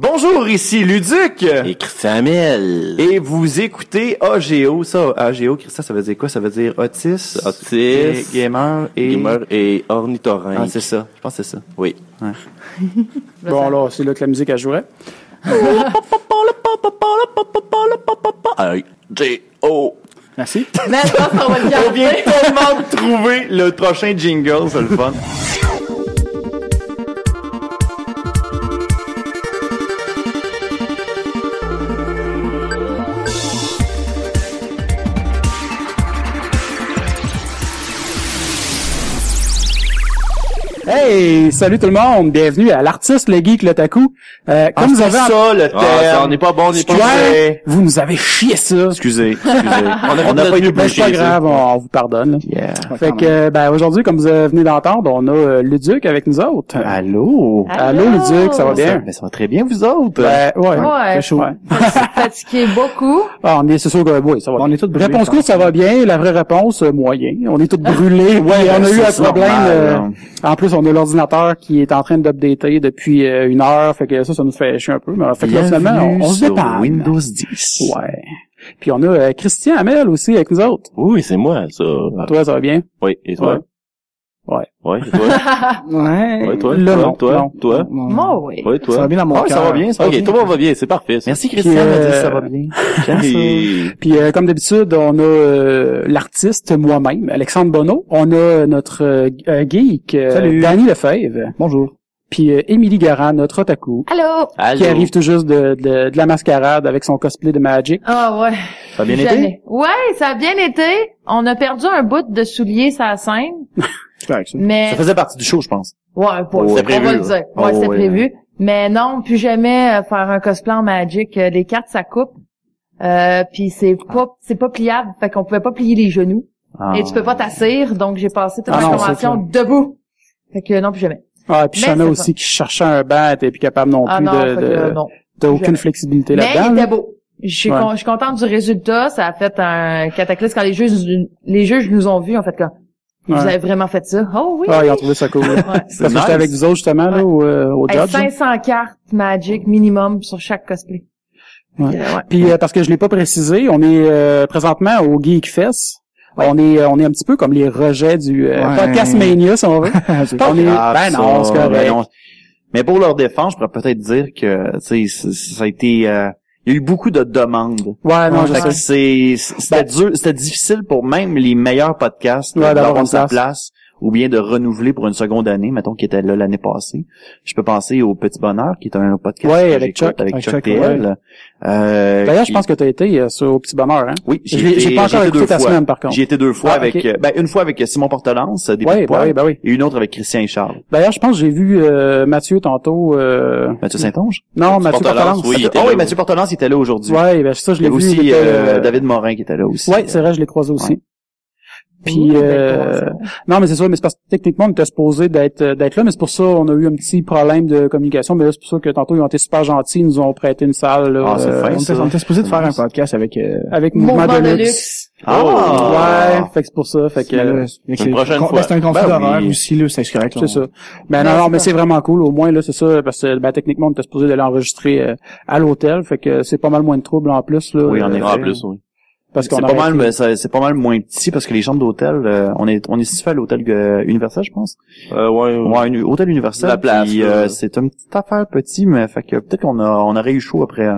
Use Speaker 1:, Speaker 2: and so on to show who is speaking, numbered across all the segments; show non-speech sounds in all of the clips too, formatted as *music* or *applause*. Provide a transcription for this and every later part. Speaker 1: Bonjour, ici Luduc!
Speaker 2: Et Christian Hamel.
Speaker 1: Et vous écoutez AGO, ça, AGO, Christian, ça veut dire quoi? Ça veut dire Otis,
Speaker 2: Otis,
Speaker 1: Ga- Gamer et...
Speaker 2: Gamer et ornithorynque.
Speaker 1: Ah, c'est ça, je pense que c'est ça.
Speaker 2: Oui.
Speaker 3: Bon, là, c'est là que la musique, elle jouerait.
Speaker 2: J-O.
Speaker 3: Merci.
Speaker 4: Mais je pense qu'on va le
Speaker 1: On vient
Speaker 4: garder.
Speaker 1: tellement de trouver le prochain jingle, c'est le *laughs* fun.
Speaker 3: Hey, salut tout le monde. Bienvenue à l'artiste, le geek, le taku. Euh, comme vous
Speaker 1: Ah, c'est
Speaker 3: avez...
Speaker 1: ça, le thème.
Speaker 2: Ah, ça, on n'est pas bon, on n'est pas
Speaker 1: Excusez.
Speaker 2: bon.
Speaker 3: Vous nous avez chié ça.
Speaker 1: Excusez, excusez.
Speaker 2: fait
Speaker 1: *laughs* on n'a
Speaker 2: notre
Speaker 1: pas été
Speaker 2: mieux,
Speaker 3: Mais c'est pas
Speaker 1: bouché, ça.
Speaker 3: grave, on, on vous pardonne. là.
Speaker 1: Yeah.
Speaker 3: Fait que, euh, ben, aujourd'hui, comme vous euh, venez d'entendre, on a euh, Luduc avec nous autres.
Speaker 1: Allô?
Speaker 3: Allô, Luduc, ça va bien?
Speaker 1: Mais ça va très bien, vous autres?
Speaker 3: Ben, ouais.
Speaker 4: Ouais.
Speaker 3: Très chaud.
Speaker 4: Fatigué beaucoup.
Speaker 3: Ah, on est, c'est sûr que, oui, ça va
Speaker 5: On
Speaker 3: bien.
Speaker 5: est tous brûlés,
Speaker 3: Réponse
Speaker 5: je
Speaker 3: courte, ça va bien. La vraie réponse, euh, moyen. On est
Speaker 1: *laughs*
Speaker 3: tous brûlés. ouais, on a eu un
Speaker 1: c'est
Speaker 3: problème.
Speaker 1: normal,
Speaker 3: euh,
Speaker 1: là.
Speaker 3: en plus, on a l'ordinateur qui est en train d'updater depuis euh, une heure. Fait que ça, ça nous fait chier un peu. Mais, fait que là, finalement, on, on
Speaker 1: Bienvenue
Speaker 3: se
Speaker 1: sur
Speaker 3: dépanne.
Speaker 1: Windows 10.
Speaker 3: Ouais. Puis on a euh, Christian Hamel aussi avec nous autres.
Speaker 2: Oui, c'est moi, ça.
Speaker 3: Toi, ça va bien?
Speaker 2: Oui, et toi?
Speaker 3: Ouais.
Speaker 2: Ouais,
Speaker 1: *laughs*
Speaker 2: et toi?
Speaker 5: Ouais.
Speaker 2: Ouais, toi?
Speaker 3: Là,
Speaker 2: toi,
Speaker 3: non,
Speaker 2: toi?
Speaker 3: non.
Speaker 2: Toi?
Speaker 4: Moi, oui.
Speaker 2: Ouais,
Speaker 5: Ça va
Speaker 2: toi?
Speaker 5: bien dans mon
Speaker 1: Ah, ça va bien, ça va
Speaker 2: Ok,
Speaker 1: bien.
Speaker 2: tout le monde va bien, c'est parfait. ça.
Speaker 1: Merci, Christian,
Speaker 3: Puis,
Speaker 1: m'a dit
Speaker 3: euh,
Speaker 1: ça va bien.
Speaker 2: Et-
Speaker 3: Puis euh, comme d'habitude, on a euh, l'artiste moi-même, Alexandre Bonneau. On a notre euh, euh, geek, euh,
Speaker 5: Salut.
Speaker 3: Danny Lefebvre.
Speaker 5: Bonjour.
Speaker 3: Puis euh, Émilie Garand, notre otaku.
Speaker 4: Allô?
Speaker 2: Allô?
Speaker 3: qui arrive tout juste de, de, de la mascarade avec son cosplay de Magic.
Speaker 4: Ah ouais.
Speaker 1: Ça a bien été?
Speaker 4: Jamais. Ouais, ça a bien été. On a perdu un bout de soulier sur la scène,
Speaker 5: C'est correct, ça.
Speaker 4: mais...
Speaker 5: Ça faisait partie du show, je pense.
Speaker 4: Ouais, pas
Speaker 2: Ouais.
Speaker 4: on
Speaker 2: C'est
Speaker 4: va
Speaker 2: prévu,
Speaker 4: le
Speaker 2: là.
Speaker 4: dire. Ouais,
Speaker 5: Oh,
Speaker 4: c'est
Speaker 5: ouais.
Speaker 4: prévu. Mais non, plus jamais euh, faire un cosplay en Magic. Euh, Les cartes, ça coupe. Euh, puis c'est pas c'est pas pliable, fait qu'on pouvait pas plier les genoux. Et tu peux pas t'assir, donc j'ai passé toute
Speaker 3: Ah
Speaker 4: ma
Speaker 3: non,
Speaker 4: convention debout. Fait que non, plus jamais.
Speaker 3: Ah, et puis
Speaker 4: Mais
Speaker 3: Shana
Speaker 4: c'est
Speaker 3: aussi qui cherchait un bat et puis capable non plus
Speaker 4: Ah non,
Speaker 3: de,
Speaker 4: fait
Speaker 3: de-
Speaker 4: que, euh, non.
Speaker 3: t'as aucune
Speaker 4: jamais.
Speaker 3: flexibilité
Speaker 4: Mais il
Speaker 3: là-dedans.
Speaker 4: était
Speaker 3: là.
Speaker 4: beau. Je suis,
Speaker 3: Ouais.
Speaker 4: con- je suis contente du résultat. Ça a fait un cataclysme quand les juges, les juges nous ont vus. En fait, quand
Speaker 3: Ouais.
Speaker 4: vous avez vraiment fait ça. Oh oui.
Speaker 3: Ah, ils ont
Speaker 5: *laughs*
Speaker 3: trouvé ça cool. là.
Speaker 4: Ouais.
Speaker 3: *laughs* C'est Parce que j'étais avec vous autres justement là au, euh, au
Speaker 4: Hey,
Speaker 3: judge. là.
Speaker 4: 500 cartes Magic minimum sur chaque cosplay.
Speaker 3: Ouais.
Speaker 4: Fait que, ouais.
Speaker 3: Puis euh, parce que je l'ai pas précisé, on est euh, présentement au Geek Fest. On est euh, on est un petit peu comme les rejets du euh,
Speaker 5: Ouais.
Speaker 3: podcast mania si
Speaker 1: *laughs*
Speaker 3: on veut.
Speaker 5: C'est
Speaker 3: on est ben non, c'est correct.
Speaker 1: Ben non. Mais pour leur défense, je pourrais peut-être dire que tu sais, c- ça a été euh, il y a eu beaucoup de demandes.
Speaker 3: Ouais, Ah non,
Speaker 5: Ouais,
Speaker 3: je
Speaker 1: Fait que
Speaker 3: sais. Ben
Speaker 1: c'est c'était dur, c'était difficile pour même les meilleurs podcasts
Speaker 3: Ouais, d'avoir
Speaker 1: d'avoir
Speaker 3: une
Speaker 1: sa
Speaker 3: place.
Speaker 1: place ou bien de renouveler pour une seconde année, mettons qui était là l'année passée. Je peux penser au Petit Bonheur qui est un podcast
Speaker 3: Ouais,
Speaker 1: que j'écoute,
Speaker 3: avec Chuck,
Speaker 1: avec
Speaker 3: avec
Speaker 1: Chuck
Speaker 3: Chuck,
Speaker 1: TL. Euh,
Speaker 3: D'ailleurs,
Speaker 1: qui-
Speaker 3: je pense que t'as été euh, sur au petit bonheur hein.
Speaker 1: oui,
Speaker 3: Je l'ai- j'ai pas encore
Speaker 1: été
Speaker 3: écouté
Speaker 1: deux
Speaker 3: ta
Speaker 1: fois.
Speaker 3: semaine, par contre.
Speaker 1: J'y étais deux fois
Speaker 3: Ah,
Speaker 1: avec
Speaker 3: ok.
Speaker 1: euh, ben, une fois avec Simon Portelance, des petits
Speaker 3: Oui, bah
Speaker 1: poils,
Speaker 3: oui, bah oui.
Speaker 1: et une autre avec Christian et Charles.
Speaker 3: D'ailleurs, je pense que j'ai vu euh, Mathieu tantôt euh,
Speaker 1: Mathieu Saint-Onge?
Speaker 3: non, Mathieu Portalance.
Speaker 2: oui, il était
Speaker 1: Ah
Speaker 2: là.
Speaker 1: oui, Mathieu Portelance il était là aujourd'hui.
Speaker 3: Ouais, ben ça
Speaker 1: Il
Speaker 3: je
Speaker 1: y
Speaker 3: l'ai
Speaker 1: avait
Speaker 3: vu.
Speaker 1: aussi
Speaker 3: il était,
Speaker 1: euh,
Speaker 3: euh,
Speaker 1: David Morin qui était là aussi.
Speaker 3: Ouais, c'est vrai, je l'ai croisé aussi.
Speaker 1: Ouais.
Speaker 3: Puis
Speaker 4: Ouh,
Speaker 3: euh,
Speaker 4: belle convention.
Speaker 3: non, mais c'est ça, mais c'est parce que techniquement on était supposé d'être euh, d'être là, mais c'est pour ça on a eu un petit problème de communication, mais là c'est pour ça que tantôt ils ont été super gentils, ils nous ont prêté une salle là,
Speaker 1: Ah, c'est
Speaker 3: euh,
Speaker 1: fin,
Speaker 5: On
Speaker 1: ça.
Speaker 5: était on était supposé de faire un
Speaker 1: Nice.
Speaker 5: podcast avec... euh,
Speaker 3: avec
Speaker 4: Mouvement,
Speaker 3: mouvement,
Speaker 4: de
Speaker 3: de
Speaker 4: luxe.
Speaker 1: Ah!
Speaker 3: Ouais, fait que c'est pour ça, fait que
Speaker 5: euh,
Speaker 3: euh,
Speaker 5: avec
Speaker 2: Une
Speaker 5: les-
Speaker 2: prochaine
Speaker 5: con-
Speaker 2: fois.
Speaker 5: ben, C'est un conflit
Speaker 2: Ben
Speaker 5: d'horreur
Speaker 2: oui.
Speaker 5: aussi, là, c'est correct. là,
Speaker 3: c'est
Speaker 5: on-
Speaker 3: ça. Mais non,
Speaker 4: Ouais,
Speaker 3: non,
Speaker 4: c'est
Speaker 3: mais
Speaker 4: ça.
Speaker 3: c'est vraiment cool. Au moins là, c'est ça, parce que ben, techniquement on était supposé de l'enregistrer euh, à l'hôtel, fait que euh, c'est pas mal moins de troubles en plus là.
Speaker 1: Oui, en
Speaker 3: euh,
Speaker 1: effet.
Speaker 2: En plus, oui.
Speaker 3: Parce qu'on
Speaker 1: C'est pas
Speaker 3: aurait
Speaker 1: mal,
Speaker 3: été-
Speaker 1: mais ça- c'est pas mal moins petit parce que les chambres d'hôtel, euh, on est on est situé à l'hôtel euh, universel, je pense.
Speaker 2: Euh, ouais,
Speaker 3: Mm.
Speaker 2: ouais.
Speaker 1: Ouais, un hôtel universel.
Speaker 2: La place,
Speaker 1: puis,
Speaker 2: là.
Speaker 1: euh, c'est une petite affaire petit, mais fait que peut-être qu'on a on aurait eu chaud après
Speaker 3: *laughs*
Speaker 1: euh,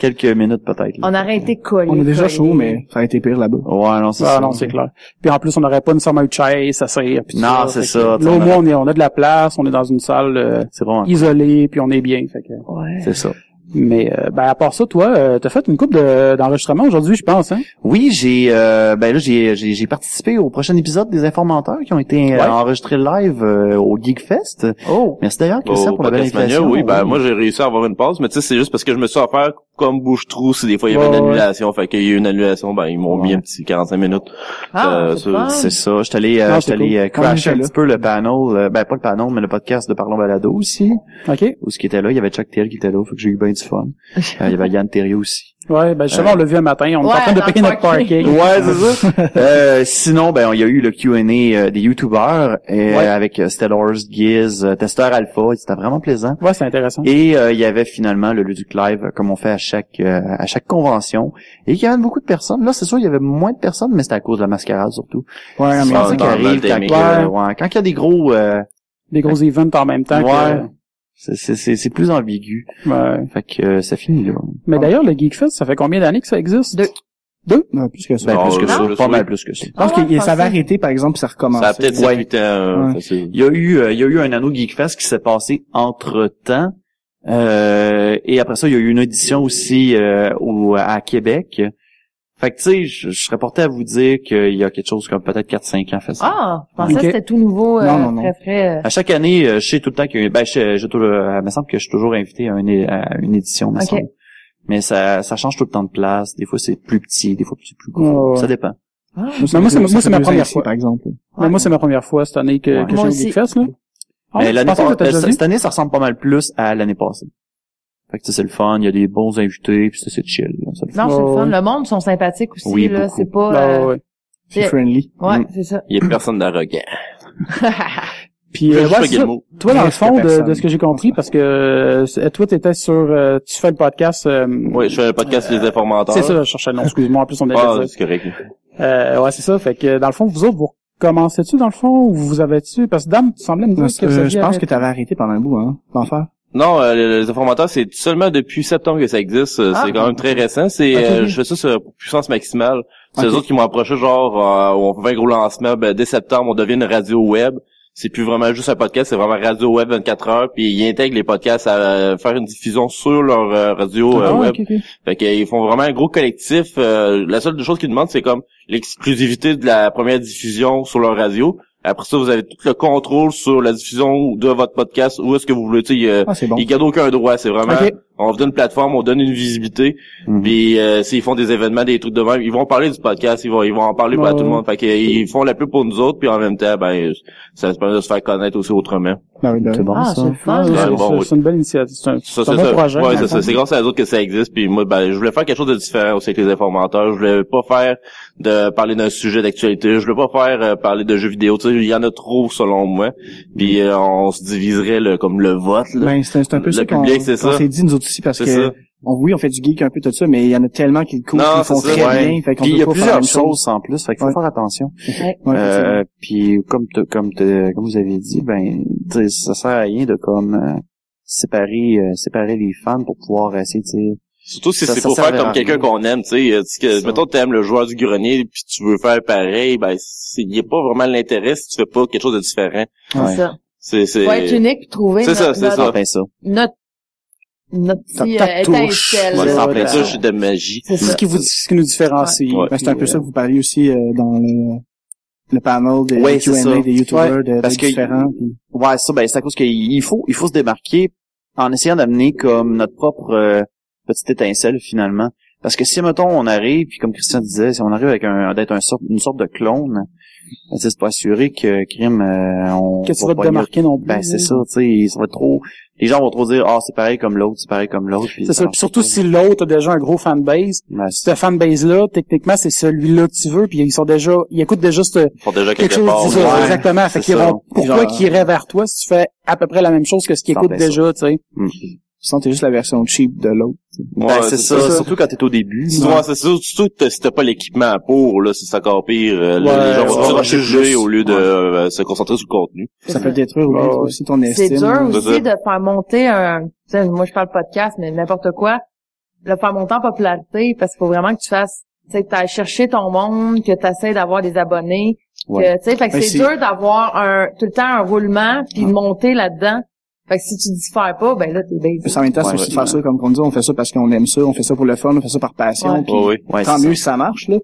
Speaker 1: quelques minutes peut-être.
Speaker 3: Ah,
Speaker 1: là.
Speaker 4: On aurait été collés.
Speaker 5: On est déjà
Speaker 4: collés.
Speaker 5: chaud, mais ça a été pire là-bas.
Speaker 1: Ouais, non, c'est
Speaker 3: Ah
Speaker 1: ça.
Speaker 3: non, c'est clair. Puis en plus, on n'aurait pas nécessairement eu de chaise, ça sert. puis tout
Speaker 1: Non, c'est
Speaker 3: Fait
Speaker 1: ça,
Speaker 3: que
Speaker 1: t'sais,
Speaker 3: Là,
Speaker 1: on
Speaker 3: au
Speaker 1: a-
Speaker 3: moins, on, est, on a de la place, on est dans une salle euh,
Speaker 1: C'est vraiment
Speaker 3: isolée, puis on est bien. Fait que...
Speaker 4: Ouais.
Speaker 1: c'est ça.
Speaker 3: Mais euh, ben, à part ça, toi, euh, t'as fait une coupe d'enregistrement aujourd'hui, je pense. Hein?
Speaker 1: Oui, j'ai euh, ben là j'ai j'ai j'ai participé au prochain épisode des informateurs qui ont été euh,
Speaker 3: Ouais.
Speaker 1: enregistrés live euh, au Geekfest.
Speaker 3: Oh!
Speaker 1: Merci d'ailleurs
Speaker 2: Au
Speaker 1: Christian pour la belle
Speaker 2: Podcast Mania,
Speaker 1: invitation.
Speaker 2: oui, ben moi j'ai réussi à avoir une pause, mais tu sais, c'est juste parce que je me suis offert comme bouche-trou si des fois il y avait
Speaker 3: Ouais,
Speaker 2: une
Speaker 3: ouais.
Speaker 2: annulation. Fait qu'il y a eu une annulation, ben ils m'ont mis
Speaker 1: Ouais.
Speaker 2: un petit 45 minutes.
Speaker 4: Ah,
Speaker 2: Euh,
Speaker 4: c'est
Speaker 2: ça,
Speaker 4: le fun.
Speaker 1: C'est ça. Je suis allé, euh,
Speaker 3: Non,
Speaker 1: je suis
Speaker 3: c'est
Speaker 1: allé, euh,
Speaker 5: On
Speaker 1: crasher
Speaker 5: était
Speaker 1: un
Speaker 5: là.
Speaker 1: petit peu le panel, euh, ben pas le panel, mais le podcast de Parlons Balado aussi,
Speaker 3: OK.
Speaker 1: où ce qui était là, il y avait Chuck Thiel qui était là, faut que j'ai eu bien du fun. Euh, il y avait Yann Thériault aussi.
Speaker 3: Ouais, ben justement, on l'a vu un matin, on est
Speaker 4: Ouais,
Speaker 3: en train de
Speaker 4: dans le
Speaker 3: payer notre
Speaker 4: parking.
Speaker 3: parking.
Speaker 1: Ouais, c'est ça. Euh, sinon, ben, il y a eu le Q&A euh, des YouTubers euh, avec euh, Stellars, Giz, euh, Tester Alpha. C'était vraiment plaisant.
Speaker 3: *laughs* Ouais, c'est intéressant.
Speaker 1: Et euh, il y avait finalement le Luduc Live, euh, comme on fait à chaque euh, à chaque convention. Et il y avait beaucoup de personnes. Là, c'est sûr, il y avait moins de personnes, mais c'était à cause de la mascarade surtout.
Speaker 6: Ouais,
Speaker 1: C'est
Speaker 6: mais
Speaker 2: Ah,
Speaker 1: ça qui
Speaker 2: non,
Speaker 1: arrive
Speaker 2: dans le
Speaker 1: quand,
Speaker 2: timing,
Speaker 1: euh, ouais, quand il y a des gros... euh,
Speaker 3: Des gros events en même temps.
Speaker 1: ouais, c'est- c'est c'est- c'est plus ambigu.
Speaker 3: Que, ouais.
Speaker 1: Fait que euh, ça finit là.
Speaker 3: Mais d'ailleurs, le Geek Fest, ça fait combien d'années que ça existe?
Speaker 4: Deux.
Speaker 6: non, plus que ça.
Speaker 1: Ben,
Speaker 2: Non,
Speaker 1: plus que ça,
Speaker 2: juste
Speaker 1: pas mal
Speaker 2: oui.
Speaker 1: plus que ça.
Speaker 6: Je pense
Speaker 4: Ah ouais,
Speaker 6: que
Speaker 4: je
Speaker 6: ça avait
Speaker 4: pensais.
Speaker 6: arrêté, par exemple, puis ça recommence.
Speaker 2: Ça a peut-être 18 ans. euh,
Speaker 6: Ouais.
Speaker 2: ça, c'est-
Speaker 1: Il y a eu, euh, il y a eu un anneau Geekfest qui s'est passé entre temps. et après ça, il y a eu une audition aussi euh, au- à Québec. Fait que tu sais, je, je serais porté à vous dire qu'il y a quelque chose comme peut-être 4-5 ans fait ça.
Speaker 4: Ah, je pensais
Speaker 3: Ok.
Speaker 4: que c'était tout nouveau, euh,
Speaker 6: Non, non, non.
Speaker 4: très frais. euh.
Speaker 1: À chaque année, euh, je sais tout le temps que ben, je, je, euh, il me semble que je suis toujours invité à, un é- à une édition, il me
Speaker 4: Ok.
Speaker 1: semble. Mais ça, ça change tout le temps de place. Des fois, c'est plus petit, des fois, c'est plus
Speaker 3: Ouais,
Speaker 1: gros.
Speaker 3: ouais.
Speaker 1: Ça dépend.
Speaker 4: Ah,
Speaker 3: Mais moi, c'est- moi,
Speaker 6: Ça
Speaker 3: c'est
Speaker 6: fait
Speaker 3: ma
Speaker 6: deux ans
Speaker 3: première
Speaker 6: ici,
Speaker 3: fois.
Speaker 6: par exemple.
Speaker 3: Mais moi, c'est ma première fois cette année que,
Speaker 1: Ouais.
Speaker 3: que je
Speaker 4: Moi
Speaker 3: suis au
Speaker 4: aussi.
Speaker 3: Geekfest, là. Ah ouais,
Speaker 1: Mais
Speaker 3: je
Speaker 1: l'année
Speaker 3: pensais que
Speaker 1: pas-
Speaker 3: t'as déjà
Speaker 1: euh,
Speaker 3: vu.
Speaker 1: cette année, ça ressemble pas mal plus à l'année passée. Fait que tu sais, c'est le fun, il y a des bons invités, puis c'est c'est chill. là, c'est le fun.
Speaker 4: Non, c'est
Speaker 3: Ouais,
Speaker 4: le fun.
Speaker 3: ouais.
Speaker 4: Le monde sont sympathiques aussi,
Speaker 1: Oui,
Speaker 4: là.
Speaker 1: beaucoup.
Speaker 4: C'est pas,
Speaker 3: Ah
Speaker 4: euh,
Speaker 3: ouais.
Speaker 6: C'est
Speaker 4: C'est-
Speaker 6: friendly.
Speaker 4: ouais,
Speaker 1: Mm.
Speaker 4: c'est ça.
Speaker 2: Il y a personne d'arrogant.
Speaker 3: Puis,
Speaker 2: Je
Speaker 3: euh,
Speaker 2: sais
Speaker 3: ouais,
Speaker 2: pas
Speaker 3: c'est
Speaker 2: quel
Speaker 3: ça.
Speaker 2: mot.
Speaker 3: toi, dans le
Speaker 6: Presque
Speaker 3: fond, de,
Speaker 6: personne.
Speaker 3: de ce que j'ai compris, parce que euh, c'est- toi, t'étais sur... euh, tu fais le podcast... euh,
Speaker 2: Oui, je fais un podcast Les Informateurs.
Speaker 3: c'est ça, je cherchais le nom, excuse-moi, en plus on a
Speaker 2: Ah,
Speaker 3: déjà dit
Speaker 2: c'est correct.
Speaker 3: ça. Euh, ouais, c'est ça, fait que dans le fond, vous autres, vous commencez-tu dans le fond, ou vous avez-tu, parce que Dame, tu semblais me dire
Speaker 6: Euh,
Speaker 3: que vous aviez
Speaker 6: Je pense que
Speaker 3: arrêté.
Speaker 6: t'avais arrêté pendant un bout, hein, d'en faire.
Speaker 2: Non, euh, les, les informateurs, c'est seulement depuis septembre que ça existe. Euh,
Speaker 4: Ah.
Speaker 2: C'est quand même très récent. C'est,
Speaker 6: Ok,
Speaker 2: euh,
Speaker 6: ok.
Speaker 2: je fais ça sur puissance maximale. C'est
Speaker 6: Ok.
Speaker 2: eux autres qui m'ont approché, genre, euh, on fait un gros lancement. Ben, dès septembre, on devient une radio web. C'est plus vraiment juste un podcast, c'est vraiment radio web 24 heures. Puis ils intègrent les podcasts à euh, faire une diffusion sur leur euh, radio euh,
Speaker 3: Ah,
Speaker 2: web.
Speaker 3: ok, ok.
Speaker 2: Fait qu'ils font vraiment un gros collectif. Euh, la seule chose qu'ils demandent, c'est comme l'exclusivité de la première diffusion sur leur radio. Après ça, vous avez tout le contrôle sur la diffusion de votre podcast. Où est-ce que vous voulez, tu sais, euh,
Speaker 6: Ah, c'est bon.
Speaker 2: ils gardent aucun droit, c'est vraiment.
Speaker 3: Ok.
Speaker 2: On vous donne une plateforme, on donne une visibilité.
Speaker 1: Mhm.
Speaker 2: Puis euh, s'ils font des événements, des trucs de même, ils vont parler du podcast, ils vont, ils vont en parler à
Speaker 3: Ouais.
Speaker 2: tout le monde. Fait qu'ils font la pub pour nous autres, puis en même temps, ben ça se permet de se faire connaître aussi autrement.
Speaker 6: Ben oui, ben oui.
Speaker 1: C'est bon,
Speaker 4: Ah, c'est
Speaker 1: ça.
Speaker 4: le fun.
Speaker 3: Ouais,
Speaker 2: Ouais,
Speaker 3: c'est
Speaker 2: bon,
Speaker 3: c'est-
Speaker 2: oui.
Speaker 3: c'est une belle initiative, c'est un,
Speaker 2: Ça,
Speaker 3: c'est un bon projet.
Speaker 2: Ouais,
Speaker 3: dans
Speaker 2: c'est
Speaker 3: le
Speaker 2: ça.
Speaker 3: fond.
Speaker 2: C'est grâce à eux autres que ça existe. Puis moi, ben, je voulais faire quelque chose de différent aussi avec les informateurs. Je voulais pas faire de parler d'un sujet d'actualité. Je voulais pas faire euh, parler de jeux vidéo. Tu sais, il y en a trop selon moi. Puis euh, on se diviserait le, comme le vote. Là.
Speaker 6: Ben, c'est c'est un peu
Speaker 2: Le
Speaker 6: ça qu'on
Speaker 2: public, c'est ça.
Speaker 6: qu'on s'est dit nous autres aussi parce
Speaker 2: c'est
Speaker 6: que
Speaker 2: ça.
Speaker 6: on, oui, on fait du geek un peu tout ça, mais il y en a tellement qui le coupent,
Speaker 2: Non,
Speaker 6: qui le font
Speaker 2: c'est ça,
Speaker 6: très
Speaker 2: ouais.
Speaker 6: bien. Fait qu'on
Speaker 1: Puis il y a
Speaker 6: peut pas faire la
Speaker 1: plusieurs
Speaker 6: même chose.
Speaker 1: choses en plus, fait qu'il faut
Speaker 6: Ouais.
Speaker 1: faire attention.
Speaker 6: *laughs* Ouais, effectivement.
Speaker 1: Euh, puis comme t'as- comme t'as- comme vous avez dit, ben tu sais, ça sert à rien de comme euh, séparer euh, séparer les fans pour pouvoir essayer de dire
Speaker 2: Surtout si
Speaker 1: Ça-
Speaker 2: c'est
Speaker 1: ça
Speaker 2: pour
Speaker 1: servait
Speaker 2: faire comme
Speaker 1: à
Speaker 2: quelqu'un
Speaker 1: rien.
Speaker 2: qu'on aime, tu sais, euh, tu sais, que,
Speaker 1: Ça.
Speaker 2: mettons t'aimes le joueur du grenier puis tu veux faire pareil, ben c'est- il n'y a pas vraiment l'intérêt si tu fais pas quelque chose de différent.
Speaker 4: C'est ça.
Speaker 2: C'est c'est
Speaker 4: Faut être unique puis trouver
Speaker 2: C'est ça,
Speaker 4: notre,
Speaker 2: c'est ça.
Speaker 1: ah ben ça.
Speaker 4: notre, notre petit
Speaker 6: Ta-
Speaker 4: euh,
Speaker 6: ta touche.
Speaker 4: étincelle.
Speaker 2: Ouais,
Speaker 1: Ouais,
Speaker 2: sans
Speaker 1: ouais,
Speaker 2: plein
Speaker 1: ouais.
Speaker 2: touche de magie.
Speaker 4: C'est
Speaker 3: C'est
Speaker 4: ça.
Speaker 3: ce qui vous, ce qui nous différencie.
Speaker 2: Ouais.
Speaker 6: Ben, c'est un peu ça que vous parliez aussi euh, dans le, le panel des
Speaker 1: Ouais, c'est
Speaker 6: Q&A
Speaker 1: ça.
Speaker 6: des YouTubers de,
Speaker 1: parce
Speaker 6: de
Speaker 1: que-
Speaker 6: différents. puis-
Speaker 1: Ouais, ça ben c'est à cause qu'il il faut il faut se démarquer en essayant d'amener comme notre propre euh, petite étincelle finalement. Parce que si mettons on arrive, puis comme Christian disait, si on arrive avec un d'être un sorte, une sorte de clone, ben, tu sais, c'est pas assuré que crime euh, on
Speaker 3: Que tu
Speaker 1: va
Speaker 3: vas te
Speaker 1: pogner-
Speaker 3: démarquer non plus.
Speaker 1: Ben c'est ça, tu sais, ça va être trop. Les gens vont trop dire ah c'est pareil comme l'autre, c'est pareil comme l'autre. puis
Speaker 3: C'est ça.
Speaker 1: non,
Speaker 3: Puis surtout
Speaker 1: pas-
Speaker 3: si l'autre a déjà un gros fanbase,
Speaker 1: Ben, c'est-
Speaker 3: ce fanbase-là, techniquement, c'est celui-là que tu veux, puis ils sont déjà, ils écoutent déjà ce,
Speaker 2: Ils font déjà
Speaker 3: quelque
Speaker 2: quelque,
Speaker 3: chose
Speaker 2: part.
Speaker 3: d'isole,
Speaker 1: ouais.
Speaker 3: exactement.
Speaker 1: C'est
Speaker 3: Fait qu'ils
Speaker 1: ça.
Speaker 3: vont, pourquoi
Speaker 6: Genre-
Speaker 3: qu'ils iraient vers toi si tu fais à peu près la même chose que ce qu'ils
Speaker 1: Non,
Speaker 3: écoutent
Speaker 1: ben,
Speaker 3: déjà, tu sais.
Speaker 6: Sinon, t'es juste la version cheap de l'autre.
Speaker 2: Ouais,
Speaker 1: ben, c'est ça, surtout quand t'es au début.
Speaker 2: Sinon, c'est sûr, surtout que t'as- si t'as pas l'équipement pour, là, c'est encore pire. Euh,
Speaker 3: Ouais,
Speaker 2: les gens vont
Speaker 1: ouais,
Speaker 2: se
Speaker 1: ouais,
Speaker 2: juger
Speaker 1: plus.
Speaker 2: au lieu de
Speaker 1: Ouais.
Speaker 2: euh, se concentrer sur le contenu.
Speaker 6: Ça peut détruire ouais,
Speaker 3: Ouais, ouais.
Speaker 6: aussi ton estime.
Speaker 4: C'est dur
Speaker 2: C'est
Speaker 4: aussi
Speaker 2: ça.
Speaker 4: de faire monter un, tu sais, moi je parle podcast, mais n'importe quoi, de faire monter en popularité parce qu'il faut vraiment que tu fasses, tu sais, que t'ailles chercher ton monde, que t'essaies d'avoir des abonnés,
Speaker 1: Ouais.
Speaker 4: que, tu sais, fait que
Speaker 6: Ben,
Speaker 4: c'est
Speaker 6: c'est- Ah.
Speaker 4: dur d'avoir un, tout le temps un roulement puis de monter là-dedans. Fait que si tu diffères pas, ben là t'es baisé.
Speaker 6: Puis en même temps, c'est
Speaker 1: Ouais,
Speaker 6: aussi de
Speaker 1: ouais.
Speaker 6: faire ça, comme on dit, on fait ça parce qu'on aime ça, on fait ça pour le fun, on fait ça par passion.
Speaker 4: Ouais.
Speaker 6: puis
Speaker 2: Ouais, oui.
Speaker 1: Ouais,
Speaker 6: tant
Speaker 1: c'est
Speaker 6: mieux si ça marche, là.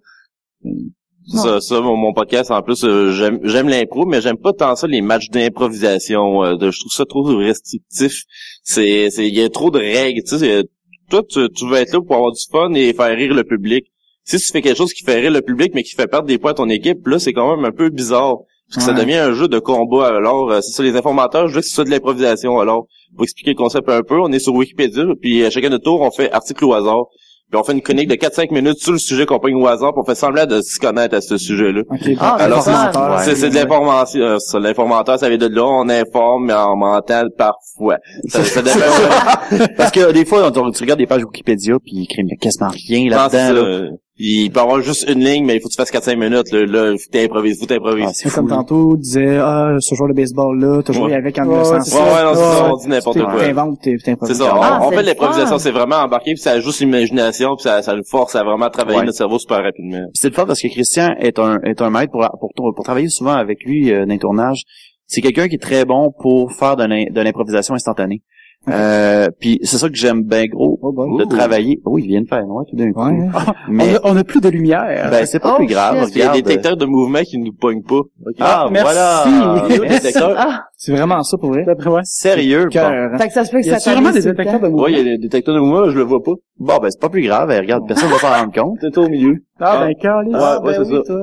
Speaker 2: C'est Ça, ça mon, mon podcast, en plus, euh, j'aime j'aime l'impro, mais j'aime pas tant ça les matchs d'improvisation. euh, de- je trouve ça trop restrictif. C'est, c'est, il y a trop de règles. Tu sais, c'est- toi, tu, tu veux être là pour avoir du fun et faire rire le public. Si tu fais quelque chose qui fait rire le public, mais qui fait perdre des points à ton équipe, là, c'est quand même un peu bizarre. Parce que
Speaker 6: Ouais.
Speaker 2: ça devient un jeu de combat. Alors, euh, c'est ça, les informateurs, je veux que c'est ça de euh, l'improvisation. Alors, pour expliquer le concept un peu, on est sur Wikipédia, puis à chacun de tour, on fait article au hasard. Puis Ben, on fait une chronique de 4-5 minutes sur le sujet qu'on pogne au hasard, puis on fait semblant de s'y connaître à ce sujet-là.
Speaker 6: Ok,
Speaker 4: Ah,
Speaker 6: bon,
Speaker 2: alors,
Speaker 6: informateur.
Speaker 2: C'est, c'est de l'information. euh, ça, L'informateur, ça vient de là, on informe, mais on mental parfois. Ça, ça dépend.
Speaker 1: Parce que des fois, on- tu regardes des pages Wikipédia, puis ils crient, mais quasiment rien
Speaker 2: Pense,
Speaker 1: là-dedans. là. Ah,
Speaker 2: euh, Il peut avoir juste une ligne, mais il faut que tu fasses 4-5 minutes. Là, là faut que t'improvises, faut que
Speaker 1: Ah,
Speaker 2: t'improvises.
Speaker 1: c'est fou.
Speaker 6: Comme
Speaker 1: là.
Speaker 6: tantôt, disait, ah, ce joueur de baseball-là, t'as joué
Speaker 2: Ouais.
Speaker 6: avec en
Speaker 3: Ouais,
Speaker 6: 1900.
Speaker 2: ouais, ouais, non, c'est ça,
Speaker 6: Ouais.
Speaker 2: on dit n'importe
Speaker 6: T'es-
Speaker 2: quoi.
Speaker 6: T'inventes, t'es t'es
Speaker 2: C'est
Speaker 6: improvisé.
Speaker 2: ça, on,
Speaker 4: Ah,
Speaker 2: on
Speaker 4: c'est
Speaker 2: fait
Speaker 4: le
Speaker 2: de l'improvisation,
Speaker 4: fun.
Speaker 2: c'est vraiment embarqué, puis ça ajoute l'imagination, puis ça, ça le force à vraiment travailler
Speaker 1: Ouais.
Speaker 2: notre cerveau super rapidement.
Speaker 1: Puis c'est le fun parce que Christian est un est un maître pour pour pour travailler souvent avec lui euh, dans les tournages. C'est quelqu'un qui est très bon pour faire de l'im- de l'improvisation instantanée. Euh, puis c'est ça que j'aime bien gros
Speaker 6: Oh, boy.
Speaker 1: de travailler. Oh, il vient de faire ouais tout d'un coup.
Speaker 6: Ouais. hein.
Speaker 1: Mais
Speaker 3: On, a, on a plus de lumière.
Speaker 1: ben c'est pas
Speaker 4: Oh,
Speaker 1: plus grave,
Speaker 4: shit.
Speaker 2: Il y a
Speaker 1: regarde. euh,
Speaker 2: des détecteurs de mouvement qui nous pognent pas. Ok.
Speaker 1: Ah,
Speaker 3: Ah, merci.
Speaker 1: voilà.
Speaker 3: Merci.
Speaker 1: Des détecteurs
Speaker 4: Ah,
Speaker 6: C'est vraiment ça pour vrai.
Speaker 3: D'après moi,
Speaker 1: sérieux. Bon.
Speaker 6: Cœur, hein.
Speaker 4: fait que ça se peut que
Speaker 3: il y a
Speaker 4: ça
Speaker 3: sûrement des
Speaker 4: t'arrive tout le
Speaker 3: détecteurs
Speaker 4: temps.
Speaker 3: de mouvement.
Speaker 2: Ouais, il y a des détecteurs de mouvement, je le vois pas.
Speaker 1: Bon, ben c'est pas plus grave, eh, regarde, personne va s'en rendre compte.
Speaker 2: C'est au milieu.
Speaker 3: Ah, ben, calé.
Speaker 2: Ah, ouais, c'est ça.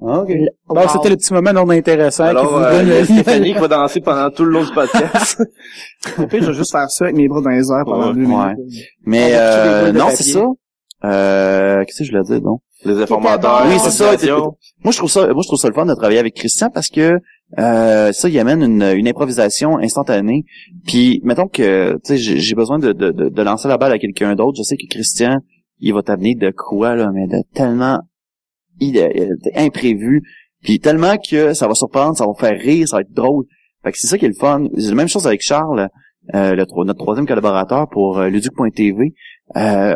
Speaker 1: OK.
Speaker 3: Bon, c'était le petit moment non intéressant qui
Speaker 2: Alors,
Speaker 3: vous
Speaker 2: euh,
Speaker 3: donne
Speaker 2: il y a
Speaker 3: le
Speaker 2: Stéphanie qui va danser pendant tout le long du
Speaker 1: *laughs*
Speaker 2: podcast.
Speaker 6: Au pire, je vais juste faire ça avec mes bras dans les airs pendant
Speaker 2: Ouais.
Speaker 6: deux
Speaker 1: Ouais.
Speaker 6: minutes.
Speaker 1: Mais
Speaker 3: On va toucher les
Speaker 1: euh,
Speaker 3: boules de
Speaker 1: non,
Speaker 3: papier.
Speaker 1: c'est ça. Euh, qu'est-ce que je voulais dire donc
Speaker 2: Les informateurs.
Speaker 4: Oui,
Speaker 1: c'est ça,
Speaker 2: l'improvisation.
Speaker 1: Moi, je trouve ça, moi, je trouve ça le fun de travailler avec Christian parce que euh, ça, il amène une, une improvisation instantanée. Puis, mettons que, tu sais, j'ai j'ai besoin de, de, de- de lancer la balle à quelqu'un d'autre. Je sais que Christian, il va t'amener de quoi, là, mais de tellement il, euh, imprévu. Puis tellement que ça va surprendre, ça va faire rire, ça va être drôle. Fait que c'est ça qui est le fun. C'est la même chose avec Charles, euh, le tro- notre troisième collaborateur pour euh, Luduc.tv. Euh,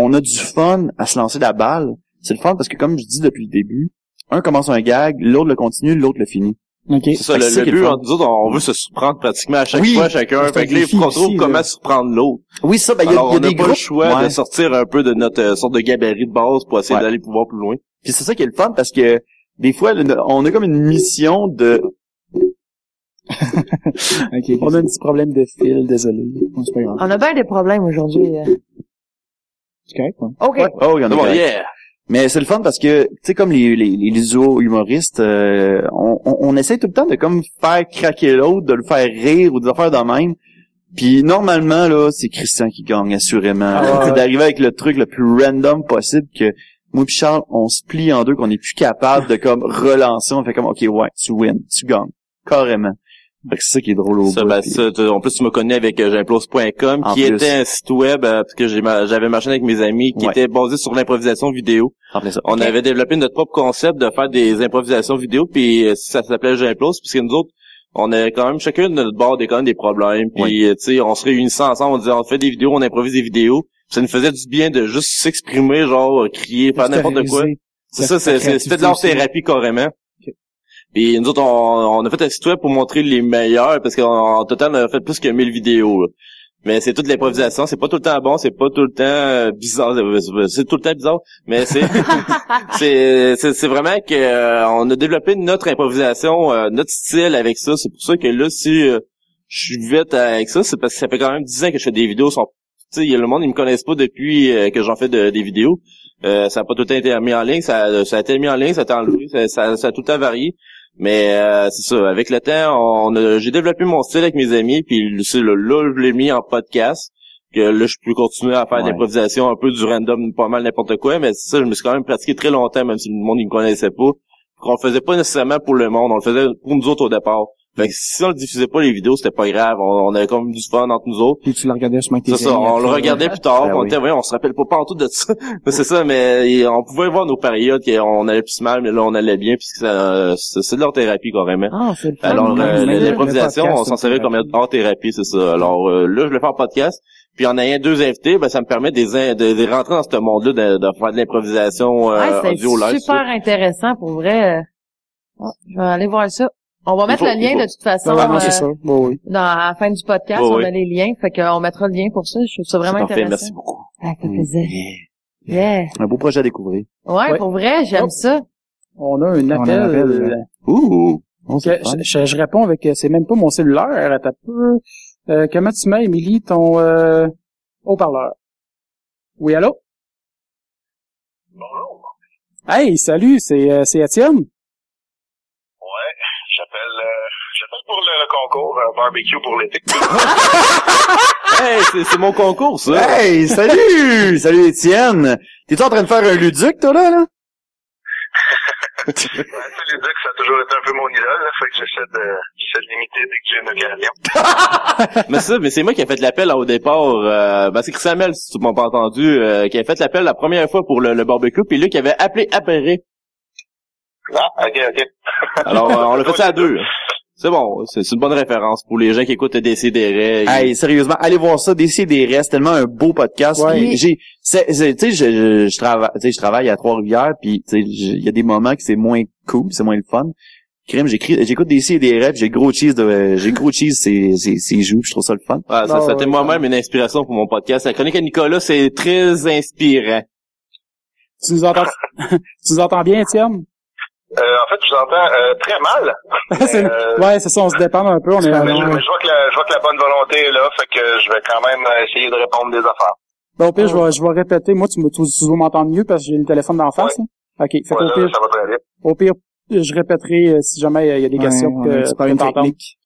Speaker 1: on a du fun à se lancer la balle. C'est le fun parce que, comme je dis depuis le début, un commence un gag, l'autre le continue, l'autre le finit.
Speaker 6: Ok.
Speaker 2: C'est ça,
Speaker 1: Fait que
Speaker 2: le,
Speaker 1: c'est ça
Speaker 2: le
Speaker 1: qui est
Speaker 2: but,
Speaker 1: le fun.
Speaker 2: entre nous autres, on veut se surprendre pratiquement à chaque
Speaker 6: Oui,
Speaker 2: fois, chacun.
Speaker 6: c'est
Speaker 2: Fait
Speaker 6: un
Speaker 2: que là, il faut
Speaker 6: défi
Speaker 2: qu'on trouve
Speaker 6: ici,
Speaker 2: comment
Speaker 6: là.
Speaker 2: surprendre l'autre.
Speaker 1: Oui, ça, ben, il y a,
Speaker 2: Alors,
Speaker 1: il y a
Speaker 2: on n'a
Speaker 1: des
Speaker 2: pas
Speaker 1: groupes.
Speaker 2: le choix
Speaker 1: Ouais.
Speaker 2: de sortir un peu de notre euh, sorte de gabarit de base pour essayer
Speaker 1: Ouais.
Speaker 2: d'aller pouvoir plus loin.
Speaker 1: Puis c'est ça qui est le fun parce que des fois, le- on a comme une mission de...
Speaker 6: Ok.
Speaker 3: On a un petit problème de fil, désolé.
Speaker 6: Bon, C'est pas grave.
Speaker 4: On a bien des problèmes aujourd'hui. euh.
Speaker 6: C'est correct, ouais.
Speaker 4: OK.
Speaker 1: Ouais. Oh, il y en
Speaker 2: C'est
Speaker 1: a
Speaker 2: bon,
Speaker 1: correct.
Speaker 2: yeah!
Speaker 1: Mais c'est le fun parce que, tu sais, comme les, les, les duos humoristes, euh, on, on, on essaie tout le temps de comme faire craquer l'autre, de le faire rire ou de le faire de même. Puis normalement, là, c'est Christian qui gagne, assurément.
Speaker 3: Ah ouais,
Speaker 1: C'est
Speaker 3: ouais.
Speaker 1: d'arriver avec le truc le plus random possible que moi pis Charles, on se plie en deux, qu'on est plus capable de comme relancer. On fait comme, OK, ouais, tu wins, tu gagnes. Carrément. Fait que c'est ça qui est drôle au
Speaker 2: Ça,
Speaker 1: bout,
Speaker 2: ben,
Speaker 1: puis-
Speaker 2: ça, tu- en plus, tu me connais avec euh, j'implose.com,
Speaker 1: En
Speaker 2: qui
Speaker 1: plus.
Speaker 2: était un site web, euh, parce que j'ai ma- j'avais marché avec mes amis, qui
Speaker 1: Ouais.
Speaker 2: était basé sur l'improvisation vidéo.
Speaker 1: en oh, plein ça.
Speaker 2: On avait développé notre propre concept de faire des improvisations vidéo, puis euh, ça s'appelait J'implose, puisque nous autres, on avait quand même chacun de notre bord des quand même des problèmes, puis euh, tu sais, on se réunissait ensemble, on disait on fait des vidéos, on improvise des vidéos. Puis Ça nous faisait du bien de juste s'exprimer, genre euh, crier, faire n'importe quoi.
Speaker 6: Extérioriser.
Speaker 2: C'est ça, c'est- c'est- c'était de l'art thérapie carrément. Puis nous autres, on, on a fait un site web pour montrer les meilleurs, parce qu'en en total, on a fait plus que 1000 vidéos. là. Mais c'est toute l'improvisation, c'est pas tout le temps bon, c'est pas tout le temps euh, bizarre, euh, c'est tout le temps bizarre, mais c'est c'est c'est- c'est vraiment que euh, on a développé notre improvisation, euh, notre style avec ça, c'est pour ça que là si euh, je suis vite avec ça, c'est parce que ça fait quand même 10 ans que je fais des vidéos sur tu sais, il y a le monde, ils me connaissent pas depuis euh, que j'en fais de- des vidéos. Euh, ça a pas tout le temps été mis en ligne, ça, ça a été mis en ligne, ça a été enlevé, ça, ça- ça a tout le temps varié. Mais euh, c'est ça, avec le temps, on a- j'ai développé mon style avec mes amis, puis c'est le- là, je l'ai mis en podcast, que là, je peux continuer à faire
Speaker 1: Ouais.
Speaker 2: de l'improvisation un peu du random, pas mal n'importe quoi, mais c'est ça, je me suis quand même pratiqué très longtemps, même si le monde, il me connaissait pas. Qu'on le faisait pas nécessairement pour le monde, on le faisait pour nous autres au départ. Fait que si on le diffusait pas les vidéos, c'était pas grave, on, on avait quand même du fun entre nous autres.
Speaker 6: Puis tu le regardais sur ma
Speaker 2: C'est ça, on le regardait plus tard,
Speaker 1: Ben
Speaker 2: on
Speaker 1: oui.
Speaker 2: était, voyons, on se rappelle pas pas en tout de ça. *laughs* Mais c'est ça, mais et on pouvait voir nos périodes qu'on allait plus mal, mais là on allait bien, puisque ça, c'est c'est de leur thérapie carrément.
Speaker 4: Ah, c'est le fun.
Speaker 2: Alors
Speaker 6: oui,
Speaker 2: euh,
Speaker 6: mais
Speaker 2: l'improvisation,
Speaker 6: le podcast,
Speaker 2: on s'en
Speaker 6: c'est
Speaker 2: servait
Speaker 6: une
Speaker 2: comme
Speaker 6: thérapie.
Speaker 2: hors thérapie, c'est ça. Alors euh, là, je le fais en podcast, puis en ayant deux invités, ben ça me permet de, les in- de, de rentrer dans ce monde-là, de, de faire de l'improvisation
Speaker 4: Ouais,
Speaker 2: euh,
Speaker 4: Ah, c'est
Speaker 2: audio live.
Speaker 4: super
Speaker 2: ça.
Speaker 4: intéressant pour vrai. Ah, je vais aller voir ça. On va
Speaker 2: Il
Speaker 4: mettre
Speaker 2: faut-
Speaker 4: le
Speaker 2: il
Speaker 4: lien
Speaker 2: faut.
Speaker 4: de toute façon
Speaker 6: Non, non,
Speaker 4: euh,
Speaker 6: c'est ça. Bon,
Speaker 3: Oh,
Speaker 6: oui.
Speaker 4: dans à la fin du podcast,
Speaker 2: Ouais,
Speaker 4: on
Speaker 2: ouais.
Speaker 4: a les liens, fait qu'on mettra le lien pour ça, je trouve ça vraiment
Speaker 2: C'est parfait,
Speaker 4: intéressant.
Speaker 2: merci beaucoup.
Speaker 4: Ah, ça fait plaisir. Yeah.
Speaker 1: Mm. Un beau projet à découvrir.
Speaker 4: Ouais,
Speaker 3: Ouais.
Speaker 4: pour vrai, j'aime
Speaker 3: Oh.
Speaker 4: ça.
Speaker 3: On a un
Speaker 6: On a
Speaker 3: appel.
Speaker 6: un appel,
Speaker 3: euh,
Speaker 6: là.
Speaker 1: Ouh! Non,
Speaker 3: que-
Speaker 1: c'est le fun.
Speaker 3: je, je- je réponds avec, euh, c'est même pas mon cellulaire, à ta peu. Euh, comment tu mets, Émilie, ton euh, haut-parleur? Oui, allô? Hey, salut, c'est euh, c'est Étienne.
Speaker 7: J'appelle euh, j'appelle pour le, le concours euh, barbecue pour l'été.
Speaker 2: hey, c'est- c'est mon concours, ça.
Speaker 1: Hey, *laughs* salut! salut Étienne! T'es-tu en train de faire un luduc, toi, là, là?
Speaker 7: Ouais, tous les ducs, ça a toujours été un peu mon idole, là, fait que j'essaie de, j'essaie de limiter dès que j'ai une occasion.
Speaker 2: mais ça, mais c'est moi qui ai fait l'appel au départ. Euh, ben c'est Chris Hamel, si tu m'as pas entendu, euh, qui a fait l'appel la première fois pour le, le barbecue, puis lui qui avait appelé après.
Speaker 7: Ah, ok, ok.
Speaker 2: Alors, euh, on l'a fait ça à deux. C'est bon, c'est c'est une bonne référence pour les gens qui écoutent Décideret.
Speaker 1: Hey, sérieusement, allez voir ça, Décider des restes, tellement un beau podcast.
Speaker 3: Ouais.
Speaker 1: Puis J'ai, c'est, c'est- tu sais, je, je, je travaille, tu sais, je travaille à Trois-Rivières, puis tu sais, je- il y a des moments que c'est moins cool, c'est moins le fun. Crime, j'écris- j'écoute des des restes, j'ai gros cheese de, j'ai gros cheese, c'est, c'est, c'est joue, je trouve ça le fun.
Speaker 2: Ah, ça,
Speaker 3: Non,
Speaker 2: c'était
Speaker 3: ouais,
Speaker 2: moi-même une inspiration pour mon podcast. La chronique à Nicolas, c'est très inspirant.
Speaker 3: Tu nous entends, *laughs* tu nous entends bien, Étienne? *laughs*
Speaker 7: Euh, en fait, je vous entends euh, très mal.
Speaker 3: C'est-
Speaker 7: euh,
Speaker 3: ouais, c'est ça, on se dépend un peu. On est,
Speaker 7: Mais je,
Speaker 3: on-
Speaker 7: mais je vois que la, je vois que la bonne volonté est là, fait que je vais quand même euh, essayer de répondre des affaires.
Speaker 3: ben, au pire, je
Speaker 6: Ah
Speaker 3: vais, je vais répéter. Moi, tu, me- tu, tu vas m'entendre mieux parce que j'ai le téléphone d'en face. là. OK. Fait
Speaker 7: Voilà,
Speaker 3: qu'au pire,
Speaker 7: ça va très bien.
Speaker 3: au pire, je répéterai euh, si jamais il y a des
Speaker 6: Ouais,
Speaker 3: questions
Speaker 6: on a un
Speaker 3: que,
Speaker 6: petit
Speaker 3: que
Speaker 6: problème
Speaker 3: t'entends.
Speaker 6: technique.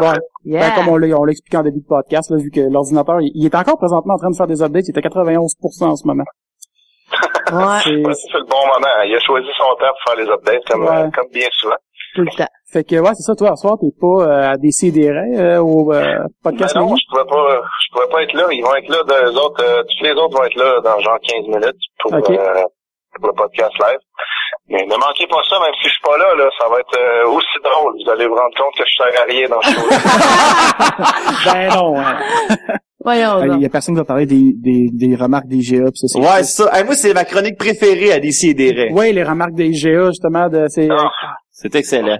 Speaker 3: Ouais.
Speaker 4: Yeah.
Speaker 3: Ben, comme on l'a on l'a expliqué en début de podcast, là, vu que l'ordinateur, il, il est encore présentement en train de faire des updates, il est à 91% en ce moment.
Speaker 4: Ouais,
Speaker 3: C'est-
Speaker 7: Ouais, c'est le bon moment. Il a choisi son temps pour faire les updates, comme,
Speaker 3: Ouais.
Speaker 7: euh, comme bien souvent.
Speaker 4: tout le temps.
Speaker 3: Fait que ouais, c'est ça, toi, à soir, t'es pas euh, à décider euh, au euh, podcast.
Speaker 7: Ben non,
Speaker 3: Manu.
Speaker 7: je pouvais pas, je pouvais pas être là. Ils vont être là, de- eux autres, euh, tous les autres vont être là dans genre 15 minutes pour,
Speaker 3: Ok.
Speaker 7: euh, pour le podcast live. Mais ne manquez pas ça, même si je suis pas là, là, ça va être euh, aussi drôle. Vous allez vous rendre compte que je sers à rien dans
Speaker 3: *laughs*
Speaker 7: ce show.
Speaker 3: Ben non.
Speaker 6: *laughs*
Speaker 3: hein.
Speaker 4: Voyons.
Speaker 6: Il
Speaker 4: donc.
Speaker 6: y a personne qui va parler des, des, des remarques des GA pis ça. c'est-
Speaker 1: Ouais, c'est ça. Hey, moi, c'est ma chronique préférée à Décider des restes.
Speaker 3: Ouais, les remarques des IGA, justement, de c'est
Speaker 7: Ah.
Speaker 2: C'est excellent.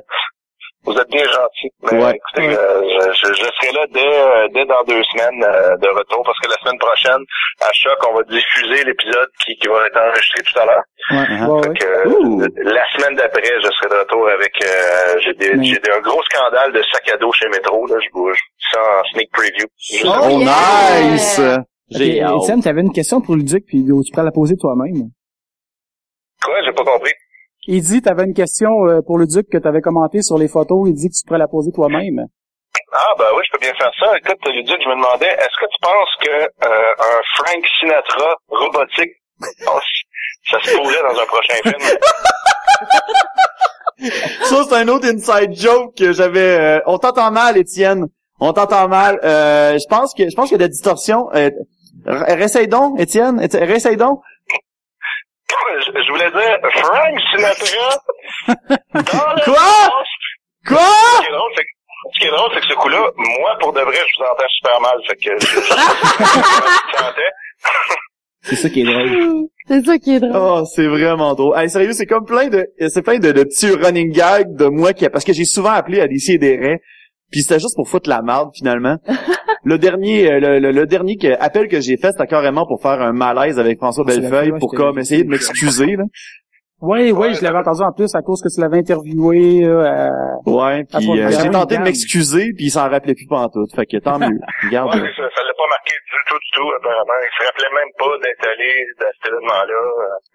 Speaker 7: Vous êtes bien gentil. Mais
Speaker 1: Ouais.
Speaker 7: écoutez, euh, je, je- je serai là dès, euh, dès dans deux semaines euh, de retour parce que la semaine prochaine, à Choc, on va diffuser l'épisode qui, qui va être enregistré tout à l'heure.
Speaker 6: Ouais.
Speaker 3: Ah ouais, ouais.
Speaker 7: Fait que, euh,
Speaker 2: Ouh.
Speaker 7: la semaine d'après, je serai de retour avec euh, j'ai des,
Speaker 6: Mais-
Speaker 7: j'ai des- un gros scandale de sac à dos chez Métro. Là, je bouge ça en sneak preview. Juste
Speaker 4: Oh,
Speaker 7: avant.
Speaker 1: Oh,
Speaker 4: yeah!
Speaker 1: nice!
Speaker 2: J'ai
Speaker 6: Ok,
Speaker 2: hâte.
Speaker 6: Étienne, t'avais une question pour Luduc, puis Hugo, tu pourrais la poser toi-même.
Speaker 7: Quoi, j'ai pas compris.
Speaker 3: Il dit, t'avais une question euh, pour le duc que t'avais commenté sur les photos, il dit que tu pourrais la poser toi-même.
Speaker 7: Ah ben oui, je peux bien faire ça. Écoute, Luduc, je me demandais, est-ce que tu penses que euh, un Frank Sinatra robotique, *laughs* oh, ça se pourrait dans un prochain film? *laughs*
Speaker 1: Ça, c'est un autre inside joke que j'avais. euh, on t'entend mal, Étienne. On t'entend mal. Euh, je pense que je pense qu'il y a de la distorsion. Euh, r- réessaye donc, Étienne. Éti- Réessaye donc.
Speaker 7: je, je voulais dire Frank Sinatra dans le
Speaker 1: Quoi? Quoi?
Speaker 7: Ce qui est drôle, c'est que- ce qui est drôle, c'est que ce coup-là, moi, pour de vrai, je vous entends super mal. Fait que je, je- je sentais.
Speaker 6: C'est ça qui est drôle.
Speaker 4: C'est ça qui est drôle.
Speaker 1: Oh, c'est vraiment drôle. Hey, sérieux, c'est comme plein de, c'est plein de, de petits running gags de moi qui, parce que j'ai souvent appelé à des des raies. Puis c'était juste pour foutre la merde finalement. le dernier, euh, le, le- le dernier que- appel que j'ai fait, c'était carrément pour faire un malaise avec François
Speaker 6: Ah, C'est la
Speaker 1: Bellefeuille
Speaker 6: fois,
Speaker 1: pour
Speaker 6: je
Speaker 1: comme
Speaker 6: t'ai-
Speaker 1: essayer de m'excuser. là.
Speaker 3: Ouais, ouais, je l'avais entendu en plus à cause que tu l'avais interviewé. euh, à-
Speaker 1: Ouais,
Speaker 3: Ah,
Speaker 1: puis
Speaker 3: faut le
Speaker 1: euh,
Speaker 3: faire.
Speaker 1: j'ai tenté de
Speaker 3: Regarde.
Speaker 1: m'excuser, puis il s'en rappelait plus pantoute. Fait que tant mieux. Regarde.
Speaker 7: Ouais, ça, ça l'a pas marqué du tout, du tout, apparemment. Il se rappelait même pas d'être allé à cet événement-là.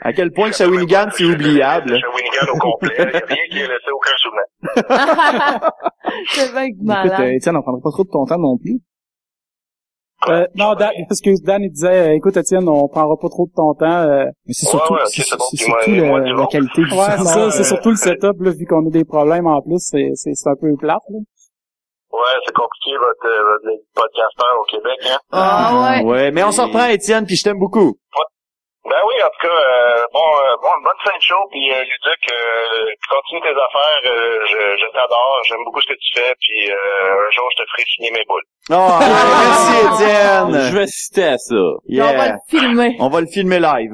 Speaker 1: à quel point que Shawinigan, c'est oubliable.
Speaker 7: Shawinigan au complet. Il n'y a rien qui a laissé aucun souvenir.
Speaker 4: c'est bien que
Speaker 6: Écoute, euh,
Speaker 4: malade.
Speaker 6: Étienne, on prendra pas trop de ton temps non plus.
Speaker 3: euh, non, Dan, *laughs* excuse, Dan, il disait, euh, écoute, Étienne, on prendra pas trop de ton temps. euh,
Speaker 6: Mais c'est
Speaker 7: Ouais,
Speaker 6: surtout,
Speaker 7: ouais, ok,
Speaker 6: c'est,
Speaker 7: c'est bon,
Speaker 6: c'est
Speaker 7: puis moi-
Speaker 6: surtout
Speaker 7: moi,
Speaker 6: la-
Speaker 7: du
Speaker 6: Euh, la,
Speaker 7: bon.
Speaker 6: qualité du
Speaker 3: Ouais, c'est
Speaker 6: son.
Speaker 3: ça,
Speaker 7: euh,
Speaker 3: c'est surtout le setup, là, vu qu'on a des problèmes en plus, c'est, c'est, c'est un peu plate, là.
Speaker 7: Ouais, c'est compliqué, votre, euh, votre podcasteur au Québec, hein.
Speaker 4: Ah ouais.
Speaker 1: Ouais, mais on s'en reprend, Étienne, puis je t'aime beaucoup.
Speaker 7: Ben oui, en tout cas, euh, bon, euh, bon, bonne fin de show, puis euh, Luduc, euh, continue tes affaires, euh, je, je t'adore, j'aime beaucoup ce que tu fais, puis euh, un jour, je te ferai signer mes boules.
Speaker 1: Oh, merci,
Speaker 2: Je
Speaker 1: Étienne.
Speaker 2: vais citer à ça.
Speaker 4: On va le
Speaker 1: Yeah.
Speaker 4: filmer.
Speaker 1: On va le filmer live.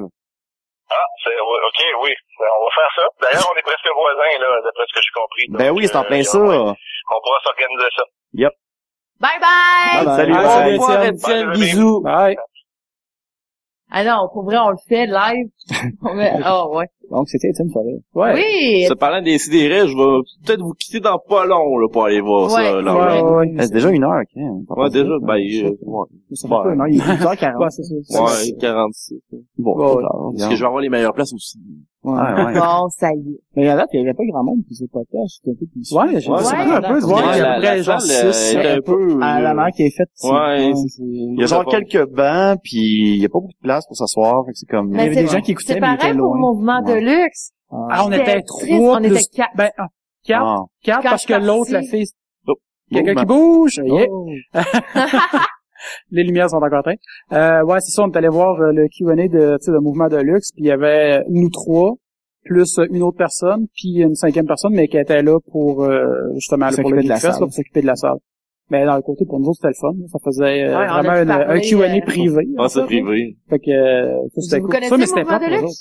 Speaker 7: Ah, c'est, ouais, ok, oui, Ben, on va faire ça. D'ailleurs, on est presque voisins, là, d'après ce que j'ai compris.
Speaker 1: Ben
Speaker 7: Donc,
Speaker 1: oui, c'est en
Speaker 7: euh,
Speaker 1: plein ça.
Speaker 7: On, on pourra s'organiser ça.
Speaker 4: Bye bye!
Speaker 6: Bye bye.
Speaker 1: Salut, bye.
Speaker 3: Ah,
Speaker 2: Au
Speaker 3: salut,
Speaker 2: revoir,
Speaker 3: Étienne.
Speaker 2: Étienne.
Speaker 7: Bye.
Speaker 2: Bisous.
Speaker 3: Ouais.
Speaker 4: Ah non, pour vrai, on le fait live. On met- Ah ouais.
Speaker 6: Donc, c'était Étienne Forêt.
Speaker 3: Ouais.
Speaker 4: Oui!
Speaker 2: Se parlant des sidérés, je vais peut-être vous quitter dans pas long là, pour aller voir ça.
Speaker 4: Ouais.
Speaker 2: Là,
Speaker 3: Ouais,
Speaker 2: ouais.
Speaker 3: ouais, ouais.
Speaker 1: Eh, C'est déjà une heure. quand
Speaker 2: Ouais, déjà, ben, euh, ouais,
Speaker 6: Ça fait pas un an, il est 12h40.
Speaker 3: Ouais, c'est ça.
Speaker 2: ouais, 46.
Speaker 1: Bon,
Speaker 3: Ouais, ouais.
Speaker 1: regarde.
Speaker 2: Parce que je vais avoir les meilleures places aussi.
Speaker 6: Ouais.
Speaker 1: Ah, ouais.
Speaker 4: Bon, ça y est.
Speaker 6: Mais à date, il n'y avait pas grand monde qui faisait podcast. C'était un peu plus...
Speaker 3: Ouais, j'ai
Speaker 2: Ouais,
Speaker 3: vu ça
Speaker 4: ouais,
Speaker 3: un peu,
Speaker 4: d'accord.
Speaker 3: ouais, il y a
Speaker 2: la,
Speaker 3: à peu près
Speaker 2: la
Speaker 3: genre
Speaker 2: salle, euh,
Speaker 3: six,
Speaker 2: est un peu... euh,
Speaker 6: À la manière qui est faite. c'est-
Speaker 2: Ouais,
Speaker 6: ouais.
Speaker 2: c'est- c'est-
Speaker 1: Il y a genre quelques bancs, puis il y a pas beaucoup de place pour s'asseoir, fait que c'est comme...
Speaker 4: Mais
Speaker 6: Il y avait
Speaker 4: c'est-
Speaker 6: des gens qui écoutaient,
Speaker 4: C'est
Speaker 6: mais ils étaient
Speaker 4: pareil pour
Speaker 6: loin.
Speaker 4: Mouvement de
Speaker 1: Ouais.
Speaker 4: Luxe.
Speaker 3: Ah, on était
Speaker 4: C'était triste,
Speaker 3: trois
Speaker 4: on était
Speaker 3: plus-
Speaker 4: quatre.
Speaker 3: Ben, ah, quatre,
Speaker 1: Ah.
Speaker 3: quatre,
Speaker 4: Quand
Speaker 3: parce
Speaker 4: je
Speaker 3: que
Speaker 4: suis
Speaker 3: l'autre,
Speaker 4: partie-
Speaker 3: la fille,
Speaker 1: Bon,
Speaker 3: quelqu'un
Speaker 1: ben,
Speaker 3: qui bouge, yeah.
Speaker 6: Oh.
Speaker 3: les lumières sont encore éteintes. Euh, ouais, c'est ça, on est allé voir euh, le Q&A de, tu sais, de Mouvement de Luxe, puis il y avait nous trois, plus euh, une autre personne, puis une cinquième personne, mais qui était là pour, euh, justement, là, pour
Speaker 6: S'occuper
Speaker 3: le
Speaker 6: de la
Speaker 3: Geekfest, là,
Speaker 6: salle.
Speaker 3: pour s'occuper de la salle. Mais dans le côté, pour nous autres, c'était le fun. Ça faisait euh,
Speaker 4: Ouais, on a
Speaker 3: vraiment
Speaker 4: pu
Speaker 3: une- un
Speaker 4: parler,
Speaker 3: Q&A
Speaker 4: euh,
Speaker 3: privé.
Speaker 2: Ah,
Speaker 3: en fait,
Speaker 2: c'est
Speaker 3: là.
Speaker 2: privé.
Speaker 3: Fait que, euh, ça, c'était
Speaker 4: Vous
Speaker 3: cool.
Speaker 4: connaissez
Speaker 3: Ça, mais c'était pas
Speaker 4: Mouvement de
Speaker 3: pour nous
Speaker 4: Luxe?
Speaker 3: autres.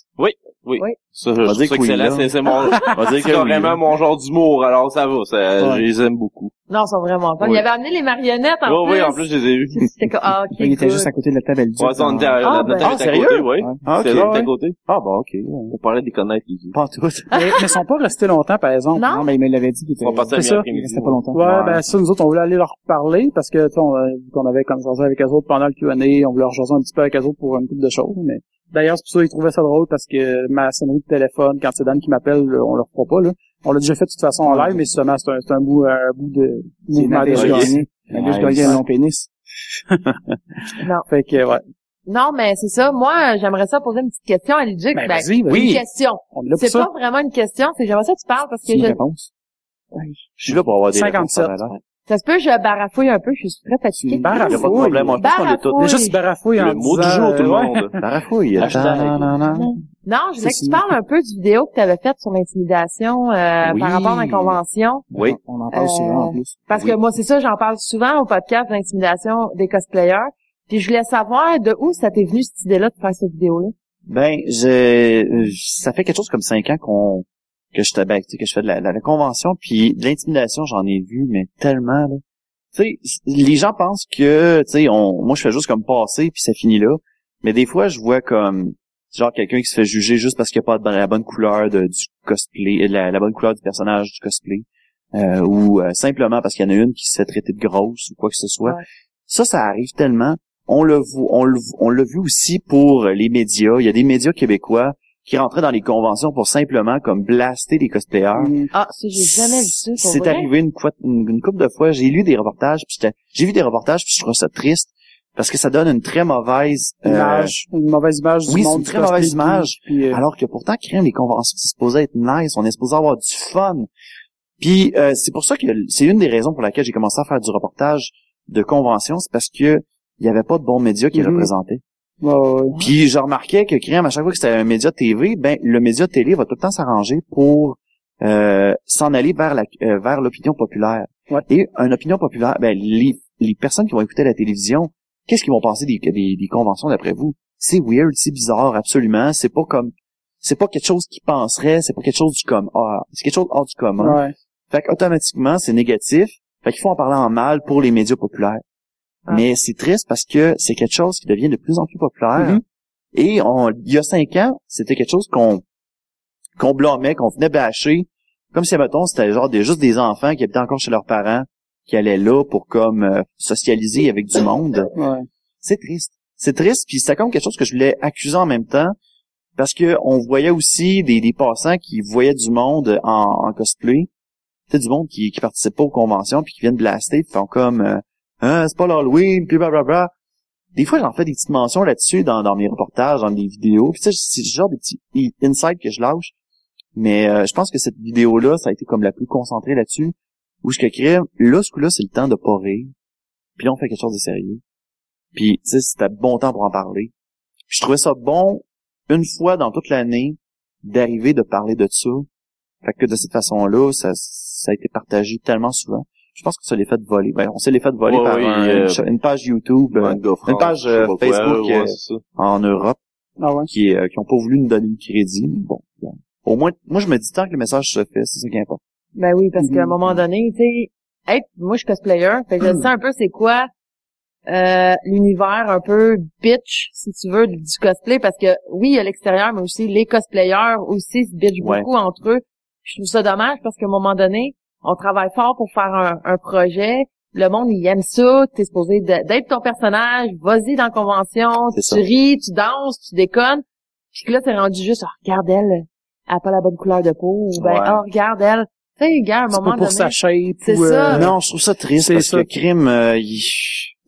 Speaker 2: Ça,
Speaker 1: On va
Speaker 2: je
Speaker 1: dire
Speaker 2: trouve ça
Speaker 1: que oui,
Speaker 2: excellent.
Speaker 1: là.
Speaker 2: C'est c'est mon,
Speaker 1: on va dire
Speaker 2: *laughs* c'est
Speaker 1: que oui,
Speaker 2: carrément
Speaker 1: là.
Speaker 2: mon genre d'humour, alors ça va, ça,
Speaker 6: Ouais.
Speaker 2: je les aime beaucoup.
Speaker 4: Non, ils sont vraiment pas.
Speaker 2: Oui.
Speaker 4: Il avait amené les marionnettes, en
Speaker 2: Oui,
Speaker 4: plus.
Speaker 2: oui, en plus, je les ai eus.
Speaker 4: C'était comme, ah, ok,
Speaker 6: Il était
Speaker 4: good.
Speaker 6: juste à côté de la table du.
Speaker 2: Ouais, ça, on était à,
Speaker 4: Ah,
Speaker 2: la table
Speaker 4: ben.
Speaker 2: était à
Speaker 1: Ah,
Speaker 2: côté,
Speaker 1: sérieux?
Speaker 2: oui.
Speaker 1: Ah, ok,
Speaker 2: C'est là, à
Speaker 1: ouais.
Speaker 2: côté.
Speaker 1: Ah, bah, ok.
Speaker 2: On parlait des connaître, les yeux.
Speaker 1: Pas en tout.
Speaker 3: Mais, mais ils sont pas restés longtemps, par exemple.
Speaker 4: Non?
Speaker 6: Non, mais il me l'avait dit qu'il était.
Speaker 2: On va passer à
Speaker 3: C'est ça.
Speaker 6: Il
Speaker 2: l'après-midi.
Speaker 6: restait pas longtemps.
Speaker 3: Ouais,
Speaker 1: Ouais.
Speaker 3: ben ça, nous autres, on voulait aller leur parler parce que, tu sais, on, euh, vu qu'on avait comme jasé avec eux autres pendant le Q&A, on voulait leur jaser un petit peu avec eux autres pour une couple de choses, mais d'ailleurs, c'est pour ça qu'ils trouvaient ça drôle parce que ma sonnerie de téléphone, quand c'est Dan qui m'appelle, là, on leur fera pas, là. On l'a déjà fait de toute façon en live, mais justement, c'est un, c'est un bout, euh, un bout de
Speaker 6: Il
Speaker 3: mouvement
Speaker 6: avait
Speaker 3: des
Speaker 6: déjà
Speaker 2: drogués.
Speaker 6: gagné. Il avait déjà
Speaker 1: Ouais,
Speaker 6: gagné
Speaker 1: ouais.
Speaker 6: un
Speaker 4: *laughs*
Speaker 6: long pénis.
Speaker 3: Fait que, ouais.
Speaker 4: Non, mais c'est ça. Moi, j'aimerais ça poser une petite question à Lidjic.
Speaker 3: Ben,
Speaker 4: Ben,
Speaker 3: vas-y, vas-y.
Speaker 4: une question.
Speaker 3: On est là pour
Speaker 4: C'est
Speaker 3: ça.
Speaker 4: pas vraiment une question, c'est j'aimerais ça que tu parles parce que
Speaker 6: C'est une
Speaker 4: je,
Speaker 6: réponse.
Speaker 1: Je suis là pour avoir des
Speaker 3: 57.
Speaker 1: réponses, ça va, là.
Speaker 4: ça se peut, je barafouille un peu, je suis très fatiguée.
Speaker 1: Il y a pas de problème, on pense qu'on est tous...
Speaker 4: Barafouille.
Speaker 3: Déjà, se barafouille en
Speaker 2: Le mot du
Speaker 3: disant,
Speaker 2: jour, tout le
Speaker 3: euh, ouais.
Speaker 2: monde.
Speaker 1: La rafouille.
Speaker 2: Hashtag.
Speaker 1: Ta-na-na-na.
Speaker 4: Ah, Non, je voulais
Speaker 6: C'est
Speaker 4: que tu
Speaker 6: signé.
Speaker 4: parles un peu du vidéo que tu avais faite sur l'intimidation euh,
Speaker 1: Oui.
Speaker 4: par rapport à la convention.
Speaker 1: Oui.
Speaker 6: On en parle
Speaker 4: Euh,
Speaker 6: souvent, en plus.
Speaker 4: Parce que moi, c'est ça, j'en parle souvent au podcast de l'intimidation des cosplayers. Puis je voulais savoir de où ça t'est venu cette idée-là de faire cette vidéo-là.
Speaker 1: Ben, je, euh, ça fait quelque chose comme cinq ans qu'on que je ben, tu sais, que je fais de la, la- la convention, puis de l'intimidation, j'en ai vu, mais tellement là. Tu sais, c- les gens pensent que, tu sais, on, moi je fais juste comme passer, puis ça finit là. Mais des fois, je vois comme genre quelqu'un qui se fait juger juste parce qu'il n'y a pas de- la bonne couleur de, du cosplay, euh, la, la bonne couleur du personnage du cosplay, euh, ou euh, simplement parce qu'il y en a une qui se fait traiter de grosse ou quoi que ce soit.
Speaker 4: Ouais.
Speaker 1: Ça, ça arrive tellement. On le vo- on le vo- on l'a vu aussi pour les médias. Il y a des médias québécois qui rentraient dans les conventions pour simplement comme blaster les cosplayers.
Speaker 4: Ah, ça, j'ai jamais vu ça. pour
Speaker 1: C'est
Speaker 4: vrai.
Speaker 1: arrivé une, fois, une, une couple de fois. J'ai lu des reportages, puis j'étais- j'ai vu des reportages, puis je trouve ça triste parce que ça donne une très mauvaise euh,
Speaker 3: Image, une mauvaise image du
Speaker 1: oui,
Speaker 3: monde.
Speaker 1: c'est une
Speaker 3: du
Speaker 1: très mauvaise
Speaker 3: cosplay,
Speaker 1: image.
Speaker 3: puis, euh,
Speaker 1: alors que pourtant, créer les conventions, c'est supposé être nice, on est supposé avoir du fun. Puis euh, c'est pour ça que c'est une des raisons pour laquelle j'ai commencé à faire du reportage de conventions, c'est parce que il y avait pas de bons médias qui
Speaker 3: Mhm.
Speaker 1: représentaient.
Speaker 3: ouais, ouais.
Speaker 1: Puis je remarquais que Créam, à chaque fois que c'était un média TV, ben le média télé va tout le temps s'arranger pour euh, s'en aller vers la euh, vers l'opinion populaire.
Speaker 3: Ouais.
Speaker 1: Et une opinion populaire, ben les, les personnes qui vont écouter la télévision, qu'est-ce qu'ils vont penser des, des, des conventions d'après vous C'est weird, c'est bizarre, absolument. C'est pas comme c'est pas quelque chose qu'ils penseraient, c'est pas quelque chose du comme ah, c'est quelque chose hors du commun.
Speaker 3: Ouais.
Speaker 1: Fait qu'automatiquement, c'est négatif. Fait qu'il faut en parler en mal pour les médias populaires.
Speaker 4: Ah.
Speaker 1: Mais c'est triste parce que c'est quelque chose qui devient de plus en plus populaire.
Speaker 3: Mhm.
Speaker 1: Et on, il y a cinq ans, c'était quelque chose qu'on qu'on blâmait, qu'on venait bâcher. Comme si, mettons, c'était genre des, juste des enfants qui habitaient encore chez leurs parents, qui allaient là pour comme euh, socialiser avec du monde.
Speaker 3: Ouais.
Speaker 1: C'est triste. C'est triste, puis c'était comme quelque chose que je voulais accuser en même temps, parce que on voyait aussi des, des passants qui voyaient du monde en, en cosplay, c'est du monde qui, qui participe pas aux conventions, puis qui viennent blaster, puis font comme euh, Hein, c'est pas l'Halloween, puis blablabla. Des fois, j'en fais des petites mentions là-dessus dans, dans mes reportages, dans les vidéos. Puis ça, c'est le genre des petits i- insights que je lâche. Mais euh, je pense que cette vidéo-là, ça a été comme la plus concentrée là-dessus. Où je crée, là, ce coup-là, c'est le temps de pas rire. Puis là, on fait quelque chose de sérieux. Puis, tu sais, c'était bon temps pour en parler. Puis je trouvais ça bon, une fois dans toute l'année, d'arriver de parler de ça. Fait que de cette façon-là, ça, ça a été partagé tellement souvent. Je pense que ça les fait voler. Ben, on s'est les fait voler
Speaker 2: Ouais,
Speaker 1: par
Speaker 2: oui,
Speaker 1: un-
Speaker 2: euh,
Speaker 1: une cha- une page YouTube euh,
Speaker 2: Manga France,
Speaker 1: page,
Speaker 2: je sais
Speaker 1: euh,
Speaker 2: pas quoi,
Speaker 1: Facebook,
Speaker 2: ouais,
Speaker 1: euh,
Speaker 2: c'est ça.
Speaker 1: en Europe
Speaker 3: Ah ouais.
Speaker 1: qui euh, qui ont pas voulu nous donner le crédit. mais Bon, bon. au moins, moi je me dis tant que le message se fait, c'est ça qui importe.
Speaker 4: Ben oui, parce
Speaker 1: Mm-hmm.
Speaker 4: qu'à un
Speaker 6: Mhm.
Speaker 4: moment donné, tu sais, hey, moi je suis cosplayer, fait que je
Speaker 1: Mm.
Speaker 4: sais un peu c'est quoi euh, l'univers un peu bitch, si tu veux, du cosplay, parce que oui, il y a l'extérieur, mais aussi les cosplayers aussi se bitchent
Speaker 1: Ouais.
Speaker 4: beaucoup entre eux. Je trouve ça dommage parce qu'à un moment donné, on travaille fort pour faire un, un projet. Le monde, il aime ça. T'es supposé de- d'être ton personnage. Vas-y dans la convention.
Speaker 1: C'est
Speaker 4: Tu
Speaker 1: ça.
Speaker 4: ris, tu danses, tu déconnes. Puis que là, t'es rendu juste, Ah, regarde elle. elle a pas la bonne couleur de peau, ou ben,
Speaker 8: Ouais.
Speaker 4: oh, regarde, elle, tu sais, gars, à un
Speaker 3: C'est
Speaker 4: moment
Speaker 3: pas
Speaker 4: donné.
Speaker 3: pour sa shape
Speaker 4: C'est
Speaker 3: ou,
Speaker 4: ça.
Speaker 3: euh,
Speaker 8: non, je trouve ça triste
Speaker 3: c'est
Speaker 8: parce
Speaker 3: ça.
Speaker 8: que le crime, euh, il-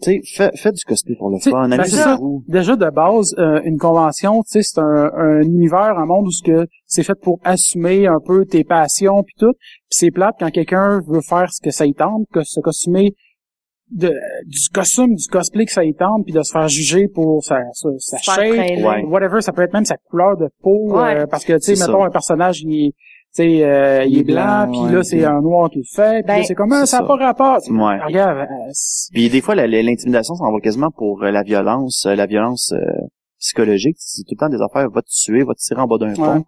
Speaker 8: tu sais, fais, fais du cosplay pour le
Speaker 3: Tu sais,
Speaker 8: fun,
Speaker 3: ben, c'est ça.
Speaker 8: amusez-vous.
Speaker 3: Déjà de base, euh, une convention, tu sais, c'est un, un univers, un monde où ce que c'est fait pour assumer un peu tes passions puis tout. Puis c'est plate quand quelqu'un veut faire ce que ça y tente, que se costumer de, du costume, du cosplay que ça y tente, puis de se faire juger pour sa, sa, sa
Speaker 4: se faire
Speaker 3: shape,
Speaker 4: traîner.
Speaker 8: ouais.
Speaker 3: whatever, ça peut être même sa couleur de peau,
Speaker 4: Ouais.
Speaker 3: euh, parce que, tu sais,
Speaker 8: C'est
Speaker 3: mettons,
Speaker 8: ça.
Speaker 3: un personnage, il est, tu sais, euh, il est blanc, puis
Speaker 6: ouais,
Speaker 3: là, c'est
Speaker 6: ouais.
Speaker 3: un noir qui le fait, puis
Speaker 4: Ben,
Speaker 3: là, c'est comme, Ah,
Speaker 8: c'est
Speaker 3: ça
Speaker 8: ça.
Speaker 3: n'a pas rapport.
Speaker 8: Ouais.
Speaker 3: Regarde, euh, c'est-
Speaker 8: Puis des fois, la- la- l'intimidation s'en va quasiment pour euh, la violence, euh, la violence euh, psychologique. C'est tout le temps des affaires, va te tuer, va te tirer en bas d'un
Speaker 3: Ouais.
Speaker 8: pont.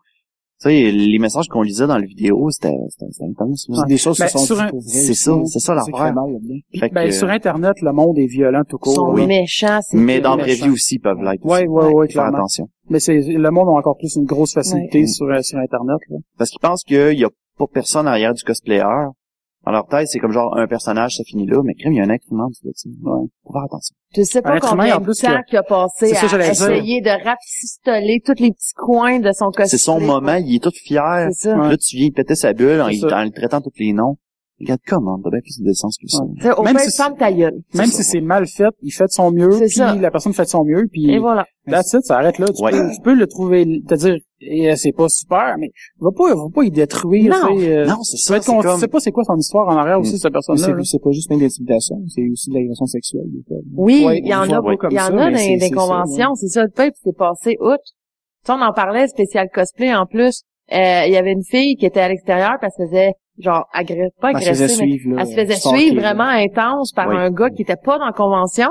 Speaker 8: Tu sais, les messages qu'on lisait dans la vidéo, c'était c'était- c'était intense. là.
Speaker 3: Ouais.
Speaker 6: Des choses qui
Speaker 3: Ben,
Speaker 6: sont
Speaker 3: sur
Speaker 6: dites
Speaker 3: un-
Speaker 6: pour vrai
Speaker 8: c'est
Speaker 6: aussi,
Speaker 8: ça,
Speaker 6: hein.
Speaker 8: c'est ça
Speaker 6: qui fait
Speaker 8: l'affaire.
Speaker 6: mal là-dedans.
Speaker 8: Fait
Speaker 3: ben,
Speaker 8: que,
Speaker 3: sur Internet, le monde est violent tout
Speaker 4: Ils sont
Speaker 3: court. là.
Speaker 4: méchants, c'est
Speaker 8: mais dans la
Speaker 3: le
Speaker 8: vraie
Speaker 4: terrible.
Speaker 8: vie aussi, ils peuvent l'être.
Speaker 3: Ouais,
Speaker 8: aussi.
Speaker 3: ouais, ouais,
Speaker 8: Faut faire
Speaker 3: clairement.
Speaker 8: attention.
Speaker 3: Mais c'est le monde a encore plus une grosse facilité
Speaker 8: Ouais.
Speaker 3: sur euh, sur internet là.
Speaker 8: Parce qu'ils pensent qu'il y a pas personne arrière du cosplayer. Dans leur tête, c'est comme genre un personnage, ça finit là, mais crime, il y a un être humain, tu sais. Ouais. Faut faire attention.
Speaker 4: Je sais pas
Speaker 3: Un être humain,
Speaker 4: combien
Speaker 3: en
Speaker 4: de
Speaker 3: plus,
Speaker 4: temps
Speaker 3: là.
Speaker 4: qu'il a passé
Speaker 3: C'est ça,
Speaker 4: à
Speaker 3: j'allais dire.
Speaker 4: essayer de rafistoler tous les petits coins de son costume.
Speaker 8: C'est son moment, il est tout fier.
Speaker 4: C'est ça.
Speaker 3: Ouais.
Speaker 8: Là, tu viens, il pétait sa bulle en,
Speaker 3: C'est
Speaker 8: y-
Speaker 3: ça.
Speaker 8: en le traitant tous les noms. Regarde comment, t'as bien plus de sens que ça.
Speaker 3: Ouais.
Speaker 4: Tu sais, Au
Speaker 3: Même
Speaker 4: pire,
Speaker 3: si-
Speaker 4: ferme ta gueule.
Speaker 3: Même
Speaker 8: ça.
Speaker 3: si c'est mal fait, il fait de son mieux,
Speaker 4: C'est
Speaker 3: puis
Speaker 4: ça.
Speaker 3: la personne fait de son mieux, puis
Speaker 4: Et voilà.
Speaker 3: that's it, ça arrête là. Tu,
Speaker 8: Ouais.
Speaker 3: peux, tu peux le trouver, te dire eh, c'est pas super, mais va pas va pas y détruire.
Speaker 4: Non.
Speaker 3: tu sais, euh,
Speaker 8: Non, c'est
Speaker 3: tu vas
Speaker 8: ça,
Speaker 3: être
Speaker 8: c'est
Speaker 3: con-
Speaker 8: comme...
Speaker 3: tu sais pas c'est quoi son histoire en arrière aussi
Speaker 8: Mm.
Speaker 3: cette
Speaker 6: Mais
Speaker 3: personne là.
Speaker 6: c'est- C'est pas juste même d'intimidation, c'est aussi de l'agression sexuelle. des fois.
Speaker 4: Oui,
Speaker 3: Ouais,
Speaker 4: il y en
Speaker 6: on
Speaker 4: a,
Speaker 6: voit pas comme
Speaker 4: il y en
Speaker 6: ça,
Speaker 4: a
Speaker 6: mais
Speaker 4: des,
Speaker 6: c'est-
Speaker 4: des
Speaker 6: c'est ça, ouais.
Speaker 4: conventions, c'est ça, le peuple c'est passé outre. Tu sais, on en parlait, spécial cosplay en plus. Euh, Il y avait une fille qui était à l'extérieur parce qu'elle faisait genre agresse pas
Speaker 6: Elle se faisait
Speaker 4: agresser, mais
Speaker 6: suivre, là,
Speaker 4: elle se faisait
Speaker 6: stalker,
Speaker 4: suivre
Speaker 6: là.
Speaker 4: vraiment intense par
Speaker 8: Oui.
Speaker 4: un gars qui était pas dans la convention.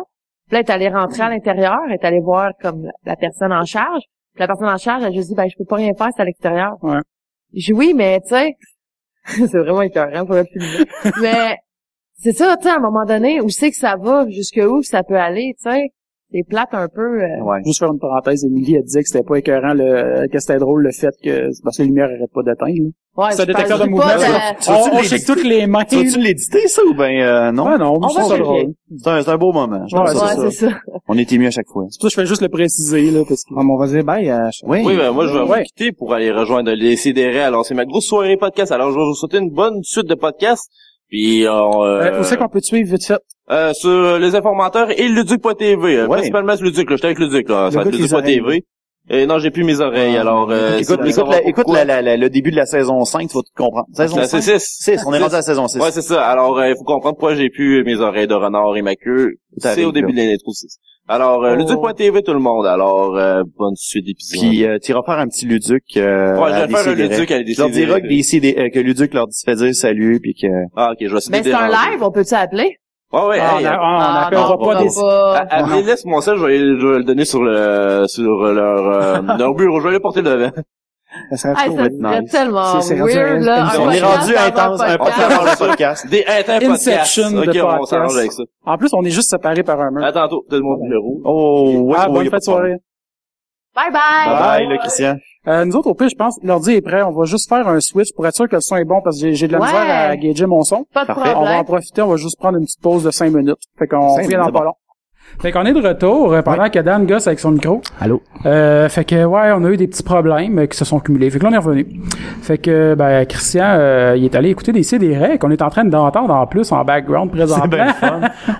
Speaker 4: Puis là, elle est allée rentrer à l'intérieur, elle est allée voir comme la personne en charge. Puis la personne en charge, elle a juste dit ben je peux pas rien faire, c'est à l'extérieur.
Speaker 3: Ouais.
Speaker 4: J'ai dit, oui, mais tu sais, *laughs* c'est vraiment écœurant pour le
Speaker 3: *laughs*
Speaker 4: filmer. mais c'est ça, tu sais, à un moment donné, où c'est que ça va, jusque où ça peut aller, tu sais. C'est plate un peu. euh.
Speaker 8: Ben Ouais.
Speaker 3: Juste faire une parenthèse, Émilie, elle disait que c'était pas écœurant, le, que c'était drôle le fait que, c'est parce que les lumières arrêtent pas d'atteindre. là.
Speaker 4: Ouais,
Speaker 3: C'est un
Speaker 4: je parle
Speaker 3: détecteur de
Speaker 4: pas
Speaker 3: mouvement,
Speaker 4: de-
Speaker 8: Tu vas-tu
Speaker 3: On, on
Speaker 8: l'éditer?
Speaker 3: check toutes les mains.
Speaker 8: Tu vas-tu l'éditer, ça, ou ben, euh, non?
Speaker 3: Ouais, non,
Speaker 4: On
Speaker 3: mais
Speaker 4: va
Speaker 3: c'est pas
Speaker 4: checker.
Speaker 3: drôle.
Speaker 8: C'est un, c'est un beau moment. Je
Speaker 3: Ouais,
Speaker 8: trouve
Speaker 3: c'est
Speaker 8: ça,
Speaker 3: ça.
Speaker 4: Ouais, c'est ça.
Speaker 8: On était mieux à chaque fois.
Speaker 3: C'est pour ça que je fais juste le préciser, là, parce que...
Speaker 6: Ah, mais on va dire bye à chaque-
Speaker 8: Oui.
Speaker 2: Oui, ben moi je vais
Speaker 3: Ouais.
Speaker 2: vous quitter pour aller rejoindre les CDR. Alors c'est ma grosse soirée podcast. Alors je vais vous souhaiter une bonne suite de podcasts. Puis on, euh,
Speaker 3: Euh, où c'est qu'on peut te suivre vite fait?
Speaker 2: euh, sur euh, les informateurs et luduc.tv. euh,
Speaker 8: Ouais.
Speaker 2: Principalement sur luduc. Là, j'étais avec luduc là.
Speaker 6: Le
Speaker 2: Ça va
Speaker 6: gars
Speaker 2: être
Speaker 6: qui les oreilles,
Speaker 2: luduc.tv. Et non, j'ai plus mes oreilles.
Speaker 6: Ah.
Speaker 2: alors euh,
Speaker 8: écoute,
Speaker 2: c'est-
Speaker 8: écoute, la- écoute la- la- la- le début de la saison 5, tu vas tout comprendre. Saison
Speaker 2: la
Speaker 8: 5?
Speaker 2: C6.
Speaker 8: 6, on est rendu à la saison 6.
Speaker 2: Ouais, c'est ça. Alors, il faut comprendre pourquoi j'ai plus mes oreilles de renard et ma queue.
Speaker 8: Ça
Speaker 2: C'est
Speaker 8: arrive,
Speaker 2: au début
Speaker 8: là.
Speaker 2: de l'année 6. Alors, euh,
Speaker 4: Oh.
Speaker 2: luduc.tv tout le monde. Alors, euh, bonne suite d'épisode.
Speaker 8: Puis euh, tu iras faire un petit Luduc euh,
Speaker 2: ouais, je
Speaker 8: à
Speaker 2: vais faire un
Speaker 8: Décideret.
Speaker 2: luduc à des
Speaker 8: Je leur diras que,
Speaker 2: CDR.
Speaker 8: des CD, euh, que Luduc leur dit fait dire salut, puis que...
Speaker 2: Ah, ok, je vais essayer
Speaker 4: Mais
Speaker 2: de
Speaker 4: Ben, c'est un
Speaker 2: déranger.
Speaker 4: live, on peut-tu appeler?
Speaker 2: Ouais, ouais.
Speaker 3: Ah,
Speaker 2: hey, euh,
Speaker 3: on a- ah, on
Speaker 2: non,
Speaker 3: n'appellera
Speaker 2: on va
Speaker 3: pas des...
Speaker 2: Ah, ah, mais laisse mon sel, je vais, je vais le donner sur le sur leur euh, leur bureau, je vais le porter devant.
Speaker 6: Ça serait
Speaker 4: Ah,
Speaker 6: trop
Speaker 4: ça
Speaker 6: bon.
Speaker 8: nice.
Speaker 4: serait tellement
Speaker 6: C'est- c'est rendu
Speaker 4: weird,
Speaker 6: un-
Speaker 3: Ah,
Speaker 4: là.
Speaker 6: On
Speaker 4: un
Speaker 8: on est
Speaker 4: podcast
Speaker 8: rendu
Speaker 4: dans un
Speaker 8: intense, un podcast
Speaker 4: podcast.
Speaker 8: avant le podcast.
Speaker 2: Des inter podcasts.
Speaker 3: Inception
Speaker 2: OK,
Speaker 3: de
Speaker 2: on
Speaker 3: podcast.
Speaker 2: s'arrange avec ça.
Speaker 3: En plus, on est juste séparés par un mur.
Speaker 2: À tantôt, donne mon numéro.
Speaker 8: Oh, ouais,
Speaker 3: ah,
Speaker 8: oh,
Speaker 3: bonne
Speaker 8: Ah, y a pas
Speaker 3: fête
Speaker 8: de
Speaker 3: soirée.
Speaker 4: Bye bye!
Speaker 8: Bye, là,
Speaker 3: *laughs*
Speaker 8: Christian.
Speaker 3: Euh, nous autres, au pire, je pense, l'ordi est prêt. On va juste faire un switch pour être sûr que le son est bon parce que j'ai- j'ai de la
Speaker 4: Ouais.
Speaker 3: misère à gager mon son.
Speaker 4: Pas de
Speaker 8: Parfait.
Speaker 3: On va en
Speaker 4: problème.
Speaker 3: profiter. On va juste prendre une petite pause de 5 minutes. Fait qu'on
Speaker 8: Cinq
Speaker 3: revient dans
Speaker 8: minutes,
Speaker 3: pas long. Fait qu'on est de retour euh, pendant que Dan gosse avec son micro.
Speaker 1: Allô?
Speaker 3: Euh, fait que ouais, on a eu des petits problèmes euh, qui se sont cumulés. Fait que là on est revenu. Fait que ben Christian, euh, il est allé écouter des CD qu'on est en train d'entendre en plus en background présentement.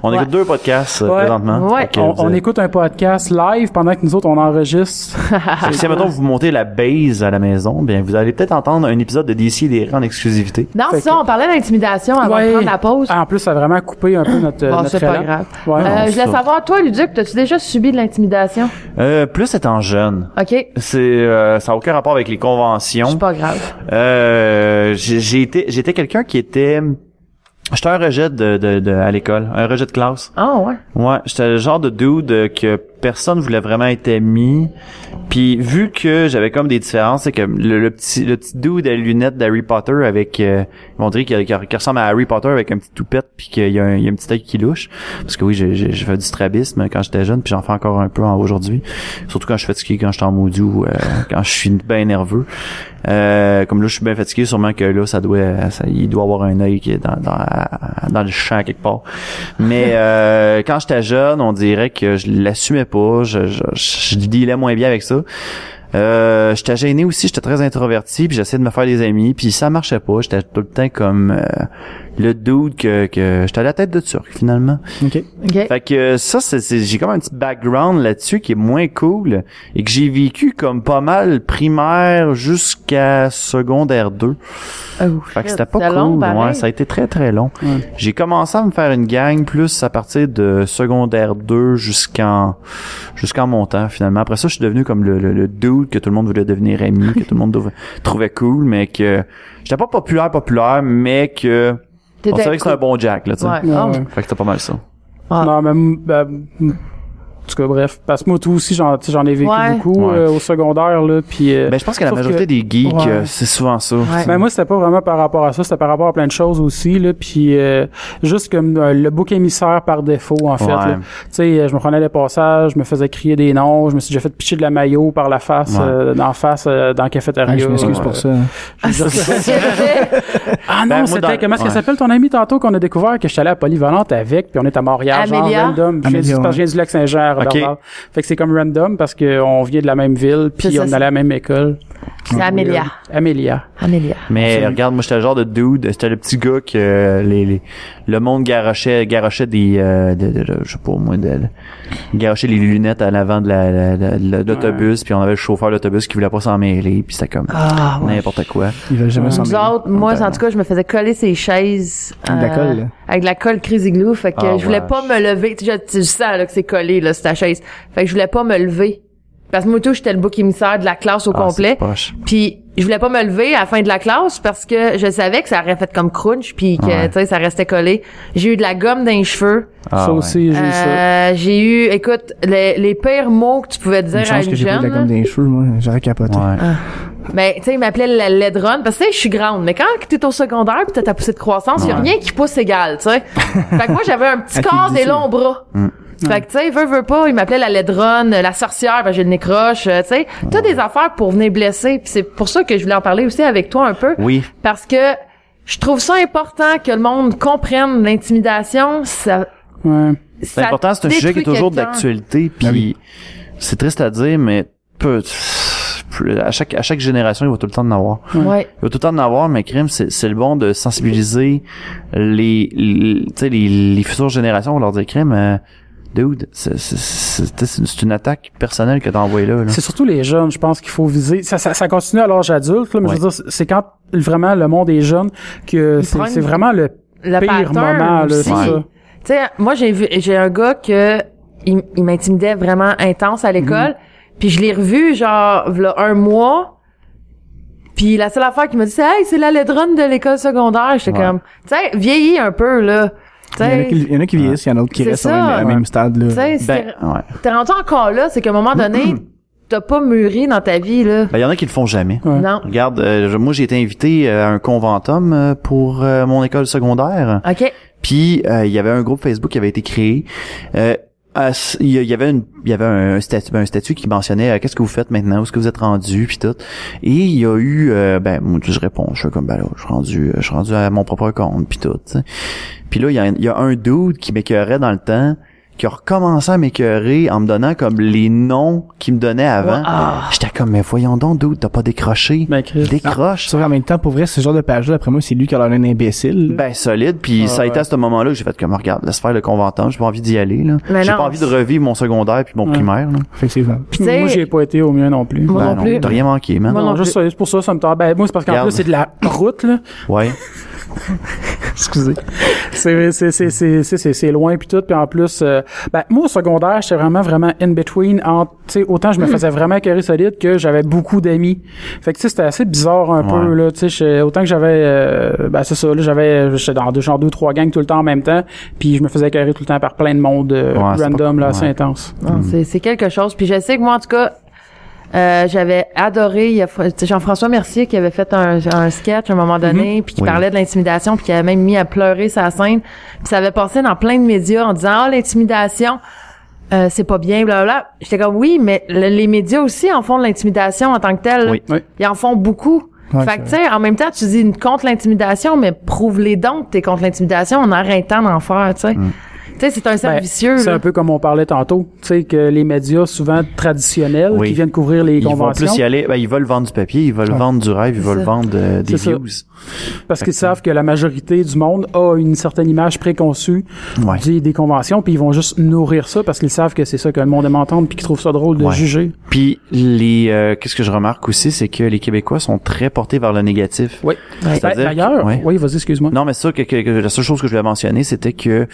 Speaker 1: On
Speaker 4: Ouais.
Speaker 1: écoute deux podcasts euh,
Speaker 3: Ouais.
Speaker 1: présentement.
Speaker 4: Ouais.
Speaker 1: Fait que
Speaker 3: on,
Speaker 1: vous
Speaker 3: on
Speaker 1: avez-
Speaker 3: écoute un podcast live pendant que nous autres on enregistre.
Speaker 1: Fait que Si, mettons, vous montez la base à la maison, bien, vous allez peut-être entendre un épisode de DC et des en exclusivité.
Speaker 4: Non,
Speaker 3: Fait
Speaker 4: c'est ça, on parlait d'intimidation avant
Speaker 3: Ouais.
Speaker 4: de prendre la pause.
Speaker 3: Ah, en plus, ça a vraiment coupé un peu notre
Speaker 4: Bon,
Speaker 3: notre
Speaker 4: c'est pas
Speaker 3: élan.
Speaker 4: grave.
Speaker 3: Ouais.
Speaker 1: Ah,
Speaker 4: Euh,
Speaker 1: non,
Speaker 4: je voulais
Speaker 1: ça.
Speaker 4: savoir, toi, Luduc, t'as-tu déjà subi de l'intimidation?
Speaker 1: Euh, plus étant jeune,
Speaker 4: OK?
Speaker 1: c'est, euh, ça n'a aucun rapport avec les
Speaker 4: C'est
Speaker 1: conventions.
Speaker 4: pas grave.
Speaker 1: Euh, j'ai j'ai été, j'étais quelqu'un qui était, j'étais un rejet de, de, de- à l'école, un rejet de classe.
Speaker 4: Ah, ouais.
Speaker 1: Ouais, j'étais le genre de dude euh, que personne voulait vraiment être ami. Puis vu que j'avais comme des différences, c'est que le, le petit le petit dude à lunettes d'Harry Potter avec euh, on dirait qu'il qu'il- qu'il ressemble à Harry Potter avec un petit toupette puis qu'il y a un, il y a un petit œil qui louche parce que oui, j'ai j'ai- j'ai fait du strabisme quand j'étais jeune puis j'en fais encore un peu en- aujourd'hui, surtout quand je suis fatigué, quand je suis en maudit ou euh, quand je suis bien nerveux. Euh, comme là je suis bien fatigué, sûrement que là ça doit ça- il doit avoir un œil qui est dans dans, dans le champ quelque part. Mais euh, quand j'étais jeune, on dirait que je l'assumais pas, je, je, je dealais moins bien avec ça. Euh, j'étais gêné aussi, j'étais très introverti, puis j'essayais de me faire des amis, puis ça marchait pas, j'étais tout le temps comme euh, le dude que, que j'étais à la tête de Turc finalement.
Speaker 3: OK.
Speaker 4: OK.
Speaker 1: Fait que ça, c'est, c'est- j'ai comme un petit background là-dessus qui est moins cool et que j'ai vécu comme pas mal primaire jusqu'à secondaire 2.
Speaker 4: Oh,
Speaker 1: Fait que
Speaker 4: shit,
Speaker 1: c'était pas
Speaker 4: c'était long,
Speaker 1: cool.
Speaker 4: pareil.
Speaker 1: ouais, ça a été très très long.
Speaker 3: Ouais.
Speaker 1: J'ai commencé à me faire une gang plus à partir de secondaire 2 jusqu'en jusqu'en montant finalement. Après ça, je suis devenu comme le, le, le dude que tout le monde voulait devenir ami, que tout le monde dev- trouvait *laughs* cool, mais que j'étais pas populaire populaire, mais que on
Speaker 4: T'étais
Speaker 1: savait que c'était un bon Jack là, tu sais.
Speaker 4: Ouais.
Speaker 3: Ouais,
Speaker 4: Ah,
Speaker 3: ouais.
Speaker 1: Fait que c'était pas mal ça.
Speaker 4: Ah.
Speaker 3: Non, même, ben, m- en tout cas, bref. Parce que moi, tout aussi, j'en, tu sais, j'en ai vécu
Speaker 4: Ouais.
Speaker 3: beaucoup
Speaker 1: Ouais. Ben,
Speaker 3: euh, au secondaire, là, puis... euh,
Speaker 1: Mais je pense que la
Speaker 3: Sauf
Speaker 1: majorité
Speaker 3: que-
Speaker 1: des geeks,
Speaker 3: Ouais.
Speaker 1: euh, c'est souvent ça.
Speaker 4: Ouais.
Speaker 3: Ben moi c'était pas vraiment par rapport à ça, c'était par rapport à plein de choses aussi là, puis euh, juste comme euh, le bouc émissaire par défaut en fait.
Speaker 1: Ouais.
Speaker 3: là. Tu sais, euh, je me prenais les passages, je me faisais crier des noms, je me suis déjà fait picher de la maillot par la face,
Speaker 1: Ouais.
Speaker 3: euh, dans la face euh, dans la cafétéria.
Speaker 1: Ah, je m'excuse
Speaker 3: Euh,
Speaker 1: pour
Speaker 3: *laughs* je veux
Speaker 4: Ah,
Speaker 3: dire-
Speaker 4: *laughs* c'est-
Speaker 3: Ah non,
Speaker 1: Ben, moi,
Speaker 3: c'était
Speaker 1: dans-
Speaker 3: comment est-ce qu'elle
Speaker 1: ouais.
Speaker 3: s'appelle ton ami tantôt qu'on a découvert que je suis allé à Polyvalente avec, puis on est à Montréal,
Speaker 4: Amélia?
Speaker 3: genre random. Je viens, du,
Speaker 9: Amélia,
Speaker 3: parce que je viens du lac Saint-Jean, à
Speaker 1: Ok.
Speaker 3: Robert. Fait que c'est comme random parce qu'on vient de la même ville,
Speaker 4: C'est
Speaker 3: puis on
Speaker 4: ça,
Speaker 3: allait
Speaker 4: c'est-
Speaker 3: à la même école.
Speaker 4: *laughs* C'est Amélia.
Speaker 3: *laughs* Amélia.
Speaker 4: Amélia.
Speaker 1: Mais
Speaker 3: Absolument.
Speaker 1: regarde, moi j'étais le genre de dude, c'était le petit gars que euh, les, les- le monde garochait, garochait des, euh, de, de- de- je sais pas moi, de, de- garochait les lunettes à l'avant de la- la- la- de l'autobus, puis on avait le chauffeur d'autobus qui voulait pas s'en mêler, puis c'était comme
Speaker 4: Ah, ouais.
Speaker 1: n'importe quoi.
Speaker 9: Il va jamais
Speaker 3: s'en
Speaker 4: Nous autres, moi,
Speaker 1: Totalement.
Speaker 4: en tout cas, je me faisais coller ces chaises. euh,
Speaker 9: Avec de la colle, là.
Speaker 4: Avec de la colle Crazy Glue. Fait que
Speaker 1: Ah,
Speaker 4: je voulais
Speaker 1: wesh.
Speaker 4: pas me lever. Tu sais, je- tu sens, là, que c'est collé, là, sur ta chaise. Fait que je voulais pas me lever. Parce que moi, tout, j'étais le bouc émissaire de la classe au
Speaker 1: Ah, c'est
Speaker 4: complet.
Speaker 1: poche.
Speaker 4: Puis je voulais pas me lever à la fin de la classe parce que je savais que ça aurait fait comme crunch puis que
Speaker 1: Ouais.
Speaker 4: tu sais ça restait collé. J'ai eu de la gomme dans les cheveux.
Speaker 1: Ah,
Speaker 3: ça
Speaker 1: ouais.
Speaker 3: aussi, j'ai eu ça.
Speaker 4: Euh, J'ai eu écoute les, les pires mots que tu pouvais
Speaker 9: Une
Speaker 4: dire à
Speaker 9: chance que
Speaker 4: une
Speaker 9: j'ai pas eu de la gomme
Speaker 4: jeune.
Speaker 9: dans les cheveux, moi. J'aurais capoté.
Speaker 1: Ouais.
Speaker 3: Ah.
Speaker 4: Mais Ben, tu sais il m'appelait la ledron parce que tu sais je suis grande mais quand t'es au secondaire puis t'as ta poussée de croissance, y a
Speaker 1: Ouais.
Speaker 4: rien qui pousse
Speaker 1: *laughs*
Speaker 4: égal, tu sais. fait que moi j'avais un petit
Speaker 9: Elle
Speaker 4: corps
Speaker 9: fait
Speaker 4: des
Speaker 9: glisser.
Speaker 4: longs bras.
Speaker 1: Mm.
Speaker 4: Fait que tu sais veut veut pas, il m'appelait la ledron, la sorcière, ben j'ai le nez croche, euh, tu sais, t'as des affaires pour venir blesser, puis c'est pour ça que je voulais en parler aussi avec toi un peu.
Speaker 1: Oui,
Speaker 4: parce que je trouve ça important que le monde comprenne l'intimidation. Ça,
Speaker 3: Ouais.
Speaker 1: c'est important, c'est un sujet qui est toujours d'actualité, puis c'est triste à dire, mais peu, peu- à chaque à chaque génération il va tout le temps en avoir.
Speaker 4: Ouais.
Speaker 1: Il y a tout le temps d'en avoir, mais crime, c'est c'est le bon de sensibiliser les, les, tu sais, les, les futures générations pour leur dire crime, euh, dude, c'est c'est- c'est- tu sais, c'est une attaque personnelle que t'as envoyée là. là.
Speaker 3: C'est surtout les jeunes, je pense qu'il faut viser. Ça, ça, ça continue à l'âge adulte, là, mais
Speaker 1: Ouais.
Speaker 3: je veux dire, c'est quand vraiment le monde est jeune que c'est
Speaker 4: prennent
Speaker 3: c'est vraiment le
Speaker 4: Le
Speaker 3: pire
Speaker 4: pattern
Speaker 3: moment, là, c'est
Speaker 4: aussi.
Speaker 3: ça.
Speaker 4: Tu sais, moi j'ai vu, j'ai un gars que il, il m'intimidait vraiment intense à l'école,
Speaker 9: Mhm.
Speaker 4: puis je l'ai revu genre v'là un mois. Puis la seule affaire qu'il m'a dit c'est hey c'est la ledronne de l'école secondaire. J'étais
Speaker 1: Ouais.
Speaker 4: comme tu sais vieillis un peu là.
Speaker 9: Il
Speaker 4: Tu
Speaker 9: y en a
Speaker 4: sais,
Speaker 9: qui, il y en a qui vieillissent, il y en a d'autres qui
Speaker 4: C'est
Speaker 9: restent au
Speaker 4: ça.
Speaker 9: même, à même stade, là.
Speaker 4: tu sais,
Speaker 1: Ben, ouais.
Speaker 4: c'est- t'es rendu encore là, c'est qu'à un moment donné t'as pas mûri dans ta vie là.
Speaker 1: Ben, il y en a qui le font jamais.
Speaker 3: Ouais.
Speaker 4: Non.
Speaker 1: Regarde, euh, je- moi j'ai été invité euh, à un conventum euh, pour euh, mon école secondaire.
Speaker 4: OK.
Speaker 1: Puis euh, il y avait un groupe Facebook qui avait été créé. Euh, à s- il y a- il y avait une, il y avait un statut, un statut qui mentionnait euh, qu'est-ce que vous faites maintenant, où est-ce que vous êtes rendu, puis tout. Et il y a eu, euh, ben moi je réponds, je suis comme ben là, je suis rendu, je suis rendu à mon propre compte, puis tout. tu sais. Puis là il y a, il y a un dude qui m'écœurait dans le temps, qui a recommencé à m'écœurer en me donnant comme les noms qu'il me donnait avant.
Speaker 4: Ah.
Speaker 1: J'étais comme mais voyons donc dude, t'as pas décroché,
Speaker 3: Ben, Chris.
Speaker 1: décroche.
Speaker 9: Sauf qu'en même temps, pour vrai, ce genre de page-là, après moi, c'est lui qui a l'air d'un imbécile.
Speaker 1: Ben solide, puis
Speaker 3: Ah,
Speaker 1: ça a été
Speaker 3: ouais.
Speaker 1: à ce moment-là que j'ai fait comme regarde, laisse faire le conventant, j'ai pas envie d'y aller là.
Speaker 4: Mais
Speaker 1: J'ai
Speaker 4: Ben non.
Speaker 1: pas envie de revivre mon secondaire puis mon
Speaker 3: Ouais.
Speaker 1: primaire là.
Speaker 9: effectivement.
Speaker 4: Puis tu sais-
Speaker 3: Moi, j'ai pas été au mien non plus.
Speaker 4: Moi
Speaker 1: Ben
Speaker 4: non plus.
Speaker 1: t'as rien manqué, man.
Speaker 4: Moi non
Speaker 3: non, juste ça, c'est pour ça, ça me tarde. Ben, moi, c'est parce qu'en
Speaker 1: Regarde.
Speaker 3: plus, c'est de la route, là.
Speaker 4: *laughs*
Speaker 1: Ouais.
Speaker 3: Excusez. C'est, c'est, c'est, c'est, c'est, c'est, c'est loin puis tout. Puis en plus, euh, ben, moi, au secondaire, j'étais vraiment, vraiment in between. entre- tu sais, autant je
Speaker 4: Mm.
Speaker 3: me faisais vraiment carré solide que j'avais beaucoup d'amis. Fait que, tu sais, c'était assez bizarre un peu,
Speaker 1: Ouais.
Speaker 3: là. Tu sais, j'étais- autant que j'avais, euh, ben, c'est ça, là, j'avais, j'étais dans deux, genre deux, trois gangs tout le temps en même temps. Puis je me faisais carré tout le temps par plein de monde euh,
Speaker 1: Ouais, c'est
Speaker 3: random,
Speaker 1: pas-
Speaker 3: là, assez
Speaker 1: ouais.
Speaker 3: intense.
Speaker 1: Mm.
Speaker 4: Non, c'est- C'est quelque chose. Puis je sais que moi, en tout cas, euh, j'avais adoré il y a Fra- tu sais, Jean-François Mercier qui avait fait un, un sketch à un moment donné, puis qui
Speaker 1: Mm-hmm. Oui.
Speaker 4: parlait de l'intimidation, puis qui avait même mis à pleurer sa scène. Puis ça avait passé dans plein de médias en disant « Ah, l'intimidation, euh, c'est pas bien, blablabla. » J'étais comme « Oui, mais le- les médias aussi en font de l'intimidation en tant que telle.
Speaker 1: Oui.
Speaker 3: Oui.
Speaker 4: Ils en font beaucoup.
Speaker 9: Ouais,
Speaker 4: fait que, tu sais, en même temps, tu
Speaker 1: Mm.
Speaker 4: dis contre l'intimidation, mais prouve-les donc que t'es contre l'intimidation en arrêtant d'en faire, tu sais. Tu sais, c'est un cercle
Speaker 3: Ben,
Speaker 4: vicieux.
Speaker 3: C'est
Speaker 4: là.
Speaker 3: un peu comme on parlait tantôt, tu sais, que les médias souvent traditionnels
Speaker 1: Oui.
Speaker 3: qui viennent couvrir les
Speaker 1: Ils vont
Speaker 3: conventions
Speaker 1: plus y aller. Ben, ils veulent vendre du papier, ils veulent
Speaker 3: Ouais.
Speaker 1: vendre du rêve, ils
Speaker 4: C'est
Speaker 1: veulent
Speaker 4: ça.
Speaker 1: vendre euh, des
Speaker 3: C'est ça.
Speaker 1: views.
Speaker 3: parce qu'ils savent que la majorité du monde a une certaine image préconçue
Speaker 1: Ouais.
Speaker 3: des, des conventions, puis ils vont juste nourrir ça parce qu'ils savent que c'est ça que le monde aime entendre, puis qu'ils trouvent ça drôle de
Speaker 1: Ouais.
Speaker 3: juger.
Speaker 1: Puis les, euh, qu'est-ce que je remarque aussi, c'est que les Québécois sont très portés vers le négatif.
Speaker 3: Oui.
Speaker 1: C'est-à-dire
Speaker 3: Ben, D'ailleurs,
Speaker 1: que- ouais.
Speaker 3: oui, vas-y, excuse-moi.
Speaker 1: Non, mais c'est sûr que, que- que la seule chose que je voulais mentionner, c'était que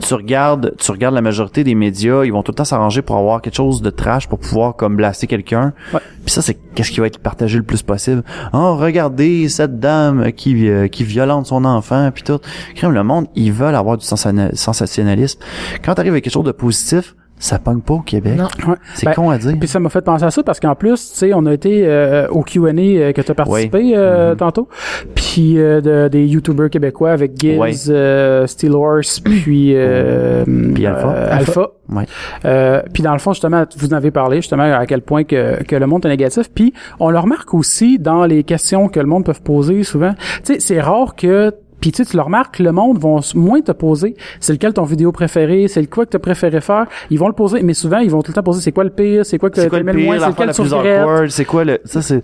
Speaker 1: tu regardes, tu regardes la majorité des médias, ils vont tout le temps s'arranger pour avoir quelque chose de trash pour pouvoir comme blaster quelqu'un.
Speaker 3: Ouais.
Speaker 1: Puis ça, c'est qu'est-ce qui va être partagé le plus possible. Oh, regardez cette dame qui euh, qui violente son enfant, puis tout. Crème le monde, ils veulent avoir du sensationa- sensationnalisme. Quand t'arrives avec quelque chose de positif, ça pogne pas au Québec.
Speaker 4: Non.
Speaker 3: Ouais.
Speaker 1: C'est
Speaker 3: Ben,
Speaker 1: con à dire.
Speaker 3: Puis ça m'a fait penser à ça parce qu'en plus, tu sais, on a été euh, au Q&A euh, que tu as participé
Speaker 1: Mm-hmm.
Speaker 3: euh, tantôt, puis euh, de- des youtubeurs québécois avec Gibbs,
Speaker 1: Ouais.
Speaker 3: euh, Steel Horse, puis euh,
Speaker 1: Puis Alpha.
Speaker 3: euh, Alpha.
Speaker 1: Ouais.
Speaker 3: Euh, puis dans le fond, justement, vous en avez parlé justement à quel point que, que le monde est négatif. Puis on le remarque aussi dans les questions que le monde peut poser souvent. Tu sais, c'est rare que puis tu sais, tu le remarques, le monde vont s- moins te poser c'est lequel ton vidéo préférée, c'est le quoi que tu préféré faire. Ils vont le poser, mais souvent ils vont tout le temps poser c'est quoi le pire, c'est quoi que
Speaker 1: C'est quoi
Speaker 3: tu
Speaker 1: le
Speaker 3: le moins,
Speaker 1: pire,
Speaker 3: c'est
Speaker 1: l'affaire
Speaker 3: lequel
Speaker 1: la
Speaker 3: tu
Speaker 1: plus
Speaker 3: regrettes.
Speaker 1: awkward, c'est quoi le... Ça, c'est...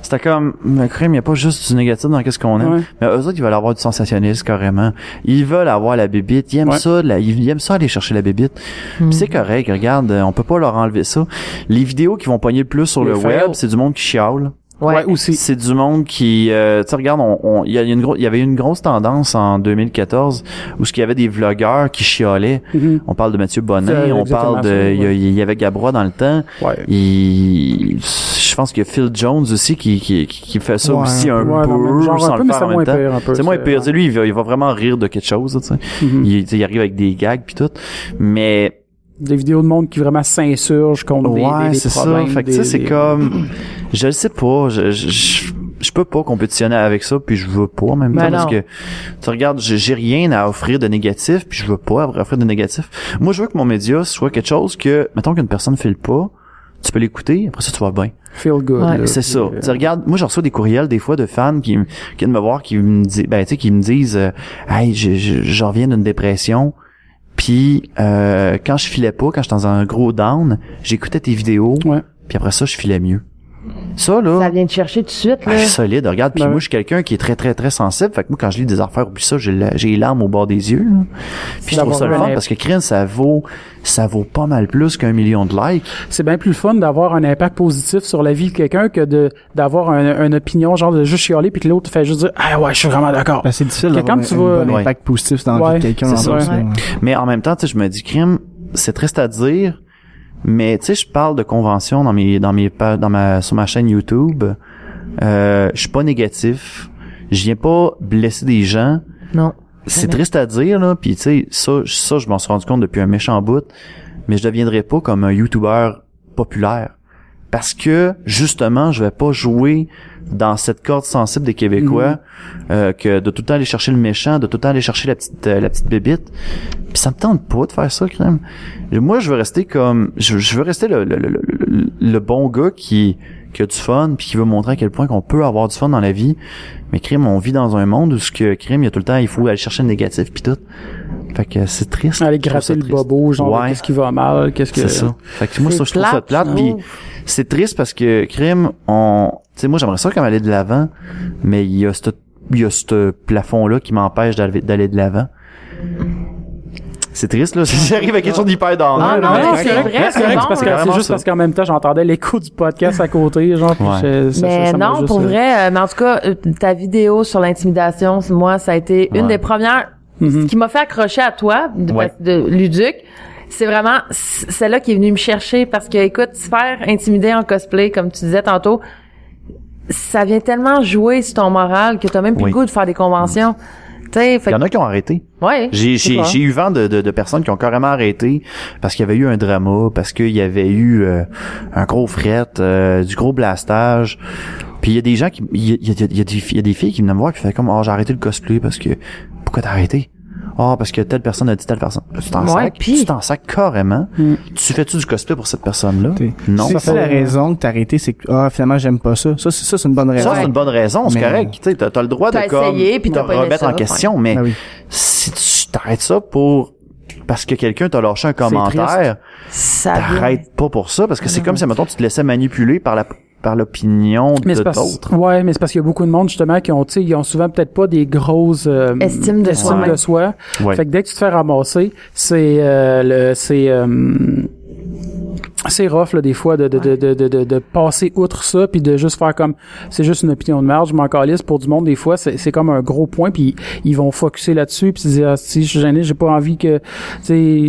Speaker 1: C'était comme... Le crime, il n'y a pas juste du négatif dans qu'est-ce qu'on aime.
Speaker 3: Ouais.
Speaker 1: Mais eux autres, ils veulent avoir du sensationnalisme, carrément. Ils veulent avoir la bébite. Ils aiment
Speaker 3: Ouais.
Speaker 1: ça, la- ils aiment ça aller chercher la bébite. Puis c'est correct, regarde, euh, on peut pas leur enlever ça. Les vidéos qui vont pogner le plus sur
Speaker 3: Les
Speaker 1: le
Speaker 3: fails.
Speaker 1: web, c'est du monde qui chiale.
Speaker 4: Ouais.
Speaker 3: Ouais, aussi.
Speaker 1: C'est du monde qui, euh, tu sais, regarde, on- on- il y, a une gro- il y avait une grosse tendance en 2014 où ce qu'il y avait des vlogueurs qui chialaient.
Speaker 3: Mhm.
Speaker 1: On parle de Mathieu
Speaker 3: C'est
Speaker 1: Bonnet, on parle
Speaker 3: exactement
Speaker 1: de,
Speaker 3: ça, ouais.
Speaker 1: il y a- il y avait Gabrois dans le temps.
Speaker 3: Ouais.
Speaker 1: Il... Je pense que Phil Jones aussi qui, qui, qui fait ça
Speaker 6: Ouais,
Speaker 1: aussi un
Speaker 3: Ouais,
Speaker 1: peu,
Speaker 3: dans le même genre
Speaker 1: sans
Speaker 3: un peu,
Speaker 1: le
Speaker 3: mais
Speaker 1: faire
Speaker 3: c'est
Speaker 1: en
Speaker 3: moins
Speaker 1: même temps.
Speaker 3: pire un peu.
Speaker 1: C'est moins
Speaker 3: ça.
Speaker 1: pire. Tu sais, Lui, il va, il va vraiment rire de quelque chose. Tu sais.
Speaker 3: Mhm.
Speaker 1: il, tu sais, il arrive avec des gags puis tout. Mais
Speaker 3: Des vidéos de monde qui vraiment s'insurgent contre des- des,
Speaker 1: ouais,
Speaker 3: des
Speaker 1: c'est ça.
Speaker 3: problèmes,
Speaker 1: Fait que
Speaker 3: des-
Speaker 1: tu sais, c'est
Speaker 3: des- *clears throat*
Speaker 1: comme, je le sais pas. Je, je, je, je peux pas compétitionner avec ça puis je veux pas en même
Speaker 4: Ben
Speaker 1: temps parce
Speaker 4: non.
Speaker 1: que tu regardes, j'ai j'ai rien à offrir de négatif puis je veux pas offrir de négatif. Moi, je veux que mon média soit quelque chose que, mettons qu'une personne file pas, tu peux l'écouter. Après ça, tu vas bien.
Speaker 3: feel good.
Speaker 4: Ouais.
Speaker 3: là,
Speaker 1: C'est
Speaker 3: puis,
Speaker 1: ça.
Speaker 3: euh,
Speaker 1: Tu sais, regarde, moi je reçois des courriels des fois de fans qui, me- qui viennent me voir, qui me disent, ben tu sais, qui me disent, euh, hey, je, je, je reviens d'une dépression, puis euh, quand je filais pas, quand j'étais dans un gros down, j'écoutais tes vidéos,
Speaker 3: Ouais.
Speaker 1: puis après ça je filais mieux. Ça là,
Speaker 4: Ça vient te chercher tout de suite,
Speaker 1: ah,
Speaker 4: là.
Speaker 1: solide. Regarde, puis
Speaker 3: Ben
Speaker 1: moi
Speaker 3: oui.
Speaker 1: je suis quelqu'un qui est très très très sensible, fait que moi quand je lis des affaires, oublie ça, j'ai la- j'ai les larmes au bord des yeux. là. Puis je trouve ça le
Speaker 3: D'avoir
Speaker 1: fun
Speaker 3: un-
Speaker 1: parce que crème, ça vaut ça vaut pas mal plus qu'un million de likes.
Speaker 3: c'est bien plus le fun d'avoir un impact positif sur la vie de quelqu'un que de d'avoir un, une opinion genre de juste chialer puis que l'autre fait juste dire ah ouais je suis vraiment d'accord
Speaker 6: Ben, c'est difficile
Speaker 3: Que
Speaker 6: d'avoir
Speaker 3: quand
Speaker 6: un,
Speaker 3: tu
Speaker 6: un
Speaker 3: vas-
Speaker 6: bon
Speaker 1: Ouais.
Speaker 6: impact positif dans la
Speaker 3: Ouais,
Speaker 6: vie de quelqu'un.
Speaker 3: c'est
Speaker 6: en
Speaker 3: ça,
Speaker 6: plus,
Speaker 3: ouais.
Speaker 6: là.
Speaker 1: Mais en même temps, tu sais, je me dis, crime, c'est triste à dire, mais tu sais, je parle de convention dans mes, dans mes, pa- dans ma, sur ma chaîne YouTube. Euh, je suis pas négatif. Je viens pas blesser des gens.
Speaker 4: Non.
Speaker 1: C'est
Speaker 4: Jamais.
Speaker 1: triste à dire, là. Puis tu sais, ça, ça, je m'en suis rendu compte depuis un méchant bout. Mais je deviendrai pas comme un YouTuber populaire. Parce que, justement, je vais pas jouer dans cette corde sensible des Québécois, euh, que de tout le temps aller chercher le méchant, de tout le temps aller chercher la petite, euh, la petite bébite. Puis ça me tente pas de faire ça, crème. Moi, je veux rester comme, je, je veux rester le, le, le, le- le bon gars qui, qui a du fun, puis qui veut montrer à quel point qu'on peut avoir du fun dans la vie. Mais crime, on vit dans un monde où ce que crime, il y a tout le temps, il faut aller chercher le négatif puis tout. Fait que c'est triste.
Speaker 3: aller
Speaker 1: Je trouve ça
Speaker 3: gratter le
Speaker 1: triste.
Speaker 3: bobo genre
Speaker 1: Ouais.
Speaker 3: qu'est-ce qui va mal qu'est-ce que
Speaker 1: C'est ça. Fait que moi,
Speaker 4: C'est
Speaker 1: ça, je trouve ça
Speaker 4: plate,
Speaker 1: plate.
Speaker 4: je
Speaker 1: Puis
Speaker 4: trouve.
Speaker 1: c'est triste parce que crime, on, tu sais, moi, j'aimerais ça comme aller de l'avant, mais il y a ce, il y a ce plafond là qui m'empêche d'aller d'aller de l'avant. C'est triste là. *laughs* J'arrive à quelque chose d'hyper down.
Speaker 4: Ah,
Speaker 1: là,
Speaker 4: non,
Speaker 1: mais-
Speaker 4: non, c'est vrai,
Speaker 3: c'est
Speaker 4: c'est
Speaker 3: correct,
Speaker 4: bon,
Speaker 3: c'est parce que
Speaker 4: là.
Speaker 3: c'est
Speaker 1: Carrément
Speaker 3: juste
Speaker 1: ça.
Speaker 3: parce qu'en même temps j'entendais l'écho du podcast à côté genre puis
Speaker 1: Ouais.
Speaker 3: je- ça- ça-
Speaker 4: Mais
Speaker 3: ça m'a
Speaker 4: non,
Speaker 3: juste,
Speaker 4: pour
Speaker 3: euh,
Speaker 4: vrai, euh, mais en tout cas, euh, ta vidéo sur l'intimidation, c'est- moi, ça a été une
Speaker 1: Ouais. Mm-hmm.
Speaker 4: des premières,
Speaker 3: Mhm.
Speaker 4: ce qui m'a fait accrocher à toi, de,
Speaker 1: Ouais.
Speaker 4: de Luduc, c'est vraiment c- celle-là qui est venue me chercher parce que, écoute, se faire intimider en cosplay, comme tu disais tantôt, ça vient tellement jouer sur ton moral que t'as même plus
Speaker 1: Oui. Mm.
Speaker 4: le goût de faire des conventions. Tu sais, fait
Speaker 1: Il y en
Speaker 4: que-
Speaker 1: a qui ont arrêté.
Speaker 4: ouais.
Speaker 1: J'ai,
Speaker 4: c'est
Speaker 1: j'ai,
Speaker 4: clair.
Speaker 1: j'ai eu vent de, de, de personnes qui ont carrément arrêté parce qu'il y avait eu un drama, parce qu'il y avait eu euh, un gros fret, euh, du gros blastage. Puis il y a des gens qui... Il y a, il y a- il y a des, filles- il y a des filles qui venaient me voir qui faisaient comme « Oh, j'ai arrêté le cosplay parce que... Pourquoi t'as arrêté? » Ah, parce que telle personne a dit telle personne. Tu t'en
Speaker 4: Ouais,
Speaker 1: sacs,
Speaker 4: puis- Hmm.
Speaker 1: tu t'en sacs carrément.
Speaker 3: Mm.
Speaker 1: Tu fais-tu du cosplay pour cette personne-là?
Speaker 6: T'es-
Speaker 1: Non.
Speaker 6: C'est ça la raison que t'as arrêté, c'est que ah finalement j'aime pas ça. Ça c'est ça c'est une bonne raison.
Speaker 1: Ça, c'est une bonne raison, c'est
Speaker 6: Mais-
Speaker 3: euh,
Speaker 1: correct. Tu sais, t'as, t'as le droit
Speaker 4: T'as
Speaker 1: de comme,
Speaker 4: essayé, puis
Speaker 1: te
Speaker 3: Ah
Speaker 4: t'as pas aimé
Speaker 1: remettre
Speaker 4: ça,
Speaker 1: en question, mais
Speaker 6: Ah oui.
Speaker 1: si tu t'arrêtes ça pour parce que quelqu'un t'a lâché un commentaire,
Speaker 3: Ah
Speaker 4: Ça vient.
Speaker 1: t'arrêtes pas pour ça, parce que c'est comme si, mettons, tu te laissais manipuler par la par l'opinion de
Speaker 3: Mais c'est parce,
Speaker 1: d'autres.
Speaker 3: ouais, mais c'est parce qu'il y a beaucoup de monde justement qui ont, tu sais, ils ont souvent peut-être pas des grosses euh,
Speaker 4: Estime de
Speaker 3: estimes
Speaker 4: soi.
Speaker 3: de soi.
Speaker 1: Ouais.
Speaker 3: Fait que dès que tu te fais ramasser, c'est euh, le, c'est euh, c'est rough là, des fois de de, de, de, de, de- de passer outre ça puis de juste faire comme c'est juste une opinion de merde, je m'en calisse pour du monde des fois c'est c'est comme un gros point puis ils vont focuser là-dessus puis se dire ah, si je suis gêné j'ai pas envie que tu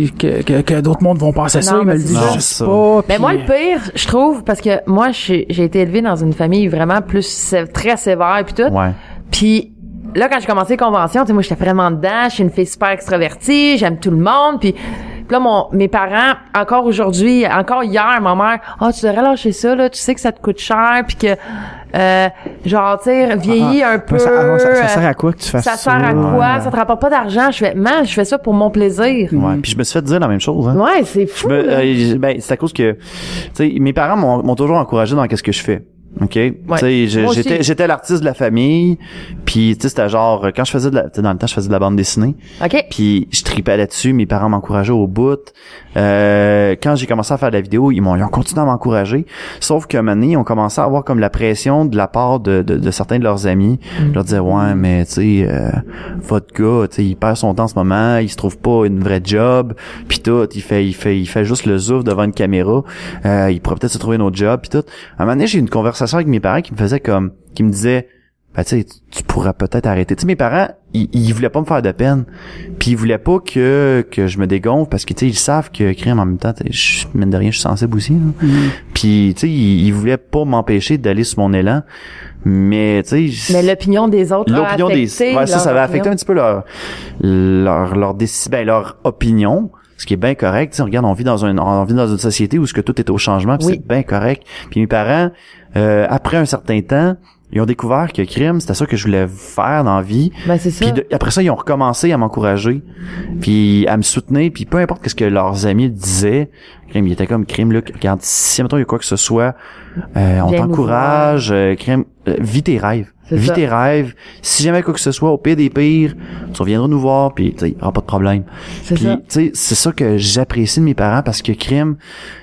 Speaker 3: sais que, que, que d'autres mondes vont passer ça
Speaker 4: Non,
Speaker 3: ils me
Speaker 4: mais
Speaker 3: le
Speaker 4: c'est
Speaker 3: disent
Speaker 4: ça.
Speaker 3: juste
Speaker 1: Non,
Speaker 3: pas
Speaker 4: Mais
Speaker 3: puis-
Speaker 4: Ben, moi, le pire, je trouve, parce que moi, j'ai j'ai été élevée dans une famille vraiment plus sé- très sévère et puis tout.
Speaker 1: Ouais.
Speaker 4: Puis là, quand j'ai commencé convention, tu sais, moi, j'étais vraiment dedans. Je suis une fille super extravertie. J'aime tout le monde. Puis puis là, mon, mes parents, encore aujourd'hui, encore hier, ma mère, ah, tu devrais lâcher ça, là. Tu sais que ça te coûte cher. Puis que, euh, genre, tu sais, vieillis un peu.
Speaker 6: Ouais, ça, ah ouais, ça- ça
Speaker 4: euh,
Speaker 6: sert à quoi que tu fasses ça?
Speaker 4: ça sert à quoi? Ça te rapporte pas d'argent. Je fais, man, je fais ça pour mon plaisir.
Speaker 1: Ouais.
Speaker 3: Mm.
Speaker 1: Puis je me suis fait dire la même chose. Hein.
Speaker 4: Ouais, c'est
Speaker 1: Je
Speaker 4: fou.
Speaker 1: me-
Speaker 4: là.
Speaker 1: euh, je- ben, c'est à cause que, tu sais, mes parents m'ont m'ont toujours encouragé dans qu'est-ce que je fais. OK? Tu sais, je-
Speaker 4: Moi aussi.
Speaker 1: j'étais j'étais l'artiste de la famille, puis tu sais c'était genre euh, quand je faisais de la, tu sais, dans le temps je faisais de la bande dessinée,
Speaker 4: OK.
Speaker 1: puis je tripais là-dessus, mes parents m'encourageaient au bout. Euh, quand j'ai commencé à faire de la vidéo, ils m'ont ils ont continué à m'encourager, sauf qu'à un moment donné, ils ont commencé à avoir comme la pression de la part de, de, de certains de leurs amis. Je leur disais "Ouais, mais tu sais euh, votre gars, tu sais il perd son temps en ce moment, il se trouve pas une vraie job, puis tout, il fait il fait il fait juste le zouf devant une caméra, Euh, il pourrait peut-être se trouver un autre job puis tout." À un moment donné, j'ai eu une conversation avec mes parents qui me faisait comme qui me disait ben, tu sais, tu- tu pourras peut-être arrêter. Tu sais, mes parents, ils, ils voulaient pas me faire de peine. Puis ils voulaient pas que, que je me dégonfle parce que, tu sais, ils savent que crime en même temps, tu sais, je, mine de rien, je suis sensible aussi. là. Puis, tu sais, ils, ils voulaient pas m'empêcher d'aller sur mon élan. Mais, tu sais,
Speaker 4: Mais l'opinion des autres. a
Speaker 1: l'opinion des
Speaker 4: affecté
Speaker 1: ouais, ça ça
Speaker 4: leur
Speaker 1: va affecter
Speaker 4: opinion.
Speaker 1: un petit peu leur leur leur déci- ben, leur opinion ce qui est bien correct Tu sais, regarde on vit dans un on vit dans une société où ce que tout est au changement puis
Speaker 4: Oui.
Speaker 1: c'est bien correct puis mes parents euh, après un certain temps ils ont découvert que crime c'était ça que je voulais faire dans la vie
Speaker 4: Ben, c'est ça.
Speaker 1: puis de- après ça ils ont recommencé à m'encourager puis à me soutenir puis peu importe ce que leurs amis disaient crime ils étaient comme crime Luc regarde si mettons il y a quoi que ce soit euh, on
Speaker 4: Viens nous
Speaker 1: t'encourage euh, crime euh, vis tes rêves
Speaker 4: C'est
Speaker 1: vis
Speaker 4: ça.
Speaker 1: tes rêves si jamais quoi que ce soit au pire des pires tu reviendras nous voir puis tu sais, il y aura pas de problème
Speaker 4: C'est
Speaker 1: puis
Speaker 4: ça.
Speaker 1: tu sais c'est ça que j'apprécie de mes parents parce que crime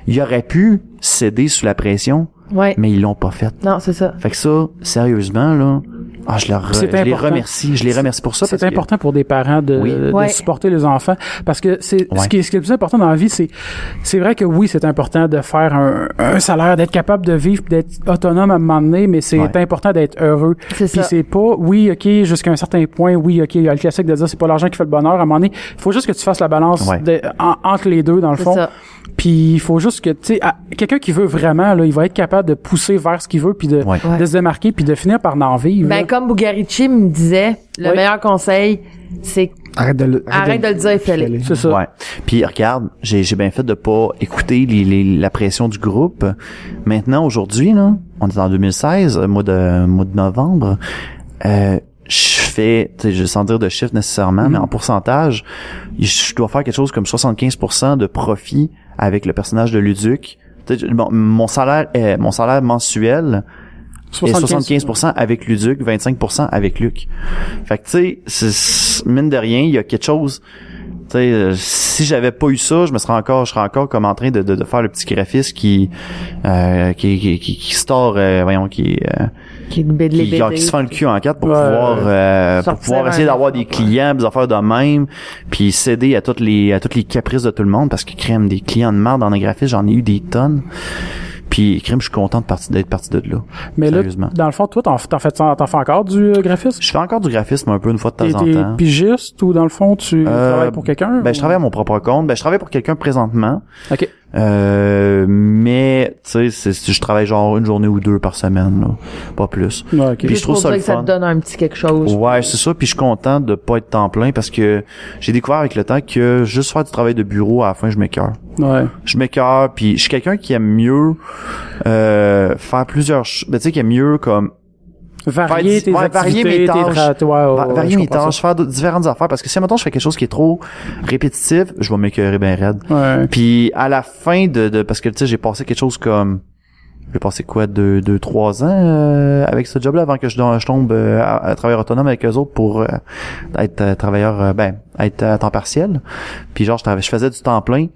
Speaker 1: ils auraient pu céder sous la pression
Speaker 4: Ouais.
Speaker 1: mais ils l'ont pas fait
Speaker 4: Non, c'est ça.
Speaker 1: fait que ça sérieusement là ah je, leur,
Speaker 3: C'est
Speaker 1: je les
Speaker 3: important.
Speaker 1: remercie je les remercie pour ça
Speaker 3: C'est
Speaker 1: parce que-
Speaker 3: important pour des parents de,
Speaker 1: Oui.
Speaker 3: de
Speaker 4: Ouais.
Speaker 3: supporter les enfants parce que c'est
Speaker 1: Ouais.
Speaker 3: ce, qui est, ce qui est le plus important dans la vie, c'est c'est vrai que oui, c'est important de faire un, un salaire, d'être capable de vivre, d'être autonome à un moment donné, mais c'est
Speaker 1: Ouais.
Speaker 3: important d'être heureux.
Speaker 4: C'est
Speaker 3: Puis
Speaker 4: ça.
Speaker 3: c'est pas oui, ok, jusqu'à un certain point, oui, ok, il y a le classique de dire c'est pas l'argent qui fait le bonheur. À un moment donné, il faut juste que tu fasses la balance
Speaker 1: Ouais.
Speaker 3: de- en- entre les deux dans le
Speaker 4: C'est
Speaker 3: fond.
Speaker 4: ça.
Speaker 3: Puis il faut juste que tu sais, à- quelqu'un qui veut vraiment là, il va être capable de pousser vers ce qu'il veut puis de,
Speaker 1: Ouais.
Speaker 4: Ouais.
Speaker 3: de se démarquer puis de finir par en vivre. là.
Speaker 4: Ben, comme Bugarici me disait, le
Speaker 3: Oui.
Speaker 4: meilleur conseil, c'est
Speaker 6: Arrête de le,
Speaker 4: arrête de le dire et fais-le.
Speaker 3: c'est ça.
Speaker 1: Ouais. Puis regarde, j'ai j'ai bien fait de pas écouter les- les- la pression du groupe. Maintenant, aujourd'hui, là, on est en 2016, euh, mois de mois de novembre. Euh, je fais, tu sais, je sans dire de chiffre nécessairement,
Speaker 3: Mm-hmm.
Speaker 1: mais en pourcentage, je dois faire quelque chose comme 75% de profit avec le personnage de Luduc. Tu sais, Bon, mon salaire, euh, mon salaire mensuel et 75% avec Luduc, 25% avec Luc. Fait que tu sais, c'est- mine de rien, il y a quelque chose. Tu sais, euh, si j'avais pas eu ça, je me serais encore, je serais encore comme en train de, de, de faire le petit graphiste qui, euh, qui, qui, qui, qui store, euh, voyons, qui, euh,
Speaker 4: Qui les
Speaker 1: qui,
Speaker 4: BD.
Speaker 1: qui se fait le cul en quatre pour
Speaker 3: Ouais.
Speaker 1: pouvoir, euh, pour
Speaker 4: Sortir
Speaker 1: pouvoir
Speaker 4: un-
Speaker 1: essayer d'avoir des clients, des affaires de même, puis céder à toutes les, à toutes les caprices de tout le monde parce que crème des clients de merde en graphiste, j'en ai eu des tonnes. Puis crème, je suis content de parti- d'être parti de là.
Speaker 3: Mais là,
Speaker 1: Sérieusement.
Speaker 3: dans le fond, toi, t'en, t'en fais, t'en, t'en fais encore du euh, graphisme?
Speaker 1: Je fais encore du graphisme un peu une fois de temps
Speaker 3: T'es,
Speaker 1: en
Speaker 3: t'es
Speaker 1: temps.
Speaker 3: pigiste ou dans le fond, tu
Speaker 1: Euh,
Speaker 3: travailles pour quelqu'un?
Speaker 1: Ben, je
Speaker 3: ou-
Speaker 1: travaille à mon propre compte. Ben, je travaille pour quelqu'un présentement.
Speaker 3: Ok.
Speaker 1: Euh, mais, tu sais, c'est- c'est- je travaille genre une journée ou deux par semaine, là. Pas plus.
Speaker 3: Ouais, ok.
Speaker 1: Puis je trouve ça le
Speaker 4: que ça
Speaker 1: fun.
Speaker 4: te donne un petit quelque chose.
Speaker 1: Ouais, c'est ça. Puis je suis content de pas être temps plein parce que j'ai découvert avec le temps que juste faire du travail de bureau, à la fin, je m'écœure.
Speaker 3: Ouais.
Speaker 1: Je m'écœure, puis je suis quelqu'un qui aime mieux euh, faire plusieurs... ch- Ben, tu sais, qui aime mieux comme
Speaker 3: Varier
Speaker 1: Faire
Speaker 3: tes
Speaker 1: di- ouais, varier
Speaker 3: activités,
Speaker 1: mes tâches.
Speaker 3: tes tra- ouais, ouais,
Speaker 1: Va-
Speaker 3: ouais,
Speaker 1: varier
Speaker 3: je
Speaker 1: mes
Speaker 3: comprends
Speaker 1: tâches, faire d- différentes affaires. Parce que si, maintenant je fais quelque chose qui est trop répétitif, je vais m'écœurer bien raide.
Speaker 3: ça. Ouais.
Speaker 1: Puis à la fin de, de parce que tu sais j'ai passé quelque chose comme j'ai passé quoi deux deux trois ans euh, avec ce job-là avant que je, je tombe euh, à, à travailleur autonome avec eux autres pour euh, être euh, travailleur euh, ben être à temps partiel. Puis genre je, travaillais- je faisais du temps plein.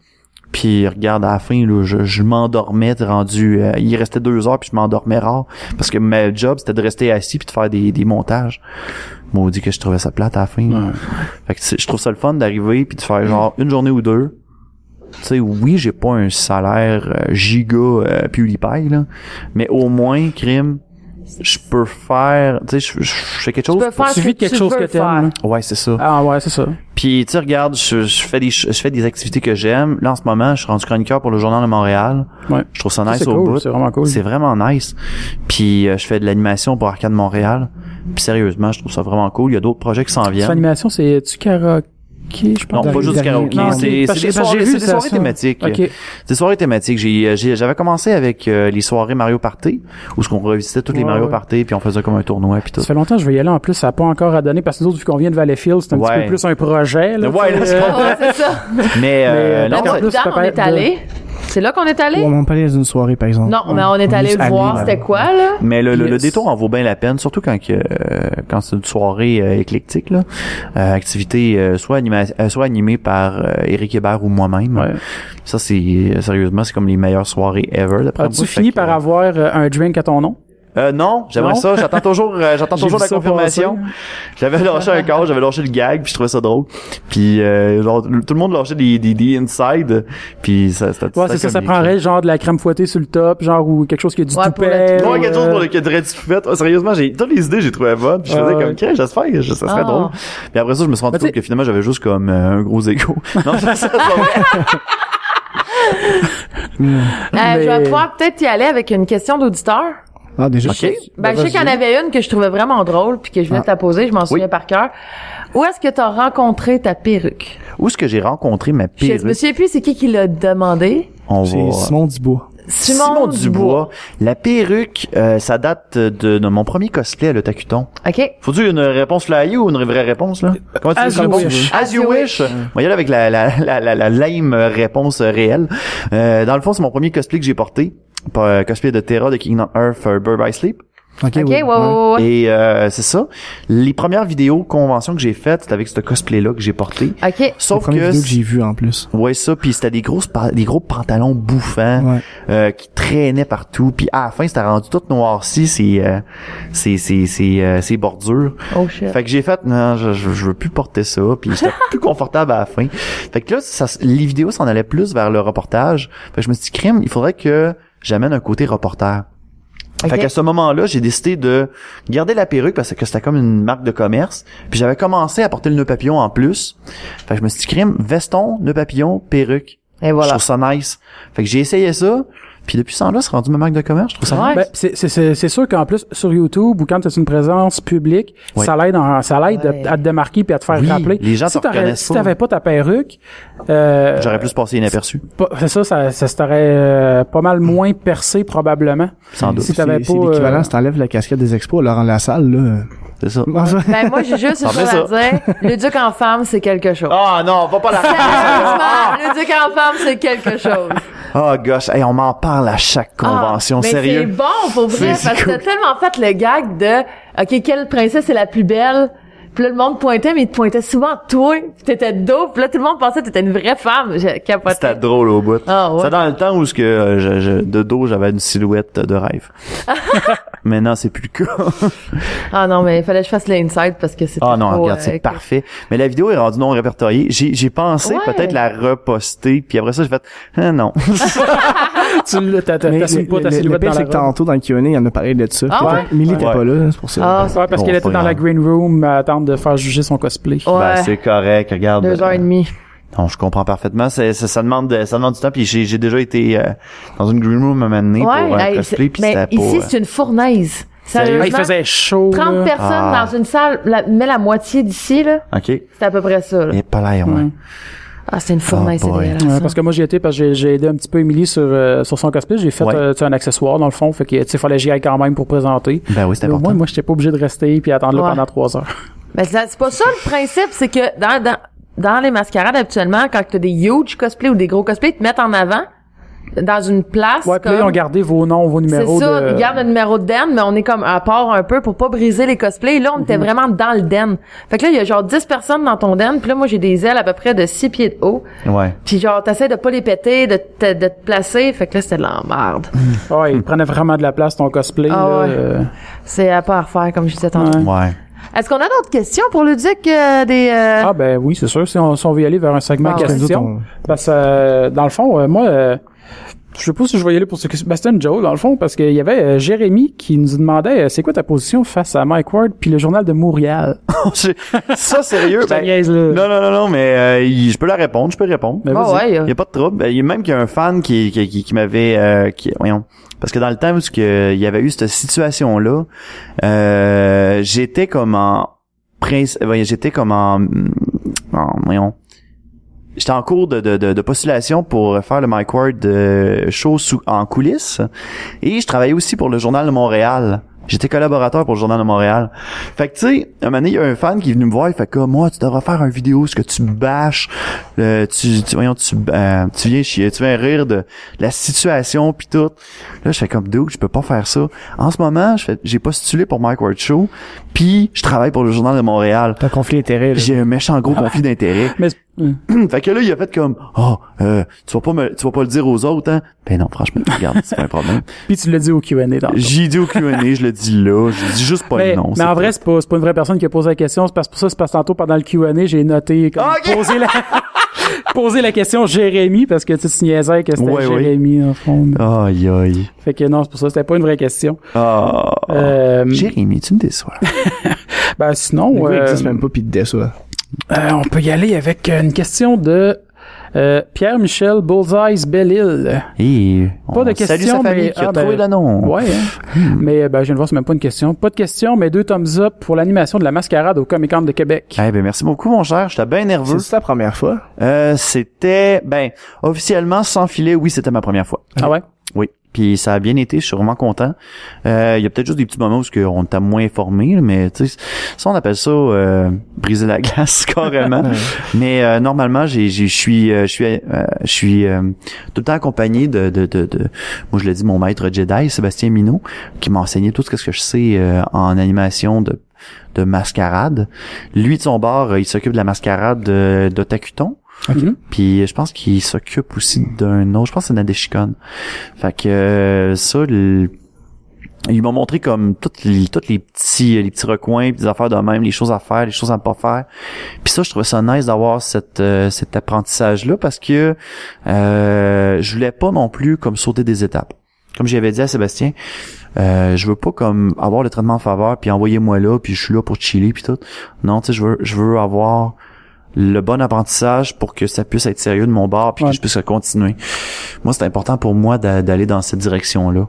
Speaker 1: Puis regarde à la fin là, je, je m'endormais, t'es rendu euh, il restait deux heures puis je m'endormais rare parce que ma job c'était de rester assis puis de faire des, des montages. Maudit que je trouvais ça plate à la fin. là. Fait que c'est- je trouve ça le fun d'arriver puis de faire genre une journée ou deux. Tu sais, oui, j'ai pas un salaire euh, giga euh, PewDiePie, là, mais au moins, crime, je peux faire, tu sais, je- je je fais quelque chose.
Speaker 4: peux faire ce
Speaker 3: Suffit de
Speaker 4: que
Speaker 3: quelque
Speaker 4: tu
Speaker 3: chose
Speaker 4: veux
Speaker 3: que
Speaker 4: faire.
Speaker 3: t'aimes. là.
Speaker 1: Ouais, c'est ça.
Speaker 3: Ah ouais, c'est ça.
Speaker 1: Puis tu sais, regarde, je, je fais des ch- je fais des activités que j'aime. Là en ce moment, je suis rendu chroniqueur pour le journal de Montréal.
Speaker 3: Ouais.
Speaker 1: Je trouve ça
Speaker 3: Ça,
Speaker 1: nice
Speaker 3: c'est
Speaker 1: au
Speaker 3: cool,
Speaker 1: bout.
Speaker 3: c'est vraiment cool.
Speaker 1: C'est vraiment nice. Puis euh, je fais de l'animation pour Arcade Montréal. Puis sérieusement, je trouve ça vraiment cool. Il y a d'autres projets qui s'en
Speaker 3: Cette
Speaker 1: viennent.
Speaker 3: animation, c'est tu karaoké, je pense.
Speaker 1: Non, pas
Speaker 6: Dernier-
Speaker 1: juste du karaoké, c'est
Speaker 3: Non, parce
Speaker 1: c'est des
Speaker 3: que- parce que j'ai
Speaker 1: soirées,
Speaker 3: vu
Speaker 1: c'est des
Speaker 3: ça,
Speaker 1: soirées
Speaker 3: ça.
Speaker 1: thématiques.
Speaker 3: Ok.
Speaker 1: Des soirées thématiques. J'ai, euh, j'ai- j'avais commencé avec euh, les soirées Mario Party, où ce qu'on revisitait toutes les
Speaker 3: Ouais,
Speaker 1: Mario
Speaker 3: ouais.
Speaker 1: Party, puis on faisait comme un tournoi, puis tout.
Speaker 3: Ça fait longtemps que je vais y aller. En plus, ça n'a pas encore à donner parce que nous autres, vu qu'on vient de Valleyfield, c'est un petit
Speaker 1: Ouais.
Speaker 3: peu plus un projet. Là,
Speaker 1: Ouais,
Speaker 3: tu
Speaker 1: là,
Speaker 3: sais,
Speaker 1: c'est
Speaker 3: euh,
Speaker 1: pas-
Speaker 4: *laughs* Ouais, c'est ça.
Speaker 1: Mais, euh,
Speaker 3: Mais,
Speaker 1: non,
Speaker 3: en
Speaker 4: Dans
Speaker 3: plus,
Speaker 4: Bouddha, on
Speaker 3: papa-
Speaker 4: est allé. C'est là qu'on est allé?
Speaker 6: Ouais, on peut aller dans une soirée, par exemple.
Speaker 4: Non, mais on est allé le voir, c'était quoi, là?
Speaker 1: Mais le, le- le
Speaker 3: Yes.
Speaker 1: détour en vaut bien la peine, surtout quand, que, euh, quand c'est une soirée euh, éclectique, là. Euh, activité euh, soit, anima- euh, soit animée par euh, Éric Hébert ou moi-même.
Speaker 3: Ouais.
Speaker 1: Ça, c'est euh, sérieusement, c'est comme les meilleures soirées ever. d'après
Speaker 3: As-tu
Speaker 1: moi.
Speaker 3: fini
Speaker 1: Fait que,
Speaker 3: par avoir euh, un drink à ton nom?
Speaker 1: euh, non, j'aimerais
Speaker 3: Non?
Speaker 1: ça. J'attends toujours,
Speaker 3: *laughs*
Speaker 1: euh, j'attends
Speaker 3: J'ai
Speaker 1: toujours
Speaker 3: vu
Speaker 1: la
Speaker 3: ça
Speaker 1: confirmation.
Speaker 3: passer.
Speaker 1: J'avais lâché un corps, j'avais lâché le gag, puis je trouvais ça drôle. Puis euh, genre tout le monde lâchait des des, des inside, puis ça c'était
Speaker 3: Ouais, c'est ça, ça
Speaker 1: comique.
Speaker 3: prendrait genre de la crème fouettée sur le top, genre ou quelque chose qui est du
Speaker 4: Ouais, pour
Speaker 3: toupet.
Speaker 4: le toupet.
Speaker 1: Ouais, quelque chose pour
Speaker 3: euh,
Speaker 1: le cadre du poupette. Oh, sérieusement, j'ai toutes les idées, j'ai trouvé bonnes. Puis je faisais
Speaker 3: Ouais, ouais.
Speaker 1: comme crème, j'espère que ça serait
Speaker 4: Ah.
Speaker 1: drôle. Puis après ça, je me suis rendu
Speaker 3: Mais
Speaker 1: compte
Speaker 3: t'sais-
Speaker 1: que finalement j'avais juste comme euh, un gros écho. Non, c'est ça, c'est pas vrai.
Speaker 4: Euh,
Speaker 3: Ah,
Speaker 4: Je vais pouvoir peut-être y aller avec une question d'auditeur.
Speaker 6: Ah, déjà.
Speaker 1: Ok. Ah.
Speaker 4: Ben, je sais qu'il y en avait une que je trouvais vraiment drôle puis que je voulais te la poser, je m'en souviens par cœur. Où est-ce que t'as rencontré ta perruque?
Speaker 1: Où est-ce que j'ai rencontré ma
Speaker 4: Je me
Speaker 1: perruque
Speaker 4: souviens plus c'est qui qui l'a demandé.
Speaker 1: On
Speaker 6: C'est
Speaker 1: va
Speaker 6: Simon Dubois.
Speaker 4: Simon,
Speaker 1: Dubois. La perruque, euh, ça date de, de mon premier cosplay à le Tacuton.
Speaker 4: OK.
Speaker 1: Faut-tu une réponse flyée ou une vraie réponse, là? Comment tu
Speaker 3: as
Speaker 1: veux
Speaker 3: you
Speaker 1: qu'on réponde?
Speaker 3: wish.
Speaker 1: As you wish. On va y aller avec la, la, la, la, la lame réponse réelle. Euh, dans le fond, c'est mon premier cosplay que j'ai porté. Pas, euh, cosplay de Terra de Kingdom Earth euh, Bird by Sleep.
Speaker 6: Ok,
Speaker 4: OK,
Speaker 6: oui.
Speaker 4: ouais, ouais, ouais, ouais.
Speaker 1: Et euh, c'est ça. Les premières vidéos conventions que j'ai faites, c'était avec ce cosplay-là que j'ai porté.
Speaker 4: OK.
Speaker 6: La
Speaker 1: Sauf
Speaker 6: première
Speaker 1: que...
Speaker 6: vidéo que j'ai vue, en plus.
Speaker 1: Ouais, ça, puis c'était des grosses pa- des gros pantalons bouffants
Speaker 6: Ouais.
Speaker 1: euh, qui traînaient partout. Puis à la fin, c'était rendu tout noirci, ces, euh, ces, ces, ces, euh, ces bordures.
Speaker 4: Oh shit.
Speaker 1: Fait que j'ai fait non, je, je, je veux plus porter ça, puis j'étais
Speaker 4: *laughs*
Speaker 1: plus confortable à la fin. Fait que là, ça, les vidéos s'en allaient plus vers le reportage. Fait que je me suis dit, crime, il faudrait que j'amène un côté reporter. Fait
Speaker 4: Ok.
Speaker 1: qu'à ce moment-là, j'ai décidé de garder la perruque parce que c'était comme une marque de commerce. Puis j'avais commencé à porter le nœud papillon en plus. Fait que je me suis dit, crime, veston, nœud papillon, perruque.
Speaker 4: Et voilà.
Speaker 1: Je trouve ça nice. Fait que j'ai essayé ça. Puis depuis ça, là, c'est rendu ma marque de commerce. Je trouve ça nice.
Speaker 4: Ouais.
Speaker 3: Ben, c'est- c'est c'est- c'est sûr qu'en plus, sur YouTube ou quand tu as une présence publique,
Speaker 1: Ouais.
Speaker 3: ça l'aide en- ça l'aide
Speaker 4: Ouais.
Speaker 3: à, à te démarquer puis à te faire
Speaker 1: Oui,
Speaker 3: rappeler.
Speaker 1: les gens
Speaker 3: si
Speaker 1: te
Speaker 3: t'aurais-
Speaker 1: reconnaissent
Speaker 3: si
Speaker 1: pas.
Speaker 3: t'avais pas ta perruque, euh,
Speaker 1: J'aurais plus passé inaperçu.
Speaker 3: pas- c'est ça, ça, ça se t'aurait euh, pas mal moins percé probablement.
Speaker 1: Sans doute.
Speaker 3: Si t'avais
Speaker 6: C'est
Speaker 3: pas...
Speaker 6: c'est l'équivalent,
Speaker 1: euh,
Speaker 6: si t'enlèves la casquette des expos, Laurent Lassalle, là. euh,
Speaker 1: C'est ça.
Speaker 4: Ben, moi,
Speaker 1: *laughs*
Speaker 4: j'ai juste
Speaker 1: Ça
Speaker 4: une chose
Speaker 1: fait
Speaker 4: à dire. Le duc en femme, c'est quelque chose.
Speaker 1: Ah non, va pas la
Speaker 4: *laughs* Sérieusement, le duc en femme, c'est quelque chose.
Speaker 1: Oh gosh, hey, on m'en parle à chaque convention,
Speaker 4: Ah, mais C'est
Speaker 1: sérieux.
Speaker 4: bon pour
Speaker 1: C'est-
Speaker 4: vrai
Speaker 1: c'est
Speaker 4: parce que
Speaker 1: cool.
Speaker 4: t'as tellement fait le gag de OK, quelle princesse est la plus belle? Puis là, le monde pointait, mais il te pointait souvent toi, puis t'étais de dos, puis là, tout le monde pensait que t'étais une vraie femme. J'ai
Speaker 1: C'était
Speaker 4: capoté.
Speaker 1: drôle au bout.
Speaker 4: Ah, ouais.
Speaker 1: C'est dans le temps où ce que euh, je- je- de dos j'avais une silhouette de
Speaker 4: *laughs*
Speaker 1: rêve. Maintenant c'est plus le cas. *laughs*
Speaker 4: Ah non, mais il fallait que je fasse l'inside parce que c'était
Speaker 1: Ah non,
Speaker 4: trop,
Speaker 1: regarde,
Speaker 4: euh,
Speaker 1: c'est
Speaker 4: que-
Speaker 1: parfait. Mais la vidéo est rendue non répertoriée. J'ai j'ai pensé
Speaker 4: Ouais.
Speaker 1: peut-être la reposter, puis après ça j'ai fait ah, non.
Speaker 3: tu l'as- t'as- t'as-
Speaker 6: Mais
Speaker 3: t'assumes
Speaker 6: le-
Speaker 3: pas ta
Speaker 6: le- le
Speaker 3: silhouette
Speaker 6: pire,
Speaker 3: dans
Speaker 6: c'est que
Speaker 3: la robe.
Speaker 6: tantôt, dans le Q&A, il y en a parlé de ça.
Speaker 4: Ah
Speaker 6: Puis,
Speaker 4: ouais?
Speaker 6: Mais il était
Speaker 1: Ouais.
Speaker 6: pas là, hein, c'est pour ça.
Speaker 4: Ah,
Speaker 3: Ouais, parce
Speaker 1: Bon,
Speaker 3: qu'il était
Speaker 1: pas
Speaker 3: dans la
Speaker 1: grave.
Speaker 3: green room euh, à attendre de faire juger son cosplay.
Speaker 4: ouais,
Speaker 1: Ben, c'est euh, correct, regarde.
Speaker 4: deux heures et demie.
Speaker 1: Non, je comprends parfaitement. C'est- Ça, ça demande, de- ça demande du temps. Puis j'ai j'ai déjà été euh, dans une green room à un moment donné pour un
Speaker 4: hey,
Speaker 1: cosplay.
Speaker 4: c'est-
Speaker 1: Puis
Speaker 4: mais
Speaker 1: c'était pas.
Speaker 4: ici,
Speaker 1: euh,
Speaker 4: c'est une fournaise.
Speaker 3: Ah,
Speaker 4: Sérieusement,
Speaker 3: il faisait chaud.
Speaker 4: 30
Speaker 3: là.
Speaker 4: personnes
Speaker 1: Ah.
Speaker 4: dans une salle, la, mais la moitié d'ici, là,
Speaker 1: euh, Ok.
Speaker 4: c'est à peu près ça. là.
Speaker 1: Et pas l'air, ouais.
Speaker 3: Ouais.
Speaker 4: Ah, c'est une fournaise,
Speaker 1: Oh
Speaker 4: c'est
Speaker 1: boy.
Speaker 4: dégueulasse.
Speaker 3: Ouais,
Speaker 4: hein.
Speaker 3: parce que moi j'y étais parce que j'ai- j'ai aidé un petit peu Émilie sur euh, sur son cosplay, j'ai fait
Speaker 1: Ouais.
Speaker 3: euh, tu sais, un accessoire dans le fond, fait que tu sais fallait que j'y aille quand même pour présenter.
Speaker 1: Ben oui, c'est
Speaker 3: Mais au
Speaker 1: important.
Speaker 3: moins moi j'étais pas obligé de rester puis attendre là
Speaker 4: Ouais.
Speaker 3: pendant trois heures.
Speaker 4: Ben, c'est c'est pas ça le principe, c'est que dans, dans, dans les mascarades, habituellement, quand t'as des huge cosplays ou des gros cosplays, ils te mettent en avant, dans une place.
Speaker 3: Ouais, puis là, ils
Speaker 4: comme-
Speaker 3: ont gardé vos noms, vos numéros.
Speaker 4: C'est ça,
Speaker 3: de...
Speaker 4: ils gardent le numéro de Den, mais on est comme à part un peu pour pas briser les cosplays. Là, on était
Speaker 3: Mhm.
Speaker 4: vraiment dans le Den. Fait que là, il y a genre 10 personnes dans ton Den, puis là, moi, j'ai des ailes à peu près de 6 pieds de haut.
Speaker 1: Ouais.
Speaker 4: Puis genre, t'essaies de pas les péter, de te, de te placer. Fait que là, c'était de l'emmerde.
Speaker 3: Ah Ouais, ils prenaient vraiment de la place, ton cosplay.
Speaker 4: Ah
Speaker 3: là,
Speaker 4: ouais.
Speaker 3: euh,
Speaker 4: C'est à pas à refaire, comme je disais tantôt.
Speaker 3: ouais.
Speaker 1: Ouais.
Speaker 4: Est-ce qu'on a d'autres questions pour le duc euh, des... euh,
Speaker 3: Ah ben oui, c'est sûr. Si on, si on veut y aller vers un segment
Speaker 4: Ah ouais.
Speaker 6: Nous autres,
Speaker 3: question,
Speaker 6: on-
Speaker 3: parce que euh, dans le fond, euh, moi, euh, je sais pas si je vais y aller pour ce que ben, c'était une Joe dans le fond, parce qu'il y avait euh, Jérémy qui nous demandait euh, c'est quoi ta position face à Mike Ward puis le journal de Montréal.
Speaker 1: ça, sérieux?
Speaker 3: *laughs* Je te
Speaker 1: ben,
Speaker 3: niaise, là.
Speaker 1: non, non, non, non, mais euh, il- je peux la répondre, je peux répondre.
Speaker 3: Ben,
Speaker 4: Ah
Speaker 3: vas-y.
Speaker 4: ouais, euh,
Speaker 1: Il y a pas de trouble. Ben, Il y a même qu'il y a un fan qui qui, qui, qui m'avait euh, qui voyons parce que dans le temps où ce que il y avait eu cette situation là, euh, j'étais comme en prince euh, voyons, j'étais comme en, mm, en voyons J'étais en cours de, de, de, de postulation pour faire le Mike Ward euh, show sous, en coulisses et je travaillais aussi pour le Journal de Montréal. J'étais collaborateur pour le Journal de Montréal. Fait que tu sais, un moment donné, il y a un fan qui est venu me voir, il fait comme moi, tu devrais faire une vidéo, ce que tu bâches, euh, tu, tu voyons, tu, euh, tu viens chier, tu viens rire de, de la situation puis tout. Là, je fais comme dude, je peux pas faire ça. En ce moment, je fais, j'ai postulé pour Mike Ward Show, puis je travaille pour le Journal de Montréal.
Speaker 6: T'as un conflit d'intérêt, là.
Speaker 1: J'ai un méchant gros conflit d'intérêt.
Speaker 3: Mais c'est-
Speaker 1: fait que là, il a fait comme, oh, euh, tu vas pas me, tu vas pas le dire aux autres, hein? Ben non, franchement, regarde, c'est pas un problème.
Speaker 3: puis tu l'as dit au Q&A dans le fond.
Speaker 1: J'ai dit au Q&A, je le dis là, je dis juste pas
Speaker 3: mais,
Speaker 1: le nom.
Speaker 3: mais
Speaker 1: c'est
Speaker 3: en vrai, c'est pas, c'est pas une vraie personne qui a posé la question. C'est parce pour ça, c'est parce que tantôt pendant le Q&A, j'ai noté comme poser la *laughs* poser la question Jérémy parce que tu sais, tu niaisais que c'était
Speaker 1: Ouais, ouais. Ah.
Speaker 3: Jérémy en fond.
Speaker 1: tout. Aïe, aïe.
Speaker 3: Fait que non, c'est pour ça, c'était pas une vraie question.
Speaker 1: Ah.
Speaker 3: Euh,
Speaker 1: Jérémy, tu me
Speaker 3: *laughs*
Speaker 1: déçois.
Speaker 3: ben sinon,
Speaker 6: Le gars
Speaker 3: euh,
Speaker 6: existe même pas pis il te déçoit.
Speaker 3: euh, on peut y aller avec une question de euh, Pierre-Michel Bullseyes Belle-Île.
Speaker 1: Et
Speaker 3: Pas de
Speaker 1: on salue
Speaker 3: question,
Speaker 1: sa famille
Speaker 3: mais-
Speaker 1: qui a
Speaker 3: ah, ben-
Speaker 1: trouvé le nom.
Speaker 3: Ouais, hein. mais euh, ben, je viens de voir, c'est même pas une question. Pas de question, mais deux thumbs up pour l'animation de la mascarade au Comic Con de Québec.
Speaker 1: Eh ben merci beaucoup mon cher, j'étais bien nerveux.
Speaker 6: C'est la première fois.
Speaker 1: Euh, c'était ben officiellement sans filet, oui, c'était ma première fois.
Speaker 3: Ah ouais?
Speaker 1: Oui, puis ça a bien été, je suis vraiment content. Euh, Il y a peut-être juste des petits moments où ce que on t'a moins informé, là, mais tu sais, ça on appelle ça euh, briser la *laughs* glace carrément. mais euh, normalement, j'ai, j'ai- je suis, euh, je suis, euh, je suis euh, tout le temps accompagné de, de, de, de- moi je l'ai dit, mon maître Jedi, Sébastien Minot, qui m'a enseigné tout ce que je sais euh, en animation de de mascarade. Lui de son bord, euh, il s'occupe de la mascarade euh, d'Otakuton.
Speaker 3: Mhm.
Speaker 1: Puis euh, je pense qu'il s'occupe aussi d'un autre. Je pense que c'est Nadeshikon. Fait que euh, ça, le- ils m'ont montré comme toutes les, toutes les petits euh, les petits recoins, les affaires de même, les choses à faire, les choses à ne pas faire. Puis ça, je trouvais ça nice d'avoir cette, euh, cet apprentissage-là parce que euh, je voulais pas non plus comme sauter des étapes. Comme j'avais dit à Sébastien, euh, je veux pas comme avoir le traitement en faveur puis envoyez-moi là puis je suis là pour chiller puis tout. Non, tu sais, je veux je veux avoir le bon apprentissage pour que ça puisse être sérieux de mon bord puis
Speaker 3: Ouais.
Speaker 1: que je puisse continuer. Moi, c'est important pour moi d'a- d'aller dans cette direction-là.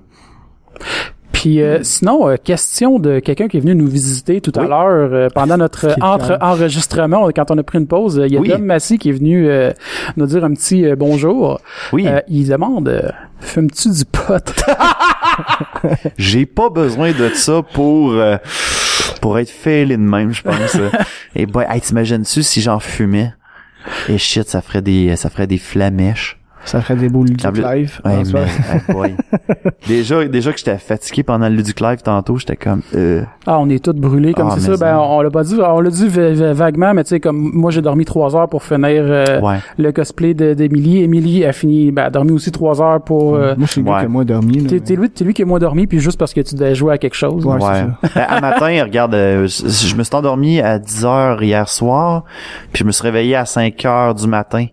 Speaker 3: Puis euh, sinon, euh, question de quelqu'un qui est venu nous visiter tout à
Speaker 1: Oui.
Speaker 3: l'heure euh,
Speaker 1: *laughs*
Speaker 3: pendant notre
Speaker 6: Quelqu'un.
Speaker 3: entre enregistrement, on- quand on a pris une pause, euh, il y a
Speaker 1: Oui.
Speaker 3: Dom Massy qui est venu euh, nous dire un petit euh, bonjour.
Speaker 1: Oui,
Speaker 3: Euh, il demande euh, Fumes-tu du pot? *laughs*
Speaker 1: j'ai pas besoin de ça pour euh, pour être fêlé de même, je
Speaker 3: *laughs*
Speaker 1: pense. Et boy, hey, t'imagines-tu si j'en fumais Et shit, ça ferait des ça ferait des flamèches.
Speaker 6: Ça ferait des beaux
Speaker 1: Ça
Speaker 6: live.
Speaker 1: veut-
Speaker 6: live.
Speaker 3: Ah,
Speaker 1: Ouais,
Speaker 6: en
Speaker 1: mais,
Speaker 6: soi.
Speaker 1: hey
Speaker 3: *laughs*
Speaker 1: boy. déjà, déjà que j'étais fatigué pendant le Ludic Live tantôt, j'étais comme, euh,
Speaker 3: Ah, on est tous brûlés comme
Speaker 1: Ah,
Speaker 3: c'est ça.
Speaker 1: mais
Speaker 3: Ben,
Speaker 1: ça.
Speaker 3: on, on l'a pas dit, on l'a dit va- va- vaguement, mais tu sais, comme moi j'ai dormi trois heures pour finir euh,
Speaker 1: ouais.
Speaker 3: le cosplay de- d'Emily. Emily a fini, ben, a dormi aussi trois heures pour. euh,
Speaker 6: Moi, je suis le gars
Speaker 1: Ouais.
Speaker 6: qui a moins dormi. là,
Speaker 3: t'es-
Speaker 6: mais-
Speaker 3: T'es lui, t'es lui qui a moins dormi, puis juste parce que tu devais jouer à quelque chose.
Speaker 6: Ouais,
Speaker 1: Mhm. Ouais. *laughs* Ben, à matin, regarde, euh, je je me suis endormi à 10 heures hier soir, puis je me suis réveillé à 5 heures du matin.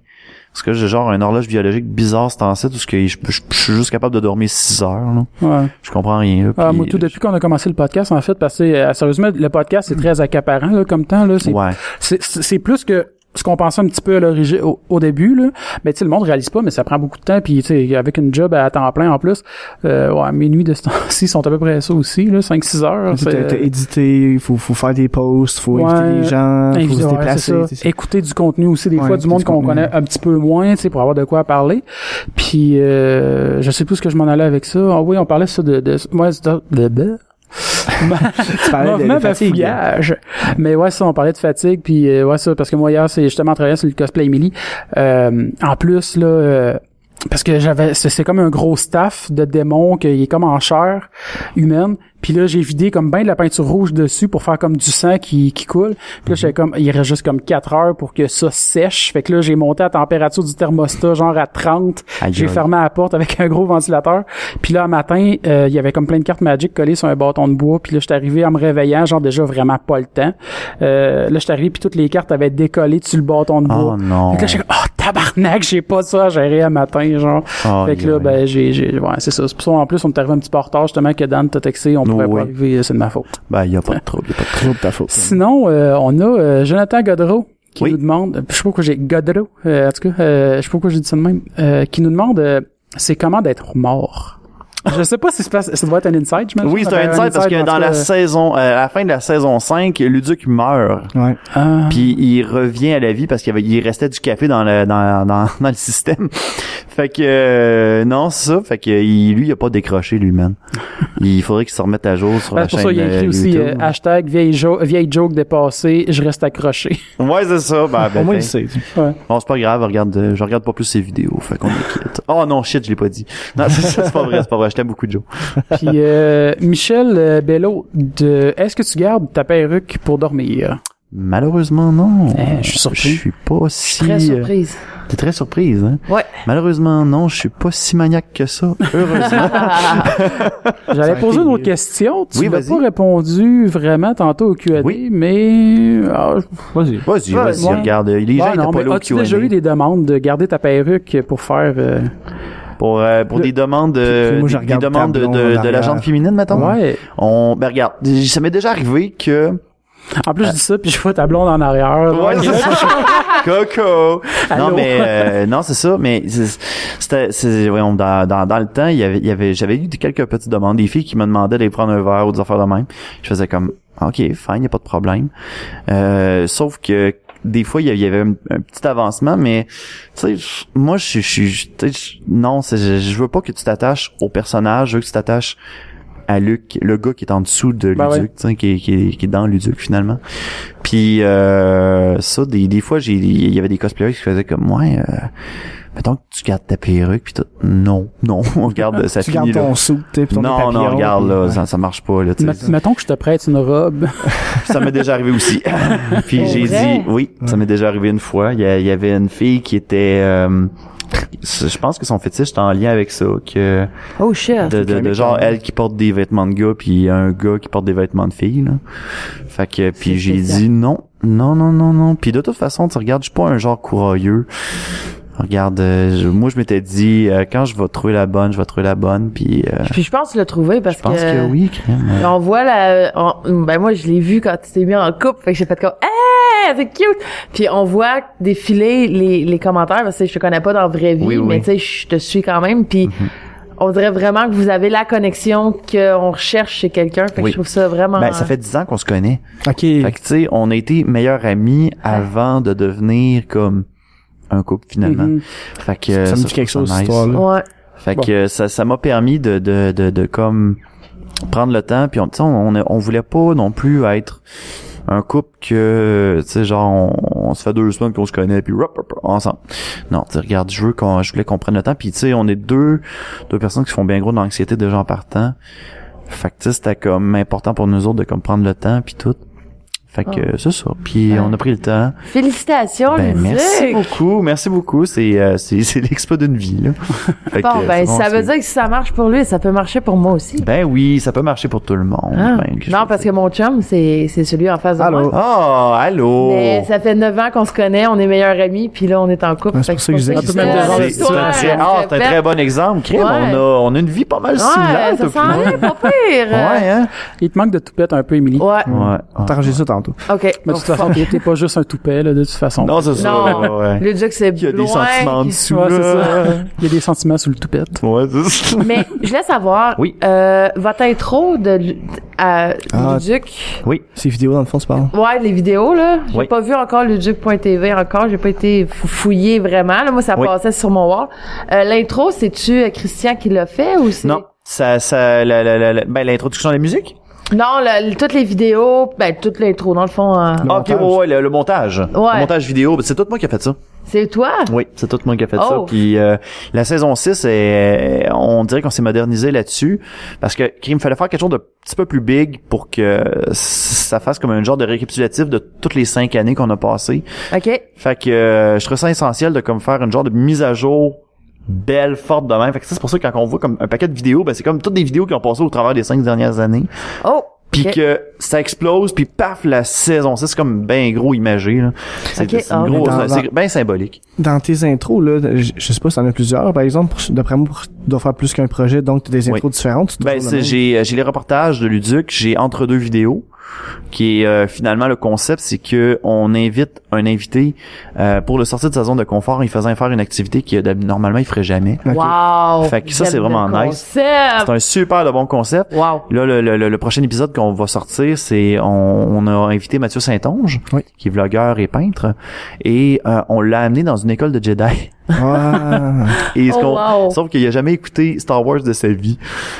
Speaker 1: Parce que j'ai genre un horloge biologique bizarre ce temps-ci, tout ce que je, je- je suis juste capable de dormir 6 heures. Là.
Speaker 3: Ouais.
Speaker 1: Je comprends rien. Là,
Speaker 3: Ah,
Speaker 1: puis-
Speaker 3: moi,
Speaker 6: euh,
Speaker 3: tout depuis qu'on a commencé le podcast, en fait, parce que euh, sérieusement, le podcast c'est très accaparant là, comme temps. Là, c'est,
Speaker 1: Ouais.
Speaker 3: c'est, c'est- c'est plus que ce qu'on pensait un petit peu à l'origine au, au début là mais tu sais le monde réalise pas mais ça prend beaucoup de temps puis tu sais avec une job à temps plein en plus euh, ouais mes nuits de ce temps-ci sont à peu près ça aussi là 5 6 heures
Speaker 6: T'as-
Speaker 3: c'est-
Speaker 6: T'as édité, faut, faut faire des posts, faut
Speaker 3: euh, Ouais.
Speaker 6: inviter des gens,
Speaker 3: Ouais,
Speaker 6: faut
Speaker 3: euh, c'est
Speaker 6: se déplacer.
Speaker 3: ça.
Speaker 6: tu sais,
Speaker 3: écouter du contenu aussi des
Speaker 6: Ouais,
Speaker 3: fois du
Speaker 6: écouter
Speaker 3: monde
Speaker 6: du
Speaker 3: qu'on
Speaker 6: contenu.
Speaker 3: connaît un petit peu moins tu sais pour avoir de quoi parler puis euh, je sais plus ce que je m'en allais avec ça ah oui on parlait ça de de moi c'est de, de-
Speaker 6: c'est- Tu parlais de-
Speaker 3: Mouvement
Speaker 6: de fatigue.
Speaker 3: bafouillage. Mais ouais, ça, on parlait de fatigue, puis euh, ouais, ça, parce que moi, hier, c'est justement en travaillant sur le cosplay Emily. Euh, en plus, là, euh, parce que j'avais c'est c'est comme un gros staff de démons qui est comme en chair humaine puis là j'ai vidé comme ben de la peinture rouge dessus pour faire comme du sang qui, qui coule puis là j'avais comme il reste juste comme 4 heures pour que ça sèche fait que là j'ai monté à température du thermostat genre à 30
Speaker 1: Aïe,
Speaker 3: j'ai
Speaker 1: aïe.
Speaker 3: fermé la porte avec un gros ventilateur puis là un matin euh, il y avait comme plein de cartes magiques collées sur un bâton de bois puis là j'étais arrivé en me réveillant genre déjà vraiment pas le temps euh, là j'étais arrivé puis toutes les cartes avaient décollé sur le bâton de bois
Speaker 1: Oh non.
Speaker 3: fait que là, j'ai comme, oh, tabarnak, j'ai pas ça à gérer un matin, genre.
Speaker 1: Oh,
Speaker 3: fait que
Speaker 1: aïe,
Speaker 3: là,
Speaker 1: aïe.
Speaker 3: ben, j'ai, j'ai, ouais, c'est ça. C'est pour ça, en plus, on est arrivé un petit peu en retard, justement, que Dan t'a texté, on pouvait
Speaker 1: Oui.
Speaker 3: pas arriver, euh, c'est de ma faute.
Speaker 1: Ben, y a pas de trouble, y a pas de trouble.
Speaker 6: Trop de ta faute.
Speaker 3: Sinon, euh, on a euh, Jonathan Godreau qui
Speaker 1: Oui.
Speaker 3: nous demande, je sais pas pourquoi j'ai Godreau, euh, en tout cas, euh, je sais pas pourquoi j'ai dit ça de même, euh, qui nous demande, euh, c'est comment d'être mort. Je sais pas si c'est parce- ça doit être un inside, je
Speaker 1: Oui, c'est un insight parce que dans la saison, euh, à la fin de la saison 5, Luduc meurt.
Speaker 6: Ouais.
Speaker 3: euh,
Speaker 1: Puis il revient à la vie parce qu'il y avait- il restait du café dans le dans, dans, *laughs* dans le système. Fait que euh, non, c'est ça. Fait que il- lui, il a pas décroché lui-même. Il faudrait qu'il se remette à jour sur la
Speaker 3: Ben, c'est pour
Speaker 1: chaîne.
Speaker 3: ça, il y a
Speaker 1: euh,
Speaker 3: écrit aussi euh,
Speaker 1: YouTube.
Speaker 3: hashtag vieille, jo- vieille joke dépassée, je
Speaker 1: *laughs*
Speaker 3: reste accroché.
Speaker 1: Ouais, c'est ça. Ben, ben,
Speaker 6: Au moins,
Speaker 1: ben.
Speaker 6: il sait.
Speaker 1: Bon, c'est pas grave. Regarde, euh, je regarde pas plus ses vidéos. Fait qu'on est quitte. Oh non, shit, je l'ai pas dit. Non, c'est ça, c'est pas vrai, c'est pas vrai. Je t'aime beaucoup, Joe.
Speaker 3: Puis euh, Michel euh, Bello, de est-ce que tu gardes ta perruque pour dormir
Speaker 1: Malheureusement, non.
Speaker 3: Eh, je suis surpris.
Speaker 1: Je suis pas si.
Speaker 4: Très
Speaker 1: euh,
Speaker 4: surprise.
Speaker 1: T'es très surprise, hein?
Speaker 4: Ouais.
Speaker 1: Malheureusement, non, je suis pas si maniaque que ça. Heureusement.
Speaker 3: J'avais
Speaker 6: a
Speaker 3: posé
Speaker 6: été
Speaker 3: une autre
Speaker 6: mieux.
Speaker 3: question, tu
Speaker 1: Oui,
Speaker 3: n'as
Speaker 1: vas-y.
Speaker 3: pas répondu vraiment tantôt au Q&A,
Speaker 1: Oui.
Speaker 3: mais ah, je-
Speaker 6: Vas-y.
Speaker 1: Vas-y,
Speaker 3: Ouais,
Speaker 1: vas-y,
Speaker 3: ouais.
Speaker 1: regarde. euh, Les gens
Speaker 3: Ouais,
Speaker 1: étaient
Speaker 3: non,
Speaker 1: pas
Speaker 3: mais
Speaker 1: là au
Speaker 3: as-tu
Speaker 1: Q&A.
Speaker 3: déjà eu des demandes de garder ta perruque pour faire euh,
Speaker 1: Pour, euh, pour des demandes, euh,
Speaker 6: Puis moi, je
Speaker 1: des- des
Speaker 6: regarde le
Speaker 1: demandes de,
Speaker 6: tableau en
Speaker 1: de, de
Speaker 6: arrière.
Speaker 1: la gente féminine, mettons.
Speaker 3: ouais.
Speaker 1: On, ben regarde, ça m'est déjà arrivé que,
Speaker 3: En plus je dis ça puis je vois ta blonde en arrière.
Speaker 1: *laughs* Ouais, c'est ça. Coco.
Speaker 3: Allô?
Speaker 1: Non mais euh, non c'est ça mais c'est- c'était c'est- voyons, dans, dans dans le temps il y avait il y avait j'avais eu quelques petites demandes des filles qui me demandaient d'aller prendre un verre ou des affaires de même je faisais comme ok fine y a pas de problème Euh, sauf que des fois il y avait- il y avait un, un petit avancement mais tu sais je- moi je suis- je suis tu sais, je- non c'est je, je veux pas que tu t'attaches au personnage je veux que tu t'attaches à Luc, le gars qui est en dessous de
Speaker 3: Ben ouais.
Speaker 1: Luduc, tu sais, qui, est- qui, est- qui est dans Luduc finalement. Puis euh, ça, des, des fois, j'ai, il y avait des cosplayers qui faisaient comme moi. Euh, mettons que tu gardes ta perruque puis tout. Non, non, *laughs* on garde ça
Speaker 6: *laughs* Tu
Speaker 1: finit
Speaker 6: gardes ton
Speaker 1: là.
Speaker 6: sou, tu sais, puis ton
Speaker 1: Non,
Speaker 6: papillon,
Speaker 1: non, regarde
Speaker 6: puis-
Speaker 1: là,
Speaker 6: ouais.
Speaker 1: ça, ça marche pas là. tu sais.
Speaker 3: Met- Mettons que je te prête une robe.
Speaker 1: Ça m'est déjà arrivé
Speaker 4: *laughs*
Speaker 1: aussi. Puis
Speaker 4: Pour
Speaker 1: j'ai
Speaker 4: vrai?
Speaker 1: dit, oui, ça m'est déjà arrivé une fois. Il y, a- il y avait une fille qui était, euh, je pense que son fétiche était en lien avec ça, que
Speaker 4: Oh shit.
Speaker 1: de, de, de genre elle qui porte des vêtements de gars puis un gars qui porte des vêtements de filles là. Fait que puis
Speaker 4: C'est
Speaker 1: j'ai
Speaker 4: spécial.
Speaker 1: dit non, non non non non. Puis de toute façon, tu regardes, je suis pas un genre courageux. Regarde, euh, je- moi je m'étais dit euh, quand je vais trouver la bonne, je vais trouver la bonne puis euh,
Speaker 4: Puis je pense que tu l'as trouvé parce
Speaker 1: je pense que oui, crème.
Speaker 4: On voit la, on- ben moi je l'ai vu quand tu t'es mis en couple, fait que j'ai fait comme, hey, c'est cute. Puis on voit défiler les, les commentaires parce que je te connais pas dans la vraie vie,
Speaker 1: Oui, oui. Mm-hmm.
Speaker 4: mais tu sais je te suis quand même. Puis on dirait vraiment que vous avez la connexion qu'on recherche chez quelqu'un. Fait que
Speaker 1: Oui.
Speaker 4: je trouve ça vraiment.
Speaker 1: Ben, ça fait 10 ans qu'on se connaît. Fait
Speaker 6: OK.
Speaker 1: que tu sais, on a été meilleurs amis avant de devenir comme un couple finalement.
Speaker 3: Mhm.
Speaker 1: Fait que
Speaker 6: Mm-hmm. Ça me dit
Speaker 1: je
Speaker 6: quelque
Speaker 1: trouve
Speaker 6: chose,
Speaker 1: ça
Speaker 6: cette
Speaker 1: nice.
Speaker 6: histoire-là.
Speaker 4: Ouais.
Speaker 1: Fait
Speaker 3: Bon.
Speaker 1: que euh, ça, ça m'a permis de, de, de, de comme prendre le temps puis on, tu sais, on, on, on voulait pas non plus être un couple que tu sais genre on, on se fait deux semaines qu'on se connaît puis hop, hop, hop, ensemble non tu sais, regarde je veux qu'on je voulais qu'on prenne le temps puis tu sais on est deux deux personnes qui se font bien gros d'anxiété déjà en partant fait que tu sais, c'était comme important pour nous autres de comme prendre le temps puis tout fait que euh, c'est ça puis
Speaker 4: Ah. Ouais.
Speaker 1: on a pris le temps
Speaker 4: Félicitations,
Speaker 1: ben,
Speaker 4: Luduc.
Speaker 1: merci beaucoup merci beaucoup c'est euh, c'est *laughs* c'est l'expo d'une vie là Fait que,
Speaker 4: Bon,
Speaker 1: euh,
Speaker 4: ben
Speaker 1: c'est bon,
Speaker 4: ça
Speaker 1: c'est-
Speaker 4: veut dire que si ça marche pour lui, ça peut marcher pour moi aussi.
Speaker 1: ben oui, ça peut marcher pour tout le monde.
Speaker 4: Hein?
Speaker 1: Ben, que je
Speaker 4: non,
Speaker 1: veux
Speaker 4: parce que
Speaker 1: dire.
Speaker 4: mon chum, c'est c'est celui en face de
Speaker 6: Allô?
Speaker 4: moi.
Speaker 1: Oh, allô!
Speaker 4: Mais ça fait 9 ans qu'on se connaît, on est meilleurs amis, puis là, on est en couple.
Speaker 6: Ouais,
Speaker 4: Fait
Speaker 6: c'est pour ça que je disais
Speaker 4: c'est
Speaker 6: que
Speaker 4: pour
Speaker 3: c'était
Speaker 4: ça
Speaker 3: bizarre,
Speaker 4: que
Speaker 1: C'est c'est
Speaker 3: c'est
Speaker 1: un, très- ah,
Speaker 4: l'histoire,
Speaker 1: c'est un
Speaker 4: répète.
Speaker 1: très bon exemple. Crème,
Speaker 4: Ouais.
Speaker 1: on, a, on a une vie pas mal
Speaker 4: Ouais,
Speaker 1: similaire. toi,
Speaker 4: ça s'en
Speaker 1: puis
Speaker 4: vient, pas pire.
Speaker 1: moi. Ouais, hein?
Speaker 3: Il te manque de toupette un peu, Émilie.
Speaker 4: Ouais,
Speaker 1: Ouais.
Speaker 6: On t'a
Speaker 1: ouais.
Speaker 6: arrangé ça tantôt.
Speaker 1: Mm.
Speaker 4: ok.
Speaker 3: Mais de toute façon, t'es pas juste un toupet, là, de toute façon.
Speaker 1: oh, Non, c'est ça.
Speaker 4: Non.
Speaker 1: ouais, ouais.
Speaker 4: *laughs* Le Duc, c'est
Speaker 1: Il y a des
Speaker 4: loin.
Speaker 1: sentiments en dessous.
Speaker 3: Ouais, c'est
Speaker 1: là.
Speaker 3: ça. Il y a des sentiments sous le toupette.
Speaker 1: Ouais, c'est ça.
Speaker 4: Mais je voulais savoir,
Speaker 1: Oui.
Speaker 4: euh, votre intro de Lu- à
Speaker 6: Ah.
Speaker 4: Luduc,
Speaker 6: Ces vidéos, dans le fond, tu parles.
Speaker 4: ouais, les vidéos, là, j'ai
Speaker 1: Oui.
Speaker 4: pas vu encore Luduc.tv encore, j'ai pas été fou- fouillée vraiment, là, moi, ça
Speaker 1: Oui.
Speaker 4: passait sur mon wall. Euh, L'intro, c'est-tu euh, Christian qui l'a fait ou c'est...
Speaker 1: Non, ça, ça, la, la, la, la- ben, l'introduction à la musique.
Speaker 4: Non, le- le- toutes les vidéos, ben, toute l'intro, dans le fond, euh,
Speaker 6: Le
Speaker 1: Ah, ok,
Speaker 6: montage.
Speaker 1: ouais, ouais, le, le montage. Le montage vidéo, ben, c'est tout moi qui a fait ça.
Speaker 4: C'est toi?
Speaker 1: Oui, c'est tout moi qui a fait ça.
Speaker 4: Oh.
Speaker 1: Puis euh, la saison 6, est- euh, on dirait qu'on s'est modernisé là-dessus parce que il me fallait faire quelque chose de petit peu plus big pour que ça fasse comme un genre de récapitulatif de toutes les cinq années qu'on a passées.
Speaker 4: OK.
Speaker 1: Fait que euh, je trouve ça essentiel de comme faire une genre de mise à jour belle, forte de même. Fait que ça, c'est pour ça que quand on voit comme un paquet de vidéos, ben c'est comme toutes des vidéos qui ont passé au travers des cinq dernières années.
Speaker 4: Oh!
Speaker 1: Puis
Speaker 4: Ok.
Speaker 1: que ça explose, puis paf, la saison 6, c'est comme ben gros imagé. là. C'est
Speaker 4: Ok,
Speaker 1: c'est une
Speaker 4: ah.
Speaker 1: grosse-
Speaker 6: Dans-
Speaker 1: c'est bien symbolique.
Speaker 6: Dans tes intros, là, je, je sais pas si t'en as plusieurs, par exemple, pour- d'après moi, pour- tu dois faire plus qu'un projet, donc t'as des intros différentes. tu
Speaker 1: Ben,
Speaker 6: dois
Speaker 1: c'est-
Speaker 6: le même.
Speaker 1: j'ai euh, j'ai les reportages de Luduc, j'ai entre deux vidéos qui est euh, finalement le concept c'est que on invite un invité euh, pour le sortir de sa zone de confort, il faisait faire une activité que d'hab- normalement il ferait jamais.
Speaker 6: Ok.
Speaker 4: Wow!
Speaker 1: Fait que ça, c'est
Speaker 4: J'aime
Speaker 1: vraiment
Speaker 4: le
Speaker 1: nice.
Speaker 4: concept.
Speaker 1: C'est un super de bon concept.
Speaker 4: Wow!
Speaker 1: Là le, le, le- le prochain épisode qu'on va sortir, c'est on, on a invité Mathieu Saint-Onge
Speaker 6: Oui.
Speaker 1: qui est vlogueur et peintre et euh, on l'a amené dans une école de Jedi. *laughs*
Speaker 6: Ah.
Speaker 1: Et ce
Speaker 4: Oh,
Speaker 1: qu'on-
Speaker 4: wow.
Speaker 1: sauf qu'il a jamais écouté Star Wars de sa vie.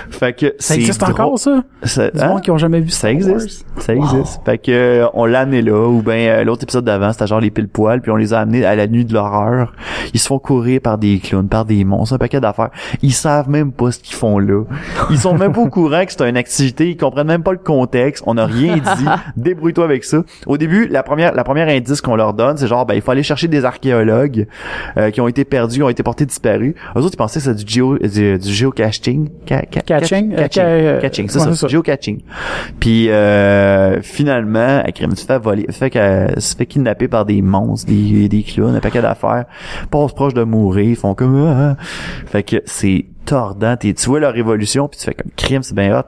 Speaker 1: Fait que
Speaker 3: Ça
Speaker 1: c'est
Speaker 3: existe
Speaker 1: drôle.
Speaker 3: encore, ça?
Speaker 1: Ça-
Speaker 3: Du
Speaker 1: hein?
Speaker 3: monde qui ont jamais vu
Speaker 1: Ça
Speaker 3: Star Wars.
Speaker 1: existe. Ça existe. Fait que euh, on l'a amené là, ou ben euh, l'autre épisode d'avant, c'était genre les pile poils, puis on les a amenés à la nuit de l'horreur. Ils se font courir par des clowns, par des monstres, un paquet d'affaires. Ils savent même pas ce qu'ils font là. Ils sont même pas au courant que c'est une activité, ils comprennent même pas le contexte, on n'a rien
Speaker 3: *laughs*
Speaker 1: dit. Débrouille-toi avec ça. Au début, la première la première indice qu'on leur donne, c'est genre ben il faut aller chercher des archéologues euh, qui ont été perdus, qui ont été portés disparus. Eux autres ils pensaient que c'était du géo euh, du, du géocaching. Ca- ca-
Speaker 3: Catching, euh,
Speaker 1: catching.
Speaker 3: ca- euh,
Speaker 1: Catching, c'est
Speaker 3: ouais,
Speaker 1: ça,
Speaker 3: c'est ça.
Speaker 1: geocaching. Puis euh, finalement, elle crème, se fait voler, fait qu'elle se fait kidnapper par des monstres, des, des clowns, un paquet d'affaires, passe proche de mourir, ils font comme ah. fait que c'est tordant, T'es- tu vois leur évolution, puis tu fais comme crime, c'est bien hot.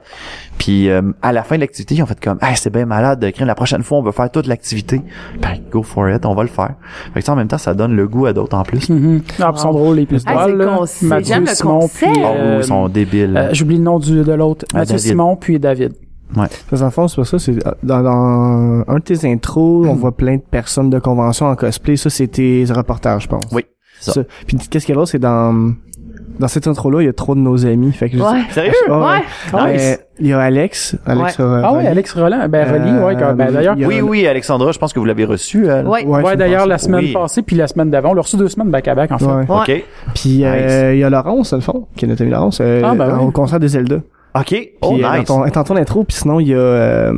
Speaker 1: Puis euh, à la fin de l'activité, ils ont fait comme ah c'est bien malade, crime, la prochaine fois on va faire toute l'activité. Ben go for it, on va le faire. Fait que ça en même temps, ça donne le goût à d'autres en plus.
Speaker 3: Mhm. Ah, puis ils sont drôles, les plus
Speaker 4: Ah,
Speaker 3: drôles.
Speaker 4: c'est
Speaker 3: là.
Speaker 4: con- c'est-
Speaker 3: Mathieu,
Speaker 4: j'aime le
Speaker 3: Simon, puis...
Speaker 4: concept.
Speaker 1: Oh,
Speaker 3: euh,
Speaker 1: ils sont débiles.
Speaker 3: euh, J'oublie le nom du, de l'autre.
Speaker 1: Ah,
Speaker 3: Mathieu
Speaker 1: David.
Speaker 3: Simon, puis David.
Speaker 6: Parce qu'en fond, c'est pour ça, c'est ah, dans, dans un de tes intros,
Speaker 1: Hmm.
Speaker 6: on voit plein de personnes de convention en cosplay. Ça, c'est tes reportages, je pense.
Speaker 1: Oui, ça.
Speaker 6: Ça. Puis qu'est-ce qu'il y a là, c'est dans dans cette intro-là, il y a trop de nos amis. Fait que je-
Speaker 4: Ouais.
Speaker 1: Sérieux?
Speaker 6: Ah, ouais.
Speaker 4: Ouais.
Speaker 6: Ah,
Speaker 3: Nice.
Speaker 6: mais Il y a Alex. Alex
Speaker 3: Ah oui, Alex Roland. Ben, Rolly, ouais. quand- ben, d'ailleurs,
Speaker 6: Il y a-
Speaker 1: Euh, Oui, oui, Alexandra, je pense que vous l'avez reçu.
Speaker 6: Euh,
Speaker 1: elle.
Speaker 4: Ouais.
Speaker 3: ouais, d'ailleurs, la
Speaker 1: passée.
Speaker 3: semaine
Speaker 1: Oui.
Speaker 3: passée, puis la semaine d'avant. On l'a reçu deux semaines back-à-back, en fait.
Speaker 6: Ouais.
Speaker 4: Ouais.
Speaker 1: OK.
Speaker 6: Puis euh, il y a Laurence, dans le fond, qui est notre ami Laurence, euh,
Speaker 3: Ah, ben oui.
Speaker 6: au concert des Zelda.
Speaker 1: OK.
Speaker 6: Puis
Speaker 1: oh,
Speaker 6: euh, dans
Speaker 1: nice.
Speaker 6: ton, dans ton intro, puis sinon, il y a euh,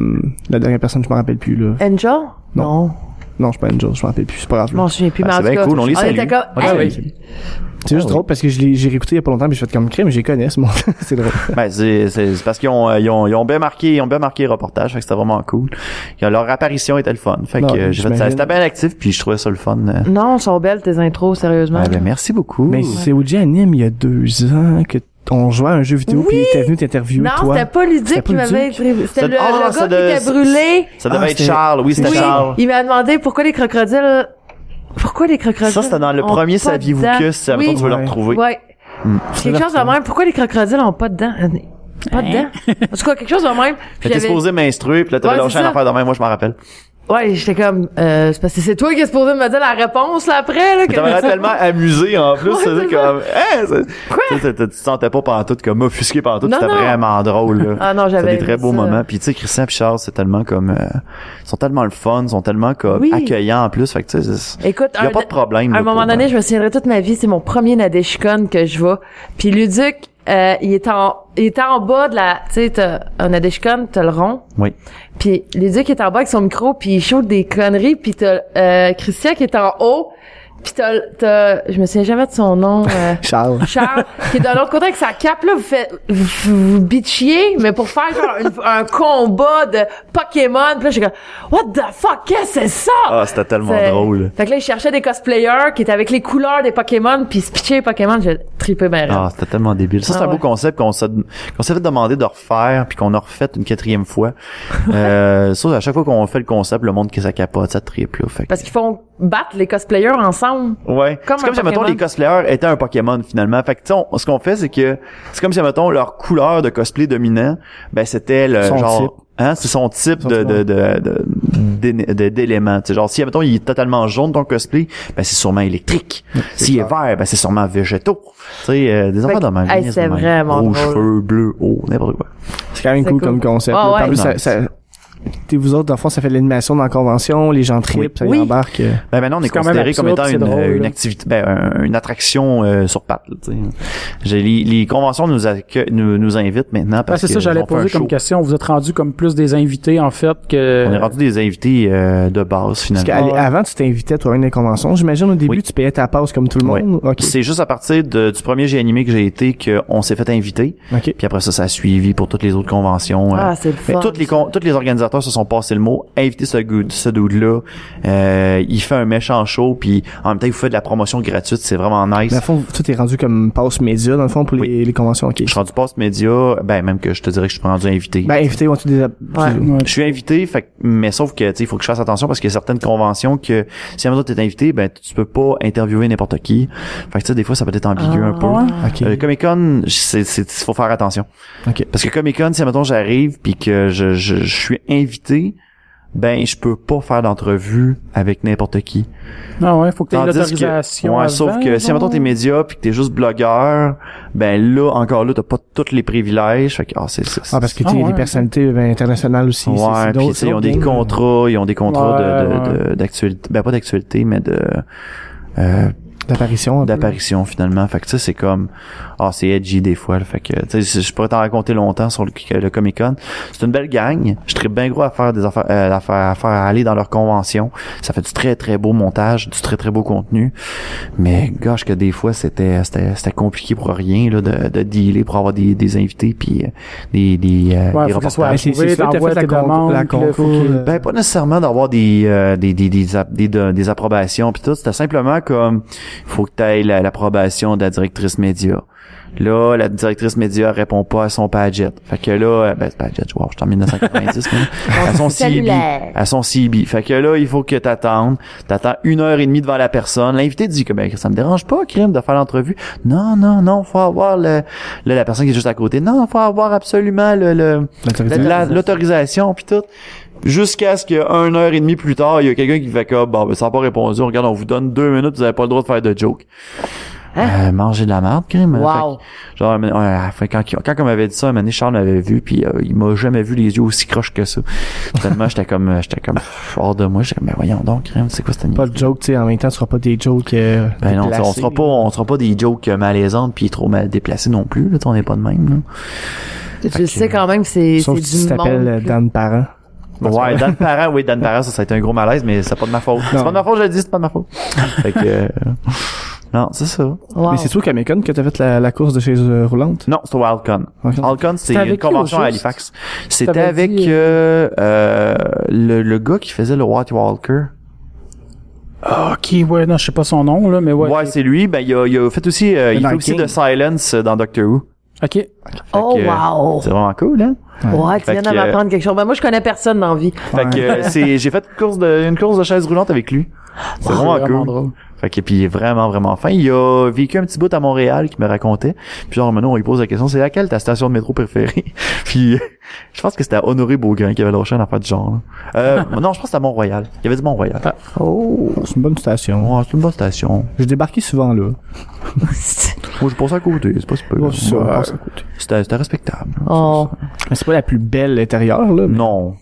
Speaker 6: la dernière personne, je me rappelle plus, là.
Speaker 4: Angel?
Speaker 6: Non. Non, je suis pas Angel, je me rappelle plus, c'est pas grave.
Speaker 4: Je m'en souviens plus,
Speaker 1: Ah,
Speaker 4: mais en
Speaker 1: c'est
Speaker 4: tout
Speaker 1: bien
Speaker 4: cas,
Speaker 1: cool, on les salue.
Speaker 4: était comme,
Speaker 1: On les
Speaker 3: Ah
Speaker 4: hey,
Speaker 1: salue.
Speaker 6: C'est
Speaker 1: Ah
Speaker 6: juste
Speaker 1: oui.
Speaker 6: drôle parce que je l'ai- j'ai réécouté il y a pas longtemps, puis je fais comme crime, j'y connais ce monde. *laughs* c'est drôle.
Speaker 1: Ben, c'est, c'est, c'est parce qu'ils ont, euh, ils ont, ils ont bien marqué, ils ont bien marqué le reportage, fait que c'était vraiment cool. Et Leur apparition était le fun. Fait que
Speaker 6: Non,
Speaker 1: euh, j'ai fait ça.
Speaker 6: j'imagine.
Speaker 1: C'était bien actif, puis je trouvais ça le fun. euh.
Speaker 4: non, sont belles tes intros, sérieusement.
Speaker 1: Ah, ben, merci beaucoup.
Speaker 6: Mais c'est Ouija Anime il y a deux ans que t- on jouait à un jeu vidéo,
Speaker 4: Oui.
Speaker 6: puis il était venu t'interviewer
Speaker 4: non,
Speaker 6: toi.
Speaker 4: c'était pas Ludic
Speaker 6: C'était pas
Speaker 4: qui m'avait
Speaker 6: Ludic.
Speaker 4: prévu. C'était
Speaker 1: Ça-
Speaker 4: le,
Speaker 1: Ah,
Speaker 4: le
Speaker 1: ça
Speaker 4: gars
Speaker 1: devait-
Speaker 4: qui était brûlé.
Speaker 1: ça devait
Speaker 6: Ah,
Speaker 1: être
Speaker 6: c'était-
Speaker 1: Charles, oui, c'était
Speaker 4: Oui,
Speaker 1: Charles.
Speaker 4: il m'a demandé pourquoi les crocodiles... Pourquoi les crocodiles...
Speaker 1: Ça, c'était dans le
Speaker 4: ont
Speaker 1: premier
Speaker 4: pas de
Speaker 1: Saviez-vous
Speaker 4: dents?
Speaker 1: que, si ça
Speaker 4: Oui.
Speaker 1: tu veux le
Speaker 6: Ouais.
Speaker 1: retrouver. Hmm.
Speaker 4: Ouais. Quelque chose de même. Pourquoi les crocodiles ont pas de dents? Pas de dents? En tout cas, quelque chose de
Speaker 1: *laughs*
Speaker 4: même. Puis
Speaker 1: T'étais
Speaker 4: j'avais-
Speaker 1: supposé m'instruire, puis là, t'avais
Speaker 4: Ouais,
Speaker 1: lâché
Speaker 4: c'est
Speaker 1: un
Speaker 4: ça.
Speaker 1: affaire demain, moi, je m'en
Speaker 4: *laughs*
Speaker 1: rappelle.
Speaker 4: Ouais, j'étais comme, euh, c'est parce que c'est toi qui es supposé me dire la réponse, là, après, là, que...
Speaker 1: Mais t'avais l'air tellement amusé, en plus,
Speaker 4: Ouais,
Speaker 1: c'est
Speaker 4: c'est
Speaker 1: comme, hein, c'est-
Speaker 4: Quoi?
Speaker 1: Tu sais, tu te sentais pas pantoute comme offusqué pantoute,
Speaker 4: Non,
Speaker 1: c'était
Speaker 4: non.
Speaker 1: vraiment drôle, là.
Speaker 4: Ah non, j'avais
Speaker 1: C'est des très
Speaker 4: aimé
Speaker 1: beaux
Speaker 4: ça.
Speaker 1: moments. Puis tu sais, Christian et Charles, c'est tellement comme, euh, ils sont tellement le fun, ils sont tellement comme
Speaker 4: Oui.
Speaker 1: accueillants en plus. Fait que tu sais, c'est-
Speaker 4: Écoute,
Speaker 1: y a
Speaker 4: un-
Speaker 1: pas de problème.
Speaker 4: À
Speaker 1: là,
Speaker 4: un moment
Speaker 1: pour-
Speaker 4: donné, je me souviendrai toute ma vie, c'est mon premier Nadeshikon que je vois. Puis Luduc, euh, il était en, il était en bas de la, tu sais, t'as un Nadeshikon, t'as le rond.
Speaker 1: Oui.
Speaker 4: Puis Luduc est en bas avec son micro, puis il chaude des conneries, puis t'as euh, Christian qui est en haut, puis t'as, t'as, je me souviens jamais de son nom. euh,
Speaker 6: Charles.
Speaker 4: Charles, qui est de l'autre côté avec sa cape, là, vous faites, vous, vous bitchiez, mais pour faire genre une- un combat de Pokémon, puis là, j'ai comme, what the fuck, qu'est-ce que c'est ça?
Speaker 1: Ah, c'était tellement
Speaker 4: C'est-
Speaker 1: drôle.
Speaker 4: Fait que là, ils cherchaient des cosplayers qui étaient avec les couleurs des Pokémon, puis ils se pitchaient les Pokémon, j'ai trippé ben raide.
Speaker 1: Ah, c'était tellement débile. Ça, c'est
Speaker 4: Ah,
Speaker 1: un beau
Speaker 4: ouais.
Speaker 1: concept qu'on s'est qu'on s'est fait demander de refaire puis qu'on a refait une quatrième fois.
Speaker 4: *laughs*
Speaker 1: euh, ça, à chaque fois qu'on fait le concept, le monde qui ça capote, ça triple. là, Fait que-
Speaker 4: Parce qu'ils font battre les cosplayers ensemble.
Speaker 1: Ouais.
Speaker 4: Comme
Speaker 1: c'est
Speaker 4: un
Speaker 1: comme si, mettons,
Speaker 4: Pokémon.
Speaker 1: les cosplayers étaient un Pokémon, finalement. Fait que, tu sais, on- ce qu'on fait, c'est que, c'est comme si, mettons, leur couleur de cosplay dominant, ben, c'était le
Speaker 6: Son
Speaker 1: genre...
Speaker 6: type.
Speaker 1: Hein, c'est son type
Speaker 6: Son
Speaker 1: de,
Speaker 6: type,
Speaker 1: de, de, de- d'éne- de- d'éléments. Tu sais, genre, si, mettons, il est totalement jaune, ton cosplay, ben, c'est sûrement électrique. S'il est vert, ben, c'est sûrement végétaux. Tu sais, euh, des enfants
Speaker 4: que-
Speaker 1: de même.
Speaker 4: hey,
Speaker 1: niaises
Speaker 4: c'est
Speaker 1: de même.
Speaker 4: vraiment
Speaker 1: Rouge,
Speaker 4: drôle.
Speaker 1: feu, bleu, haut, n'importe quoi.
Speaker 6: C'est quand même
Speaker 4: C'est
Speaker 6: cool,
Speaker 4: cool.
Speaker 6: comme concept.
Speaker 4: Ah,
Speaker 6: là.
Speaker 4: ouais.
Speaker 6: En plus, ça-
Speaker 1: Nice.
Speaker 6: ça- t'es vous autres, dans le fond, ça fait de l'animation dans la convention, les gens trippent, ça
Speaker 3: Oui.
Speaker 6: les embarque. euh.
Speaker 1: Ben maintenant, on est,
Speaker 3: C'est quand même
Speaker 1: considéré
Speaker 3: absurde,
Speaker 1: comme
Speaker 3: c'est
Speaker 1: étant une,
Speaker 3: drôle,
Speaker 1: euh, une
Speaker 3: là.
Speaker 1: activité, ben, un- une attraction euh, sur pattes. là, tu sais. J'ai- les, les conventions nous, accue- nous, nous invitent maintenant
Speaker 3: Ah,
Speaker 1: parce
Speaker 3: c'est
Speaker 1: que
Speaker 3: ça, j'allais
Speaker 1: on fait un
Speaker 3: poser comme
Speaker 1: show.
Speaker 3: question. Vous êtes rendu comme plus des invités, en fait, que...
Speaker 1: On est rendu des invités euh, de base
Speaker 6: Parce
Speaker 1: finalement.
Speaker 6: qu'avant, tu t'invitais, toi, à une des conventions. J'imagine au début,
Speaker 1: Oui.
Speaker 6: tu payais ta passe comme tout le
Speaker 1: Ouais.
Speaker 6: monde. OK.
Speaker 1: Ah, C'est juste à partir de- du premier G animé que j'ai été qu'on s'est fait inviter.
Speaker 6: OK.
Speaker 1: Puis après ça, ça a suivi pour toutes les autres conventions. euh,
Speaker 4: Ah, c'est le
Speaker 1: Mais
Speaker 4: fun.
Speaker 1: toutes les con- tous les organisateurs se sont passés le mot, invitez ce good, ce dude là, il fait un méchant show puis en même temps il vous fait de la promotion gratuite, c'est vraiment nice.
Speaker 6: Dans le fond, tout est rendu comme passe média, dans le fond, pour les, les conventions. OK.
Speaker 1: Je suis rendu passe média, ben même que je te dirais que je suis pas rendu invité.
Speaker 6: Ben, invité, on tu des... tu-
Speaker 3: Ouais.
Speaker 1: je suis invité, fait, que- mais sauf que tu sais, il faut que je fasse attention parce qu'il y a certaines conventions que si un autre est invité, ben tu peux pas interviewer n'importe qui. Fait que tu sais, des fois ça peut être ambigu
Speaker 3: Ah,
Speaker 1: un peu. Euh,
Speaker 6: OK.
Speaker 1: Comic Con, c'est, c'est, faut faire attention.
Speaker 6: OK.
Speaker 1: Parce que Comic Con, si mettons j'arrive puis que je, je, je suis invité, ben je peux pas faire d'entrevue avec n'importe qui.
Speaker 3: Ah ouais, faut que t'aies
Speaker 1: Tandis que-
Speaker 3: l'autorisation
Speaker 1: ouais,
Speaker 3: avant,
Speaker 1: sauf que si mettons t'es
Speaker 3: genre.
Speaker 1: média puis que t'es juste blogueur, ben là encore là t'as pas tous les privilèges. Fait que ah c'est, c'est,
Speaker 6: Ah, parce que
Speaker 3: Ah,
Speaker 6: tu sais,
Speaker 3: ouais.
Speaker 6: les personnalités ben, internationales aussi. c'est- c'est
Speaker 1: ouais, puis
Speaker 6: d'autres-
Speaker 1: tu sais, ils ont
Speaker 6: d'autres
Speaker 1: des
Speaker 6: games.
Speaker 1: contrats, ils ont des contrats de-
Speaker 3: Ouais,
Speaker 1: de, de, d'actualité, ben pas d'actualité, mais de euh,
Speaker 6: D'apparition. un peu.
Speaker 1: d'apparition finalement. Fait que ça c'est comme ah c'est edgy des fois. là. Fait que tu sais, je pourrais t'en raconter longtemps sur le, Comic Con. C'est une belle gang. Je serais bien gros à faire des affaires, euh, à faire, à faire aller dans leurs conventions. Ça fait du très très beau montage, du très très beau contenu. Mais gosh que des fois c'était c'était, c'était compliqué pour rien là de, de dealer pour avoir des, des invités puis euh, des des, euh,
Speaker 3: Ouais,
Speaker 1: des
Speaker 3: faut que ça soit
Speaker 1: reportages.
Speaker 6: Ben, c'est-
Speaker 3: approuvé,
Speaker 6: c'est sûr, t'as
Speaker 3: t'envoies
Speaker 6: fait la
Speaker 3: tes
Speaker 6: con-
Speaker 3: demandes,
Speaker 6: la
Speaker 3: puis là, faut
Speaker 6: concours,
Speaker 3: qu'il-
Speaker 6: euh,
Speaker 1: Ben pas nécessairement d'avoir des, euh, des, des, des, ap- des, de- des approbations puis tout, c'était simplement comme faut que tu ailles l'approbation de la directrice média. Là, la directrice média répond pas à son Padgett. Fait que là, euh, ben c'est Padgett, wow, je suis en 1990 maintenant. à son CB.
Speaker 4: Cellulaire.
Speaker 1: À son CB. Fait que là, il faut que t'attendes. T'attends une heure et demie devant la personne. L'invité dit que ben ça me dérange pas, crime, de faire l'entrevue. Non, non, non, faut avoir le, là, la personne qui est juste à côté. Non, faut avoir absolument le- le
Speaker 6: L'autorité.
Speaker 1: la- l'autorisation puis tout jusqu'à ce qu'une heure et demie plus tard il y a quelqu'un qui fait comme bon ben ça n'a pas répondu on regarde on vous donne deux minutes vous avez pas le droit de faire de joke Euh, manger de la merde crime hein. Fait
Speaker 4: Wow.
Speaker 1: que, genre un moment- ouais, fait, quand, quand on m'avait dit ça un moment donné, Charles m'avait vu puis euh, il m'a jamais vu les yeux aussi croches que ça tellement j'étais comme euh, j'étais comme hors de moi j'étais comme ben voyons donc crime c'est quoi cette
Speaker 6: Pas de joke, tu sais. En même temps, tu seras pas des jokes. euh,
Speaker 1: ben non, on
Speaker 6: déplacés.
Speaker 1: sera pas, on sera pas des jokes euh, malaisantes puis trop mal déplacés non plus. Là, on n'est pas de même. Là.
Speaker 4: Je sais quand même que c'est
Speaker 6: Sauf
Speaker 4: c'est
Speaker 6: si tu
Speaker 4: du
Speaker 6: t'appelles euh,
Speaker 4: monde.
Speaker 6: Dan Parent.
Speaker 1: Ouais, Dan Parent, oui, Dan Parent, ça, ça a été un gros malaise, mais c'est pas de ma faute. C'est pas de ma faute, je le dis, c'est pas de ma faute. fait que, euh, non, c'est ça.
Speaker 4: Wow.
Speaker 6: euh, Mais c'est toi, Comic Con, que t'as fait la, la course de chez euh, Roulante.
Speaker 1: Non, c'est au Wildcon.
Speaker 6: Ok.
Speaker 1: Wildcon, c'est
Speaker 3: C'était
Speaker 1: une
Speaker 3: avec qui, au
Speaker 1: convention à
Speaker 3: juste?
Speaker 1: Halifax. C'était
Speaker 3: T'avais
Speaker 1: avec,
Speaker 3: dit,
Speaker 1: euh, euh, le, le gars qui faisait le White Walker.
Speaker 3: Ah, ok, ouais, non, je sais pas son nom, là, mais ouais.
Speaker 1: Ouais, c'est lui. Ben, il a, il a fait aussi, euh,
Speaker 6: Le
Speaker 1: il fait
Speaker 6: Night
Speaker 1: aussi
Speaker 6: King.
Speaker 1: de Silence euh, dans Doctor Who.
Speaker 3: Ok.
Speaker 1: Fait
Speaker 4: oh,
Speaker 1: que,
Speaker 6: euh,
Speaker 4: wow.
Speaker 1: C'est vraiment cool, hein?
Speaker 4: Ouais, tu
Speaker 1: Fait
Speaker 4: viens
Speaker 1: que,
Speaker 4: de m'apprendre quelque chose. Ben, moi, je connais personne dans la vie.
Speaker 1: Fait que, euh, c'est, j'ai fait une course de, une course de chaise roulante avec lui. C'est vraiment cool.
Speaker 3: drôle.
Speaker 1: Fait que puis il est vraiment vraiment fin. Il a vécu un petit bout à Montréal qui me racontait. Puis genre maintenant on lui pose la question c'est laquelle ta station de métro préférée *laughs* Puis je pense que c'était à Honoré Beaugrain qui avait lâché un affaire du genre. là. Euh, non je pense que c'était à Mont-Royal. Il y avait du Mont-Royal.
Speaker 6: Oh, c'est une bonne station.
Speaker 1: Ouais, c'est une bonne station.
Speaker 6: J'ai débarqué souvent là.
Speaker 1: Moi je pense à côté, c'est pas super.
Speaker 6: Ouais, c'est ça, on passe à
Speaker 1: c'était c'était respectable.
Speaker 4: oh.
Speaker 6: Mais c'est pas la plus belle intérieure là. mais-
Speaker 1: Non.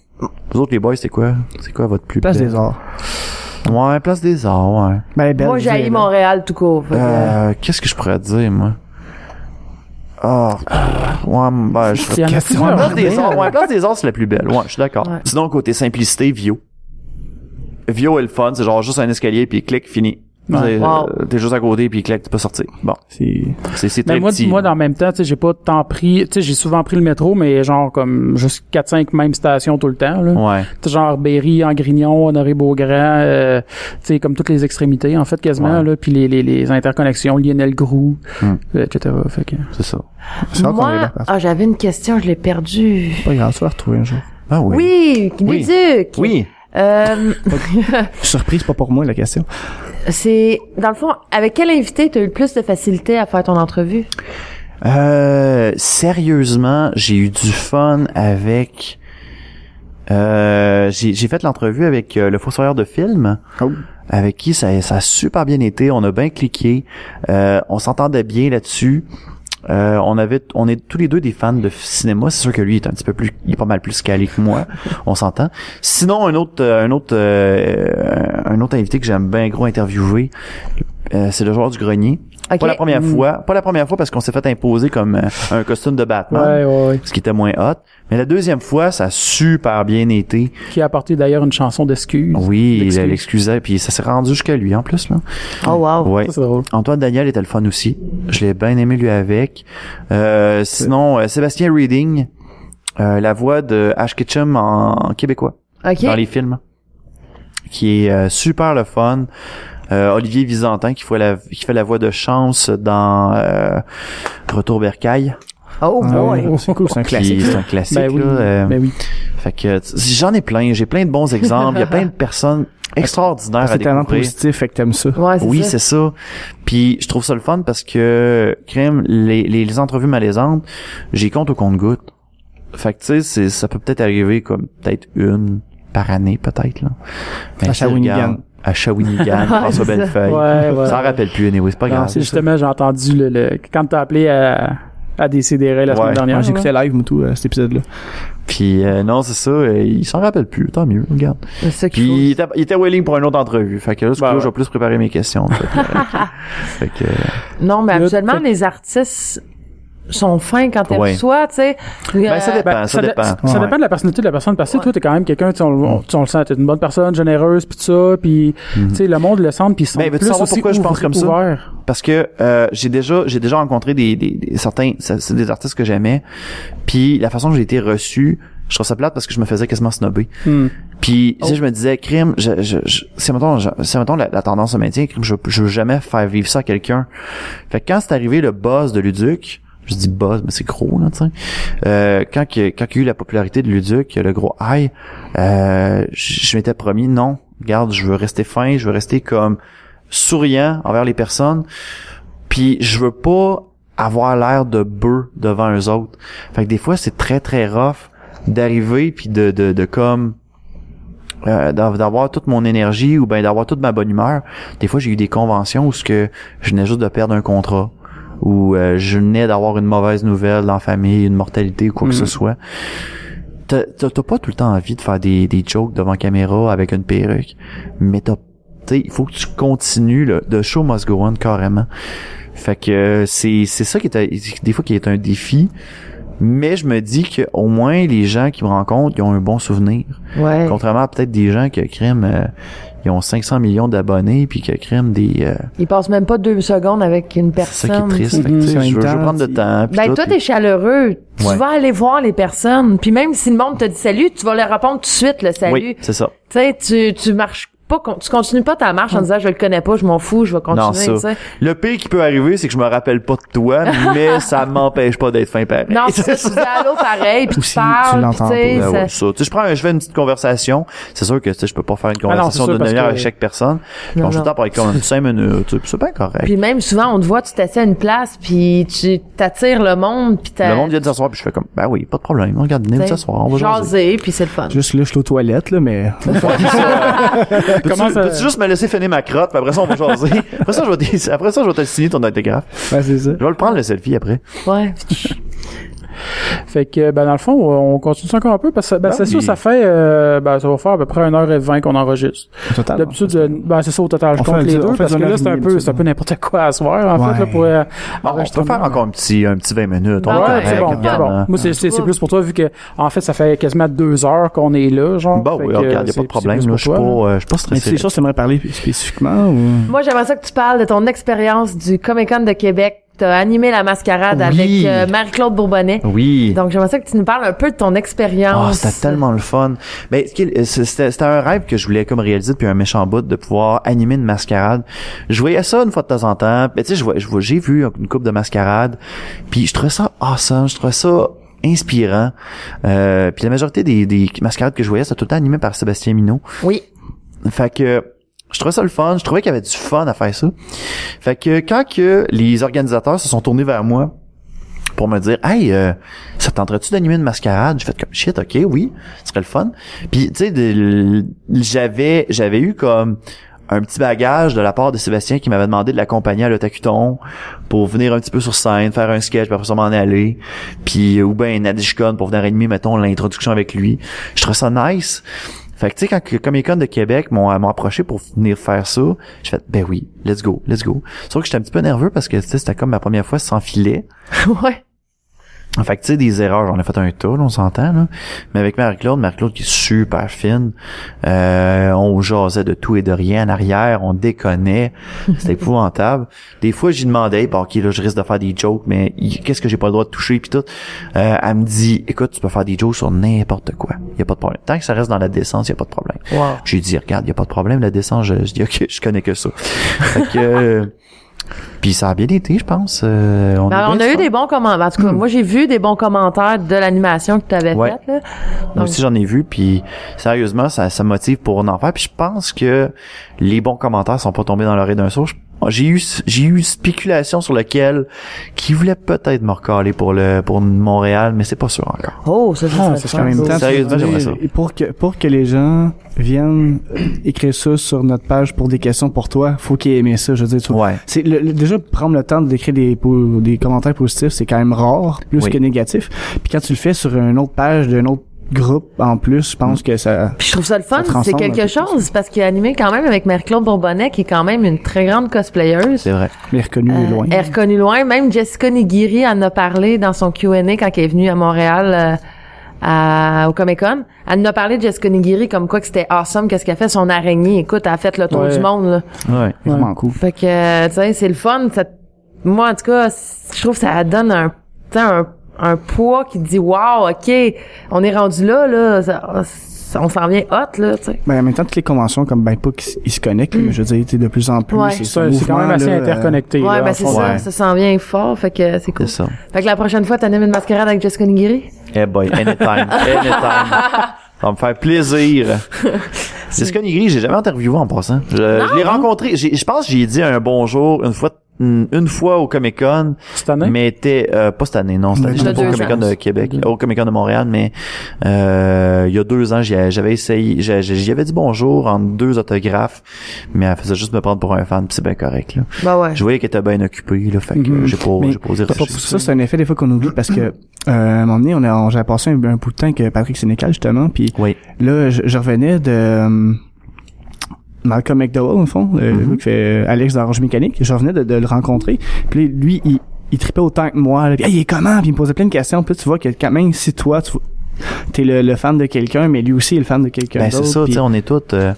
Speaker 1: Vous autres les boys c'est quoi C'est quoi votre plus
Speaker 6: Place
Speaker 1: belle-
Speaker 6: des Arts.
Speaker 1: Ouais, place des arts, ouais.
Speaker 6: Ben, elle est belle.
Speaker 4: Moi,
Speaker 6: je dirais,
Speaker 4: j'ai
Speaker 6: là.
Speaker 4: Montréal tout court. Fait que,
Speaker 1: Euh, qu'est-ce que je pourrais dire moi Ah, ouais, ben, je
Speaker 3: Christiane,
Speaker 6: question.
Speaker 3: c'est-tu
Speaker 1: Place
Speaker 3: vraiment
Speaker 1: des
Speaker 3: belle?
Speaker 1: Arts, ouais, Place des Arts, c'est la plus belle. Ouais, je suis d'accord.
Speaker 4: Ouais.
Speaker 1: Sinon, côté simplicité, Vio. Vio est le fun, c'est genre juste un escalier puis clic, fini.
Speaker 3: Ouais.
Speaker 1: C'est, euh,
Speaker 4: Wow.
Speaker 1: T'es juste à côté puis clic, tu peux sortir. Bon,
Speaker 6: C'est
Speaker 1: c'est c'est
Speaker 3: Mais
Speaker 1: très
Speaker 3: Ben, moi,
Speaker 1: petit.
Speaker 3: moi, dans le même temps, tu sais, j'ai pas tant pris, tu sais, j'ai souvent pris le métro, mais genre, comme, juste 4-5 mêmes stations tout le temps, là.
Speaker 1: Ouais.
Speaker 3: Tu sais, Genre Berry, Angrignon, Honoré-Beaugrand, euh, tu sais, comme toutes les extrémités, en fait, quasiment,
Speaker 1: Ouais.
Speaker 3: là, puis les, les, les interconnexions, Lionel Groux,
Speaker 1: Hum.
Speaker 3: euh, etc. Fait que...
Speaker 1: C'est ça.
Speaker 6: c'est rare qu'on
Speaker 4: moi,
Speaker 6: débarque.
Speaker 4: ah, j'avais une question, je l'ai perdue.
Speaker 6: C'est pas grave, tu vas la retrouver un jour.
Speaker 1: Ah oui.
Speaker 4: Oui,
Speaker 1: Oui.
Speaker 4: Leduc.
Speaker 1: Oui.
Speaker 4: Euh,
Speaker 6: Surprise, pas pour moi la question.
Speaker 4: c'est, dans le fond, avec quel invité t'as eu le plus de facilité à faire ton entrevue?
Speaker 1: Euh, sérieusement, j'ai eu du fun avec. Euh, j'ai j'ai fait l'entrevue avec euh, le fossoyeur de film,
Speaker 6: Oh.
Speaker 1: avec qui ça, ça a super bien été. On a bien cliqué, euh, on s'entendait bien là-dessus. Euh, on avait, on est tous les deux des fans de cinéma. C'est sûr que lui est un petit peu plus, il est pas mal plus calé que moi. on s'entend. Sinon, un autre, euh, un autre, euh, un autre invité que j'aime bien gros interviewer, euh, c'est le joueur du grenier.
Speaker 4: Ok. Mm.
Speaker 1: Pas la première
Speaker 3: Mm.
Speaker 1: fois, pas la première fois parce qu'on s'est fait imposer comme euh, un costume de Batman,
Speaker 3: Ouais, ouais, ouais.
Speaker 1: ce qui était moins hot. Mais la deuxième fois, ça a super bien été.
Speaker 3: Qui a apporté d'ailleurs une chanson d'excuse.
Speaker 1: Oui, il
Speaker 3: L'excuse.
Speaker 1: l'excusait, puis ça s'est rendu jusqu'à lui en plus là.
Speaker 4: Oh wow.
Speaker 1: Ouais.
Speaker 3: Ah, Ça, c'est drôle.
Speaker 1: Antoine Daniel était le fun aussi. Je l'ai bien aimé lui avec. Euh, sinon, euh, Sébastien Reading, euh, la voix de Ash Ketchum en, en québécois
Speaker 4: OK.
Speaker 1: dans les films, qui est euh, super le fun. Euh, Olivier Visantin qui fait la qui fait la voix de Chance dans euh, Retour Bercail.
Speaker 4: Oh boy.
Speaker 6: Oh, *laughs* c'est cool, c'est un
Speaker 1: qui-
Speaker 6: classique.
Speaker 1: C'est un classique.
Speaker 3: Ben oui.
Speaker 1: là, euh,
Speaker 3: Ben oui.
Speaker 1: fait que tu- j'en ai plein. J'ai plein de bons exemples. Il y a plein de personnes extraordinaires à
Speaker 6: Ah, C'est tellement
Speaker 1: découvrir.
Speaker 6: positif, fait que t'aimes ça.
Speaker 4: Ouais, c'est
Speaker 1: Oui,
Speaker 4: ça.
Speaker 1: c'est ça. Puis je trouve ça le fun parce que crème les, les, les entrevues malaisantes, j'y compte au compte-goutte. Fait que tu sais, c'est- ça peut peut-être arriver comme peut-être une par année peut-être là. Mais
Speaker 6: À
Speaker 1: tu sais,
Speaker 6: Shawinigan.
Speaker 1: regarde, À
Speaker 4: *laughs*
Speaker 1: Shawinigan, François
Speaker 4: c'est ça.
Speaker 1: Bellefeuille.
Speaker 3: Ouais, ouais.
Speaker 1: Ça en rappelle plus, anyway, c'est pas
Speaker 3: Non,
Speaker 1: grave.
Speaker 3: c'est justement, j'ai entendu le, le- quand t'as appelé à, à DCDR la
Speaker 1: Ouais.
Speaker 3: semaine dernière.
Speaker 6: Ah, J'écoutais live, Moutou, euh, cet épisode-là.
Speaker 1: Puis euh, non, c'est ça, euh, il s'en rappelle plus, tant mieux, regarde.
Speaker 4: C'est ça qu'il
Speaker 1: Puis
Speaker 4: faut.
Speaker 1: il était, il était willing pour une autre entrevue. Fait que là, ce
Speaker 3: Ben
Speaker 1: coup-là,
Speaker 3: ouais.
Speaker 1: je vais plus préparer mes questions. en
Speaker 4: *laughs*
Speaker 1: fait. fait que,
Speaker 4: Non, mais
Speaker 3: Là,
Speaker 4: habituellement,
Speaker 3: fait-
Speaker 4: les artistes sont fins quand ils
Speaker 1: Ouais.
Speaker 4: reçoivent, tu sais.
Speaker 1: ben, ça
Speaker 4: Euh,
Speaker 1: dépend,
Speaker 3: Ben,
Speaker 1: ça
Speaker 3: dé-
Speaker 1: dépend.
Speaker 3: ça
Speaker 1: Ouais.
Speaker 3: dépend de la personnalité de la personne parce que tu sais, toi
Speaker 4: Ouais.
Speaker 3: t'es quand même quelqu'un tu sais, on, le- on- tu sais, on le sent t'es une bonne personne généreuse puis tout ça puis tu sais le monde le sent puis ils sont
Speaker 1: Mais Mhm. Ben, veux-tu
Speaker 3: plus
Speaker 1: savoir
Speaker 3: aussi
Speaker 1: pourquoi je pense
Speaker 3: ouvri-
Speaker 1: comme ça?
Speaker 3: ouverts.
Speaker 1: parce que euh, j'ai déjà j'ai déjà rencontré des, des, des- certains c'est c'est des artistes que j'aimais puis la façon dont j'ai été reçu je trouve ça plate parce que je me faisais quasiment snobber
Speaker 3: Hmm.
Speaker 1: puis si je me disais crime je, je, je si mettons je- si mettons la, la tendance se maintient crime je, je veux jamais faire vivre ça à quelqu'un fait que quand c'est arrivé le buzz de Luduc je dis buzz mais c'est gros là tu sais euh, quand que- quand il y a eu la popularité de Luduc le gros high euh, je je m'étais promis non regarde je veux rester fin je veux rester comme souriant envers les personnes puis je veux pas avoir l'air de bœuf devant eux autres. Fait que des fois, c'est très, très rough d'arriver puis de, de, de comme... euh, d'av- d'avoir toute mon énergie ou ben d'avoir toute ma bonne humeur. Des fois, j'ai eu des conventions où ce que je venais juste de perdre un contrat ou euh, je venais d'avoir une mauvaise nouvelle dans la famille, une mortalité ou quoi que ce soit. T'as t'as- t'as pas tout le temps envie de faire des, des jokes devant caméra avec une perruque, mais t'as tu sais, il faut que tu continues là, de show must go on carrément. Fait que euh, c'est c'est ça qui est un- des fois qui est un défi, mais je me dis que au moins les gens qui me rencontrent, ils ont un bon souvenir.
Speaker 4: Ouais.
Speaker 1: Contrairement à peut-être des gens que crime euh, ils ont 500 millions d'abonnés puis que crime des euh,
Speaker 4: Ils passent même pas deux secondes avec une
Speaker 1: c'est ça qui
Speaker 4: personne.
Speaker 1: est triste. Fait que,
Speaker 6: Mhm.
Speaker 1: tu sais,
Speaker 6: En même
Speaker 1: je, veux, je veux
Speaker 6: temps,
Speaker 1: prendre le
Speaker 6: tu-
Speaker 1: temps. puis
Speaker 4: Ben,
Speaker 1: tout,
Speaker 4: toi,
Speaker 1: puis-
Speaker 4: t'es chaleureux. Tu
Speaker 1: Ouais.
Speaker 4: vas aller voir les personnes. Puis même si le monde te dit salut, tu vas leur répondre tout de suite le salut.
Speaker 1: Oui, c'est ça.
Speaker 4: Tu sais, tu, tu marches pas, con- tu continues pas ta marche en disant je le connais pas, je m'en fous, je vais
Speaker 1: Non,
Speaker 4: continuer,
Speaker 1: ça.
Speaker 4: tu sais.
Speaker 1: Le pire qui peut arriver, c'est que je me rappelle pas de toi,
Speaker 4: *laughs*
Speaker 1: mais ça m'empêche pas d'être fin pareil. *laughs*
Speaker 4: Non, c'est ça, tu dis allô pareil, puis tu
Speaker 6: Aussi, tu
Speaker 4: parles, puis
Speaker 6: l'entends
Speaker 4: tu sais,
Speaker 1: Ben
Speaker 4: ça-
Speaker 1: ouais, ça. Tu sais, je prends, un- je fais une petite conversation. C'est sûr que tu sais, je peux pas faire une
Speaker 3: non,
Speaker 1: conversation
Speaker 3: c'est sûr,
Speaker 1: d'une
Speaker 3: parce
Speaker 1: demi-heure
Speaker 3: que-
Speaker 1: avec chaque personne. Je
Speaker 4: Non,
Speaker 1: pense tout le
Speaker 4: non.
Speaker 1: temps pour être comme cinq minutes. tu sais, puis C'est bien correct.
Speaker 4: Puis même souvent, on te voit, tu t'assieds à une place, puis tu t'attires le monde, puis t'as...
Speaker 1: le monde vient de s'asseoir, puis je fais comme, ben oui, pas de problème. Regarde, venez
Speaker 4: t'sais,
Speaker 1: nous s'asseoir, on va jaser.
Speaker 4: jaser, puis c'est le fun.
Speaker 6: Juste là, je suis aux toilettes, là, mais...
Speaker 1: Peux-tu
Speaker 3: Comment ça-
Speaker 1: peux-tu juste me laisser finir ma crotte, puis après ça, on va jaser.
Speaker 3: *laughs*
Speaker 1: après, ça, je vais te, après ça, je vais te le signer ton autographe.
Speaker 6: Ouais, c'est ça.
Speaker 1: Je vais le prendre, le selfie, après. *laughs*
Speaker 4: Ouais.
Speaker 3: Fait que, ben, dans le fond, on continue ça encore un peu parce que, ben,
Speaker 1: Ben
Speaker 3: c'est sûr,
Speaker 1: oui.
Speaker 3: ça fait, euh, ben, ça va faire à peu près 1h20 qu'on enregistre.
Speaker 6: Au total.
Speaker 3: D'habitude, euh, ben, c'est ça au total, je
Speaker 6: On
Speaker 3: compte
Speaker 6: fait
Speaker 3: les
Speaker 6: du- on
Speaker 3: deux
Speaker 6: fait
Speaker 3: parce
Speaker 6: du
Speaker 3: que là,
Speaker 6: 1h30
Speaker 3: c'est un peu, c'est un peu n'importe quoi à soir, en
Speaker 6: Ouais.
Speaker 3: fait, là, pour, euh, Ah
Speaker 1: Bon, on peut faire encore un petit, un petit 20 minutes.
Speaker 3: ouais,
Speaker 1: on est
Speaker 3: c'est
Speaker 1: correct,
Speaker 3: bon, c'est
Speaker 1: regarde,
Speaker 3: bon.
Speaker 1: hein.
Speaker 3: Moi, c'est, c'est, c'est plus pour toi, vu que, en fait, ça fait quasiment deux heures qu'on est là, genre.
Speaker 1: Bon, Bah
Speaker 3: Fait
Speaker 1: oui,
Speaker 3: que,
Speaker 1: regarde, y a
Speaker 3: c'est-
Speaker 1: pas de problème,
Speaker 3: c'est plus
Speaker 1: là. Je
Speaker 3: pour
Speaker 1: suis
Speaker 3: toi, hein.
Speaker 1: pas, euh,
Speaker 3: là.
Speaker 1: je suis pas
Speaker 6: Mais c'est
Speaker 1: stressé.
Speaker 6: des choses que tu aimerais parler spécifiquement ou...
Speaker 4: Moi, j'aimerais ça que tu parles de ton expérience du Comic-Con de Québec. T'as animé la mascarade
Speaker 1: Oui.
Speaker 4: avec euh, Marie-Claude Bourbonnais.
Speaker 1: Oui.
Speaker 4: Donc, j'aimerais ça que tu nous parles un peu de ton
Speaker 1: Ah,
Speaker 4: expérience.
Speaker 1: c'était tellement le fun. Mais ce qui est- c'est- c'était c'était un rêve que je voulais comme réaliser depuis un méchant bout de pouvoir animer une mascarade. Je voyais ça une fois de temps en temps. Mais tu sais, je vois- je vois- j'ai vu une coupe de mascarade. Puis je trouvais ça awesome. Je trouvais ça inspirant. Euh, puis la majorité des, des mascarades que je voyais, c'était tout le temps animé par Sébastien Minot.
Speaker 4: Oui. *laughs*
Speaker 1: Fait que je trouvais ça le fun. Je trouvais qu'il y avait du fun à faire ça. Fait que quand que les organisateurs se sont tournés vers moi pour me dire Hey, euh, ça te tenterait-tu d'animer une mascarade? J'ai fait comme shit, ok, oui, ce serait le fun. Puis tu sais, de- j'avais j'avais eu comme un petit bagage de la part de Sébastien qui m'avait demandé de l'accompagner à l'Otakuton pour venir un petit peu sur scène, faire un sketch, puis après ça m'en aller. Puis, euh, ou ben Nadishcon pour venir animer, mettons, l'introduction avec lui. Je trouvais ça nice. Fait que, tu sais, quand que Comic Con de Québec m'ont m'ont approché pour venir faire ça, j'ai fait, ben oui, let's go, let's go. Sauf que j'étais un petit peu nerveux parce que, tu sais, c'était comme ma première fois sans filet.
Speaker 4: ouais.
Speaker 1: Fait que, tu sais, des erreurs, j'en ai fait un tas, là, on s'entend, là. Mais avec Marie-Claude, Marie-Claude qui est super fine, euh, on jasait de tout et de rien en arrière, on
Speaker 4: *laughs*
Speaker 1: déconnait, c'était épouvantable. Des fois, j'y demandais, bon, ok, là, je risque de faire des jokes, mais y- qu'est-ce que j'ai pas le droit de toucher, puis tout. Euh, elle me dit, écoute, tu peux faire des jokes sur n'importe quoi, y a pas de problème. Tant que ça reste dans la décence, y a pas de problème.
Speaker 3: Wow.
Speaker 1: J'ai dit, regarde, y a pas de problème, la descente, je, je dis, ok, je connais que ça. fait que,
Speaker 4: *laughs*
Speaker 1: euh, puis ça a bien été, je pense. euh, on,
Speaker 4: Ben,
Speaker 1: est
Speaker 4: on
Speaker 1: bien
Speaker 4: a eu
Speaker 1: fun.
Speaker 4: des bons commentaires. En tout cas, moi, j'ai vu des bons commentaires de l'animation que tu avais
Speaker 1: Ouais.
Speaker 4: faite, là.
Speaker 1: Moi
Speaker 4: Donc-
Speaker 1: aussi, j'en ai vu, puis sérieusement, ça, ça me motive pour en faire. Puis je pense que les bons commentaires sont pas tombés dans l'oreille d'un sourd. Je- J'ai eu, j'ai eu spéculation sur lequel qui voulait peut-être me recaler pour le, pour Montréal, mais c'est pas sûr encore.
Speaker 4: Oh, ça,
Speaker 3: Ah,
Speaker 4: ça,
Speaker 3: ça,
Speaker 4: ça,
Speaker 3: c'est
Speaker 6: En
Speaker 3: quand
Speaker 6: même
Speaker 3: Cool.
Speaker 6: temps,
Speaker 1: Sérieusement,
Speaker 6: tu veux
Speaker 1: j'aimerais
Speaker 6: dire,
Speaker 1: ça.
Speaker 6: et Pour que, pour que les gens viennent euh, écrire ça sur notre page pour des questions pour toi, faut qu'ils aient aimé ça. Je veux dire, tu-
Speaker 1: Ouais.
Speaker 6: c'est le- le- déjà prendre le temps d'écrire des, po- des commentaires positifs, c'est quand même rare, plus
Speaker 1: Oui.
Speaker 6: que négatif. Puis quand tu le fais sur une autre page d'un autre groupe en plus, je
Speaker 1: Mm.
Speaker 6: pense que ça.
Speaker 4: Puis je trouve ça le fun,
Speaker 6: Ça transforme
Speaker 4: c'est
Speaker 6: un
Speaker 4: quelque
Speaker 6: peu.
Speaker 4: chose, parce qu'il a animé quand même avec Marie-Claude Bourbonnais, qui est quand même une très grande cosplayeuse.
Speaker 1: C'est vrai.
Speaker 6: Mais reconnu
Speaker 4: Euh,
Speaker 6: loin.
Speaker 4: Elle est reconnue loin. Même Jessica Nigiri en a parlé dans son Q&A quand elle est venue à Montréal euh, à- au Comic-Con. Elle nous a parlé de Jessica Nigiri comme quoi que c'était awesome, qu'est-ce qu'elle fait, son araignée. Écoute, elle a fait le tour
Speaker 3: Ouais.
Speaker 4: du monde. Là.
Speaker 1: Ouais.
Speaker 6: C'est Vraiment cool.
Speaker 4: Fait que, euh, tu sais, c'est le fun. ça- moi, en tout cas, c- je trouve que ça donne un, tu sais, un, un poids qui dit « Wow, OK, on est rendu là, là. ça- on s'en vient hot, là, tu sais.
Speaker 6: Ben, en même temps, toutes les conventions, comme ben pas qu'ils ils se connectent, mais je veux dire, tu sais, de plus en plus,
Speaker 4: Ouais.
Speaker 6: c'est
Speaker 3: C'est
Speaker 6: ce
Speaker 3: ça, c'est quand même assez
Speaker 6: mouvement-là, euh,
Speaker 3: interconnecté. » là,
Speaker 4: Ouais,
Speaker 3: en
Speaker 4: ben c'est
Speaker 3: fond.
Speaker 4: ça.
Speaker 1: ouais.
Speaker 4: Ça s'en vient fort. Fait que c'est cool.
Speaker 1: C'est ça.
Speaker 4: Fait que la prochaine fois, t'animes une mascarade avec Jessica Nigiri?
Speaker 1: Eh boy, anytime, anytime. Ça va me faire plaisir. C'est ce que Nigri, j'ai jamais interviewé en passant. Je, je l'ai rencontré, j'ai- je pense que j'ai dit un bonjour une fois, une, une fois au Comic Con,
Speaker 3: Cette année?
Speaker 1: mais était euh, pas cette année, non, cette année
Speaker 6: Il y a
Speaker 1: j'étais pas au
Speaker 4: deux
Speaker 1: Comic Con
Speaker 4: ans.
Speaker 1: de Québec, au Comic Con de Montréal, mais euh, il y a deux ans, j'y a- j'avais essayé, j'a- j'a- j'y avais dit bonjour en deux autographes, mais elle faisait juste me prendre pour un fan, puis c'est bien correct. Là.
Speaker 4: Ben ouais.
Speaker 1: Je voyais qu'elle était bien occupée, là, fait que
Speaker 6: Mhm.
Speaker 1: j'ai pas,
Speaker 6: Mais
Speaker 1: j'ai pas osé
Speaker 6: Ça,
Speaker 1: rusher.
Speaker 6: ça, c'est un effet des fois qu'on oublie parce que euh,
Speaker 1: Mm.
Speaker 6: à un moment donné, on a, on- j'avais passé un, un bout de temps avec euh, Patrick Sénécal justement, puis
Speaker 1: Oui.
Speaker 6: là, je, je revenais de euh, Malcolm McDowell, au fond, le-
Speaker 1: Mm-hmm.
Speaker 6: le gars qui fait euh, Alex d'Orange Mécanique. Je revenais de, de le rencontrer, puis lui, il, il tripait autant que moi. là, puis, Hey, il est comment? Puis il me posait plein de questions. Puis là, tu vois que quand même, si toi, tu t'es le, le fan de quelqu'un, mais lui aussi est le fan de quelqu'un
Speaker 1: Ben c'est
Speaker 6: d'autre.
Speaker 1: ça, tu
Speaker 6: puis
Speaker 1: sais, on est tous... euh,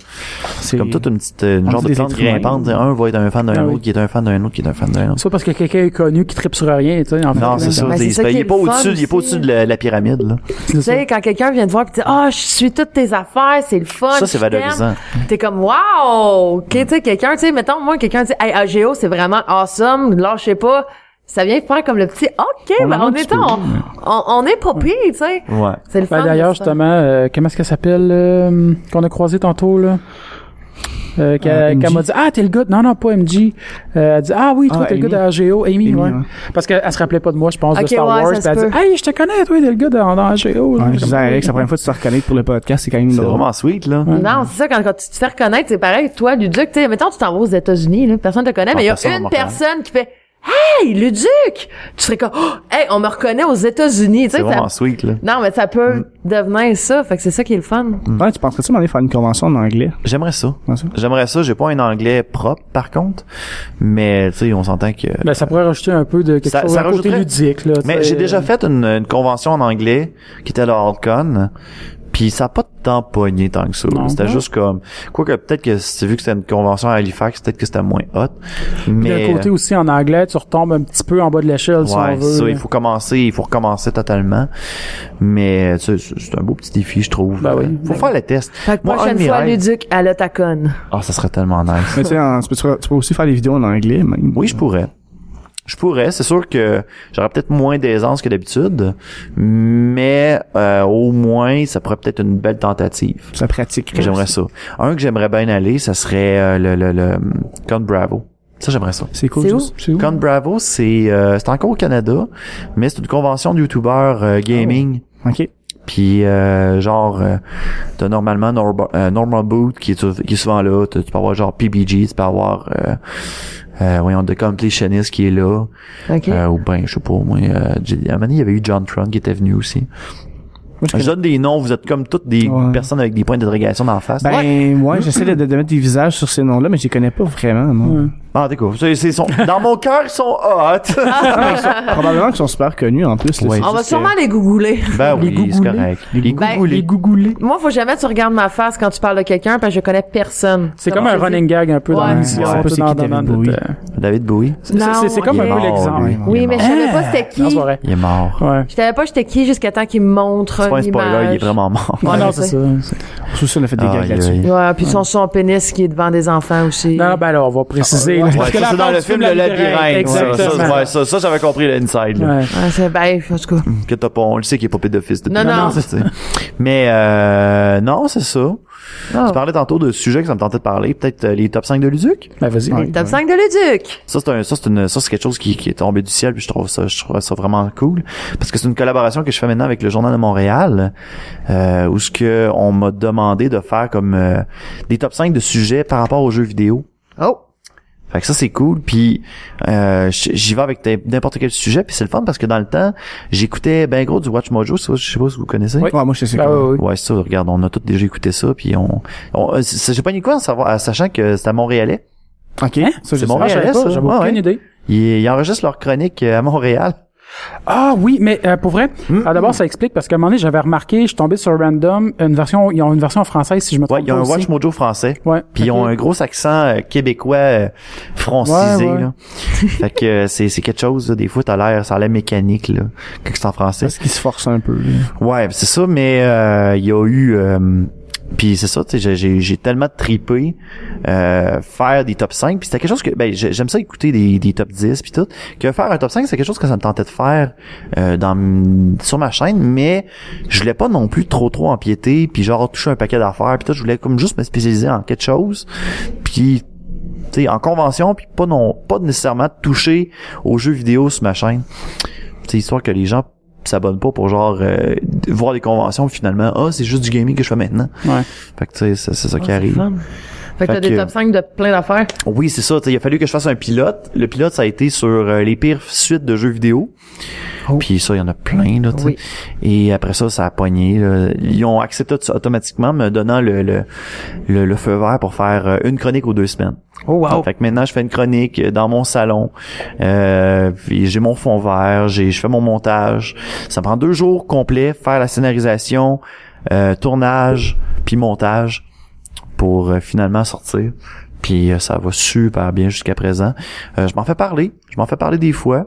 Speaker 6: c'est-
Speaker 1: comme toute une petite euh, une
Speaker 6: On
Speaker 1: genre
Speaker 6: dit
Speaker 1: de
Speaker 6: des
Speaker 1: plante
Speaker 6: êtres humains.
Speaker 1: grimpante tu sais, un va être un fan d'un
Speaker 3: Ah oui.
Speaker 1: autre qui est un fan d'un autre qui est un fan d'un autre
Speaker 3: C'est pas parce que quelqu'un est connu qui tripe sur rien, tu sais, en fait.
Speaker 1: non c'est
Speaker 3: là.
Speaker 1: ça
Speaker 4: Ben,
Speaker 1: tu sais,
Speaker 4: c'est ça
Speaker 1: ben,
Speaker 4: qui
Speaker 1: il
Speaker 4: est
Speaker 1: est pas
Speaker 4: le
Speaker 1: au dessus
Speaker 4: fun
Speaker 1: il est pas au
Speaker 4: aussi.
Speaker 1: dessus de la, la pyramide là
Speaker 3: C'est
Speaker 4: Tu
Speaker 3: ça.
Speaker 4: sais, quand quelqu'un vient te voir et dit Ah, je suis toutes tes affaires, c'est le fun.
Speaker 1: ça c'est
Speaker 4: je t'aime.
Speaker 1: valorisant
Speaker 4: T'es comme Wow! OK, tu sais, quelqu'un, tu sais, mettons, moi, quelqu'un dit Hey, AGO, c'est vraiment awesome, lâchez pas. Ça vient faire comme le petit OK,
Speaker 6: en
Speaker 4: ben
Speaker 6: a un
Speaker 4: on
Speaker 6: petit
Speaker 4: est
Speaker 6: peu,
Speaker 4: on,
Speaker 6: mais-
Speaker 4: on, on est pas pire, tu sais.
Speaker 1: ouais
Speaker 4: C'est le fun.
Speaker 3: Ben, d'ailleurs,
Speaker 4: c'est le fun.
Speaker 3: justement, euh, comment est-ce qu'elle s'appelle, euh, qu'on a croisé tantôt, là? Euh, qu'elle
Speaker 6: Euh, MJ.
Speaker 3: qu'elle m'a dit, ah, t'es le gars, de- non, non, pas MJ. Euh, elle dit, ah oui, toi,
Speaker 6: Ah,
Speaker 3: t'es le gars de
Speaker 6: Amy.
Speaker 3: AGO, Amy,
Speaker 6: Amy,
Speaker 3: ouais.
Speaker 6: ouais.
Speaker 3: Parce qu'elle elle se rappelait pas de moi, je pense,
Speaker 4: Ok,
Speaker 3: de Star
Speaker 4: ouais, ça
Speaker 3: Wars.
Speaker 4: se
Speaker 3: puis elle dit,
Speaker 4: peut.
Speaker 3: hey, je te connais, toi, t'es le gars de, dans AGO.
Speaker 6: Ouais, je disais à Alex,
Speaker 3: après
Speaker 6: la première fois que tu te reconnais pour le podcast, c'est quand même
Speaker 1: c'est
Speaker 6: drôle.
Speaker 1: vraiment sweet là
Speaker 4: Non, c'est ça, quand, quand tu te fais reconnaître, c'est pareil. Toi, Luduc, tu sais, mettons, tu t'en vas aux États-Unis, là, personne te connaît,
Speaker 1: Ah,
Speaker 4: mais il y
Speaker 1: personne
Speaker 4: a
Speaker 1: ne me
Speaker 4: une
Speaker 1: reconnaît.
Speaker 4: personne qui fait Hey, Luduc! Tu serais comme oh, Hey, on me reconnaît aux États-Unis,
Speaker 1: c'est
Speaker 4: tu sais. ça-
Speaker 1: vraiment Mm. sweet là
Speaker 4: Non, mais ça peut devenir ça, fait que c'est ça qui est le fun.
Speaker 6: Ouais, tu penserais-tu m'en aller faire une convention en anglais?
Speaker 1: j'aimerais ça
Speaker 6: Comment ça?
Speaker 1: j'aimerais ça j'ai pas un anglais propre par contre mais tu sais on s'entend que
Speaker 3: Ben, ça pourrait rajouter un peu de quelque
Speaker 1: Ça-
Speaker 3: chose,
Speaker 1: ça
Speaker 3: un côté
Speaker 1: rajouterait-
Speaker 3: ludique, là. tu
Speaker 1: mais
Speaker 3: sais. euh,
Speaker 1: j'ai déjà fait une, une convention en anglais qui était à la HorrorCon puis ça a pas tant pogné tant que ça.
Speaker 3: Non.
Speaker 1: C'était juste comme quoique peut-être que si- vu que c'était une convention à Halifax, peut-être que c'était moins hot.
Speaker 3: Puis
Speaker 1: Mais euh,
Speaker 3: Le côté aussi en anglais, tu retombes un petit peu en bas de l'échelle, si
Speaker 1: Ouais,
Speaker 3: on
Speaker 1: c'est
Speaker 3: veut.
Speaker 1: ça,
Speaker 3: là.
Speaker 1: il faut commencer, il faut recommencer totalement. Mais tu sais, c'est c'est un beau petit défi, je trouve.
Speaker 3: Ben oui.
Speaker 1: Faut faire le test.
Speaker 4: Fait que
Speaker 1: Moi, un
Speaker 4: prochaine
Speaker 1: de mes
Speaker 4: fois,
Speaker 1: rêves-
Speaker 4: Luduc à l'Otacon.
Speaker 1: Ah, ça serait tellement nice.
Speaker 6: Mais tu sais, en- tu peux, tu peux aussi faire des vidéos en anglais, même.
Speaker 1: Oui, je pourrais. Je pourrais, c'est sûr que j'aurais peut-être moins d'aisance que d'habitude, mais euh, au moins ça pourrait peut-être une belle tentative.
Speaker 6: Ça pratique.
Speaker 1: J'aimerais ça. Un que j'aimerais bien aller, ça serait euh, le le le Con Bravo. Ça j'aimerais ça.
Speaker 6: C'est cool.
Speaker 4: C'est
Speaker 6: ça.
Speaker 4: où?
Speaker 6: C'est où?
Speaker 1: Con Bravo, c'est euh, c'est encore au Canada, mais c'est une convention de youtubeurs euh, gaming.
Speaker 6: OK.
Speaker 1: Puis euh, genre euh, t'as normalement Norba- euh, Normal Boot qui est, sou- qui est souvent là, T'as- tu peux avoir genre PBG, tu peux avoir euh, euh, voyons The Completionist qui est là
Speaker 4: OK.
Speaker 1: euh, ou ben je sais pas moi euh, j'ai- à un moment donné, il y avait eu John Tron qui était venu aussi.
Speaker 6: Moi, je
Speaker 1: Je,
Speaker 6: connais-
Speaker 1: donne des noms, vous êtes comme toutes des
Speaker 6: Ouais.
Speaker 1: personnes avec des points d'interrogation dans la face.
Speaker 6: Ben, ouais, j'essaie de, de mettre des visages sur ces noms-là, mais je les connais pas vraiment, moi.
Speaker 1: Ah, d'accord. C'est- c'est- ils sont- dans mon cœur, ils sont hot.
Speaker 6: Probablement qu'ils sont super connus, en plus. là,
Speaker 1: Ouais.
Speaker 6: c'est
Speaker 4: On va
Speaker 6: juste
Speaker 4: sûrement les googler.
Speaker 1: ben
Speaker 3: Les
Speaker 1: oui, c'est
Speaker 3: gougouler.
Speaker 1: correct. Les
Speaker 4: Ben,
Speaker 1: gougouler.
Speaker 4: Moi, faut jamais que tu regardes ma face quand tu parles de quelqu'un parce que je connais personne.
Speaker 3: C'est
Speaker 4: Ça
Speaker 3: comme un
Speaker 4: marche aussi.
Speaker 3: running gag un peu dans
Speaker 4: Ouais.
Speaker 3: l'émission,
Speaker 6: Ouais.
Speaker 3: tout
Speaker 6: C'est
Speaker 3: dans-
Speaker 6: qui David
Speaker 3: dans notre,
Speaker 6: Bowie?
Speaker 3: euh,
Speaker 1: David Bowie.
Speaker 3: c'est-
Speaker 4: Non,
Speaker 3: c'est- C'est comme
Speaker 4: ok.
Speaker 3: un peu l'exemple.
Speaker 1: lui. Il
Speaker 4: Oui,
Speaker 1: est
Speaker 4: mais je
Speaker 1: mort.
Speaker 4: savais pas c'était
Speaker 3: Non, c'est
Speaker 4: qui.
Speaker 3: pas vrai.
Speaker 1: Il est mort.
Speaker 3: Ouais.
Speaker 4: Je savais pas j'étais qui jusqu'à temps qu'il me montre
Speaker 1: C'est pas un
Speaker 4: une
Speaker 1: spoiler,
Speaker 4: image.
Speaker 1: il est vraiment mort.
Speaker 4: Ouais,
Speaker 3: Ah non, c'est
Speaker 4: je sais.
Speaker 3: ça.
Speaker 6: que- Sous ça, on a fait des
Speaker 1: Ah,
Speaker 6: gags
Speaker 1: aïe,
Speaker 6: là-dessus.
Speaker 1: aïe.
Speaker 4: Ouais, puis son son pénis qui est devant des enfants aussi.
Speaker 3: Non, ben alors, on va préciser. là, parce que
Speaker 1: ça,
Speaker 3: là,
Speaker 1: Ah, c'est
Speaker 3: on
Speaker 1: dans
Speaker 3: parle
Speaker 1: le
Speaker 3: du
Speaker 1: film Le Labyrinthe. Ouais, ça,
Speaker 3: Exactement.
Speaker 1: ouais, ça, ça, j'avais compris l'inside. là.
Speaker 3: Ouais.
Speaker 4: Ouais, c'est ben, en tout cas.
Speaker 1: Que t'as pas, on le sait qu'il est pas pédophile. depuis
Speaker 4: Non,
Speaker 1: le
Speaker 4: non.
Speaker 1: début, tu sais. Mais euh, non, c'est ça.
Speaker 4: Oh.
Speaker 1: Tu parlais tantôt de sujets que ça me tentait de parler. Peut-être euh, les top 5 de Luduc.
Speaker 3: Ben, vas-y.
Speaker 6: Ouais.
Speaker 4: Top 5 de Leduc.
Speaker 1: Ça, c'est un, ça, c'est une, ça, c'est quelque chose qui, qui est tombé du ciel, puis je trouve ça, je trouve ça vraiment cool. Parce que c'est une collaboration que je fais maintenant avec le Journal de Montréal, euh, où ce que on m'a demandé de faire comme, euh, des top 5 de sujets par rapport aux jeux vidéo.
Speaker 4: Oh.
Speaker 1: Fait que ça c'est cool puis euh, j- j'y vais avec t- n'importe quel sujet puis c'est le fun parce que dans le temps j'écoutais ben gros du Watch Mojo ça, je sais pas si vous connaissez
Speaker 6: Ouais, moi, je sais
Speaker 3: Ben,
Speaker 6: quoi.
Speaker 3: oui, oui.
Speaker 1: Ah, Ouais, c'est ça, regarde, on a tous déjà écouté ça, puis on... on euh, c'est- j'ai pas ni quoi en savoir, en sachant que c'est à Montréalais.
Speaker 6: Ok. Ça, je
Speaker 1: C'est
Speaker 6: sais.
Speaker 1: bon.
Speaker 3: Ah, j'avais
Speaker 1: Ouais,
Speaker 3: pas,
Speaker 1: ça,
Speaker 3: j'avais
Speaker 1: ouais,
Speaker 3: aucune
Speaker 1: ouais.
Speaker 3: idée.
Speaker 1: Ils, ils enregistrent leur chronique euh, à Montréal.
Speaker 3: Ah oui, mais euh, pour vrai, ah, d'abord ça explique parce qu'à un moment donné j'avais remarqué, je suis tombé sur Random, une version, ils ont une version en française si je me trompe
Speaker 1: Ouais, ils ont
Speaker 3: pas
Speaker 1: un
Speaker 3: aussi.
Speaker 1: Watch Mojo français.
Speaker 3: Ouais.
Speaker 1: Puis ils
Speaker 3: Ok.
Speaker 1: ont un gros accent euh, québécois euh, francisé,
Speaker 3: Ouais, ouais.
Speaker 1: là. fait que euh, c'est, c'est quelque chose, là, des fois, t'as l'air, ça a l'air mécanique, là, quand c'est en français.
Speaker 6: Parce qu'ils se forcent un peu. là.
Speaker 1: Ouais, c'est ça, mais euh, il y a eu... euh, puis c'est ça, tu sais, j'ai- j'ai, j'ai tellement tripé euh, faire des top 5. Puis c'était quelque chose que... Ben, j'ai- j'aime ça écouter des, des top 10 puis tout. Que faire un top 5, c'est quelque chose que ça me tentait de faire euh, dans sur ma chaîne, mais je voulais pas non plus trop trop empiéter, puis genre toucher un paquet d'affaires, puis tout. Je voulais comme juste me spécialiser en quelque chose. Puis tu sais, en convention, puis pas non, pas nécessairement toucher aux jeux vidéo sur ma chaîne. C'est histoire que les gens s'abonnent pas pour genre euh, de- voir des conventions finalement. Ah, c'est juste du gaming que je fais maintenant.
Speaker 3: Ouais.
Speaker 1: Fait que tu sais, c'est c'est ça
Speaker 4: Oh,
Speaker 1: qui
Speaker 4: c'est
Speaker 1: arrive.
Speaker 4: fun. Fait que t'as
Speaker 1: Fait
Speaker 4: des
Speaker 1: que-
Speaker 4: top 5 de plein d'affaires.
Speaker 1: Oui, c'est ça. t'sais, Il a fallu que je fasse un pilote. Le pilote, ça a été sur euh, les pires suites de jeux vidéo. Puis ça, il y en a plein. Là, t'sais.
Speaker 4: Oui.
Speaker 1: Et après ça, ça a pogné. là. Ils ont accepté ça automatiquement, me donnant le, le, le, le feu vert pour faire euh, une chronique aux deux semaines.
Speaker 3: Oh wow.
Speaker 1: Fait que maintenant, je fais une chronique euh, dans mon salon. Euh, puis j'ai mon fond vert, j'ai, je fais mon montage. Ça prend deux jours complets, faire la scénarisation, euh, tournage, puis montage pour euh, finalement sortir. Puis euh, ça va super bien jusqu'à présent. Euh, je m'en fais parler, je m'en fais parler des fois,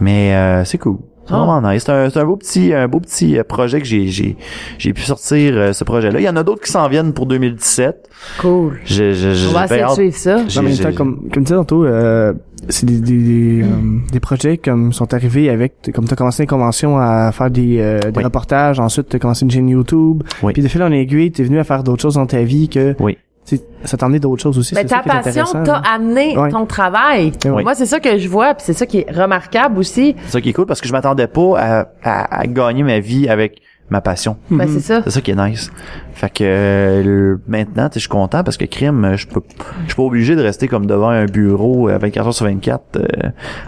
Speaker 1: mais euh, c'est cool. C'est
Speaker 4: Ah.
Speaker 1: vraiment nice. C'est un, c'est un beau petit, un beau petit euh, projet que j'ai, j'ai, j'ai pu sortir euh, ce projet-là. Il y en a d'autres qui s'en viennent pour 2017.
Speaker 4: Cool.
Speaker 1: Je, je, je,
Speaker 4: On va
Speaker 1: j'ai
Speaker 4: essayer
Speaker 1: bien
Speaker 4: de
Speaker 1: hâte.
Speaker 4: suivre ça.
Speaker 1: J'ai-
Speaker 6: Non, mais en
Speaker 1: j'ai-
Speaker 6: même temps, comme, comme tu disais tantôt, euh, c'est des, des, des, euh, des projets comme sont arrivés avec, t- comme tu as commencé les conventions à faire des, euh, des
Speaker 1: Oui.
Speaker 6: reportages, ensuite tu as commencé une chaîne YouTube,
Speaker 1: Oui.
Speaker 6: puis de fil en aiguille, tu es venu à faire d'autres choses dans ta vie que
Speaker 1: Oui.
Speaker 6: tu sais, ça t'a amené d'autres choses aussi.
Speaker 4: Mais
Speaker 6: c'est
Speaker 4: Ben, ta
Speaker 6: ça qui est
Speaker 4: passion
Speaker 6: intéressant,
Speaker 4: t'a
Speaker 1: hein.
Speaker 6: là.
Speaker 4: amené
Speaker 6: Ouais.
Speaker 4: ton travail.
Speaker 1: Oui.
Speaker 4: Moi, c'est ça que je vois, puis c'est ça qui est remarquable aussi.
Speaker 1: C'est ça qui est cool parce que je m'attendais pas à, à, à gagner ma vie avec ma passion.
Speaker 4: Ben, c'est ça.
Speaker 1: C'est ça qui est nice. Fait que euh, le- maintenant, tu sais, je suis content parce que crime, euh, je peux je suis pas obligé de rester comme devant un bureau euh, 24 heures sur 24 euh,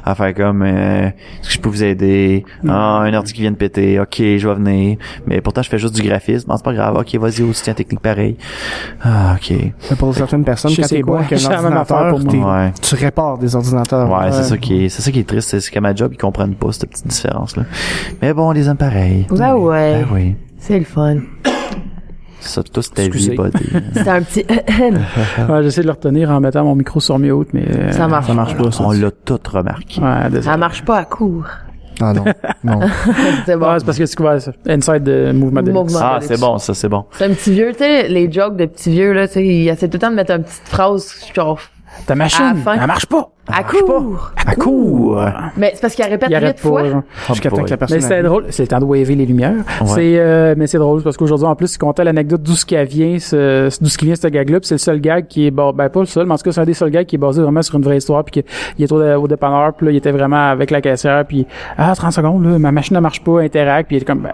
Speaker 1: à faire comme euh, est-ce que je peux vous aider Ah, un ordi qui vient de péter. OK, je vais venir. Mais pourtant, je fais juste du graphisme. Ah, c'est pas grave. OK, vas-y au soutien technique pareil. Ah, OK.
Speaker 6: hein. Mais Pour certaines personnes,
Speaker 3: Je
Speaker 6: quand
Speaker 3: sais
Speaker 6: t'es bon
Speaker 3: quoi,
Speaker 6: avec un
Speaker 3: j'ai la même affaire
Speaker 6: ordinateur,
Speaker 3: pour
Speaker 6: t'es-
Speaker 1: Ouais.
Speaker 6: tu répares des
Speaker 4: Ah,
Speaker 6: ordinateurs.
Speaker 1: Ouais, c'est ça qui est, c'est ça qui est triste, c'est c'est qu'à ma job, ils comprennent pas cette petite différence là. Mais bon, on les aime pareil.
Speaker 4: Ben ouais.
Speaker 1: Ben oui.
Speaker 4: C'est le fun.
Speaker 1: Ça, tout c'était
Speaker 3: Excusez.
Speaker 1: vie, pas des-
Speaker 4: C'est un petit... *laughs*
Speaker 3: Ouais, j'essaie de le retenir en mettant mon micro sur mute, mais euh,
Speaker 4: ça marche.
Speaker 6: Ça marche pas, ça.
Speaker 1: On l'a tout remarqué.
Speaker 3: Ouais, désolé.
Speaker 4: Ça marche pas à court. *laughs*
Speaker 1: *laughs*
Speaker 6: Ah non, non.
Speaker 1: Oh
Speaker 4: C'est bon.
Speaker 3: Ouais, c'est parce que c'est quoi ça? Inside de Mouvement de
Speaker 4: Mouvement.
Speaker 1: Ah, c'est bon, ça, c'est bon.
Speaker 4: C'est un petit vieux, tu sais, les jokes de petits vieux, là, tu sais, ils essaient tout le temps de mettre une petite phrase, genre,
Speaker 3: Ta
Speaker 4: À la
Speaker 3: machine,
Speaker 4: fin.
Speaker 3: elle marche pas.
Speaker 4: À court.
Speaker 3: À coup.
Speaker 4: Mais c'est parce qu'il répète
Speaker 3: Il
Speaker 4: huit
Speaker 3: arrête
Speaker 4: fois.
Speaker 3: pas. genre.
Speaker 6: Jusqu'à temps que la personne.
Speaker 3: Mais c'était
Speaker 6: arrive.
Speaker 3: drôle, c'est le temps de waver les lumières.
Speaker 1: Ouais.
Speaker 3: C'est euh, mais c'est drôle parce qu'aujourd'hui en plus, il comptait l'anecdote d'où ce qui vient ce d'où ce qui vient ce gag là, c'est le seul gag qui est bon, ben pas le seul, mais en tout cas, c'est un des seuls gags qui est basé vraiment sur une vraie histoire puis qu'il est au, au dépanneur, puis là, il était vraiment avec la caissière puis ah 30 secondes là, ma machine ne marche pas, interact, puis il est comme ben,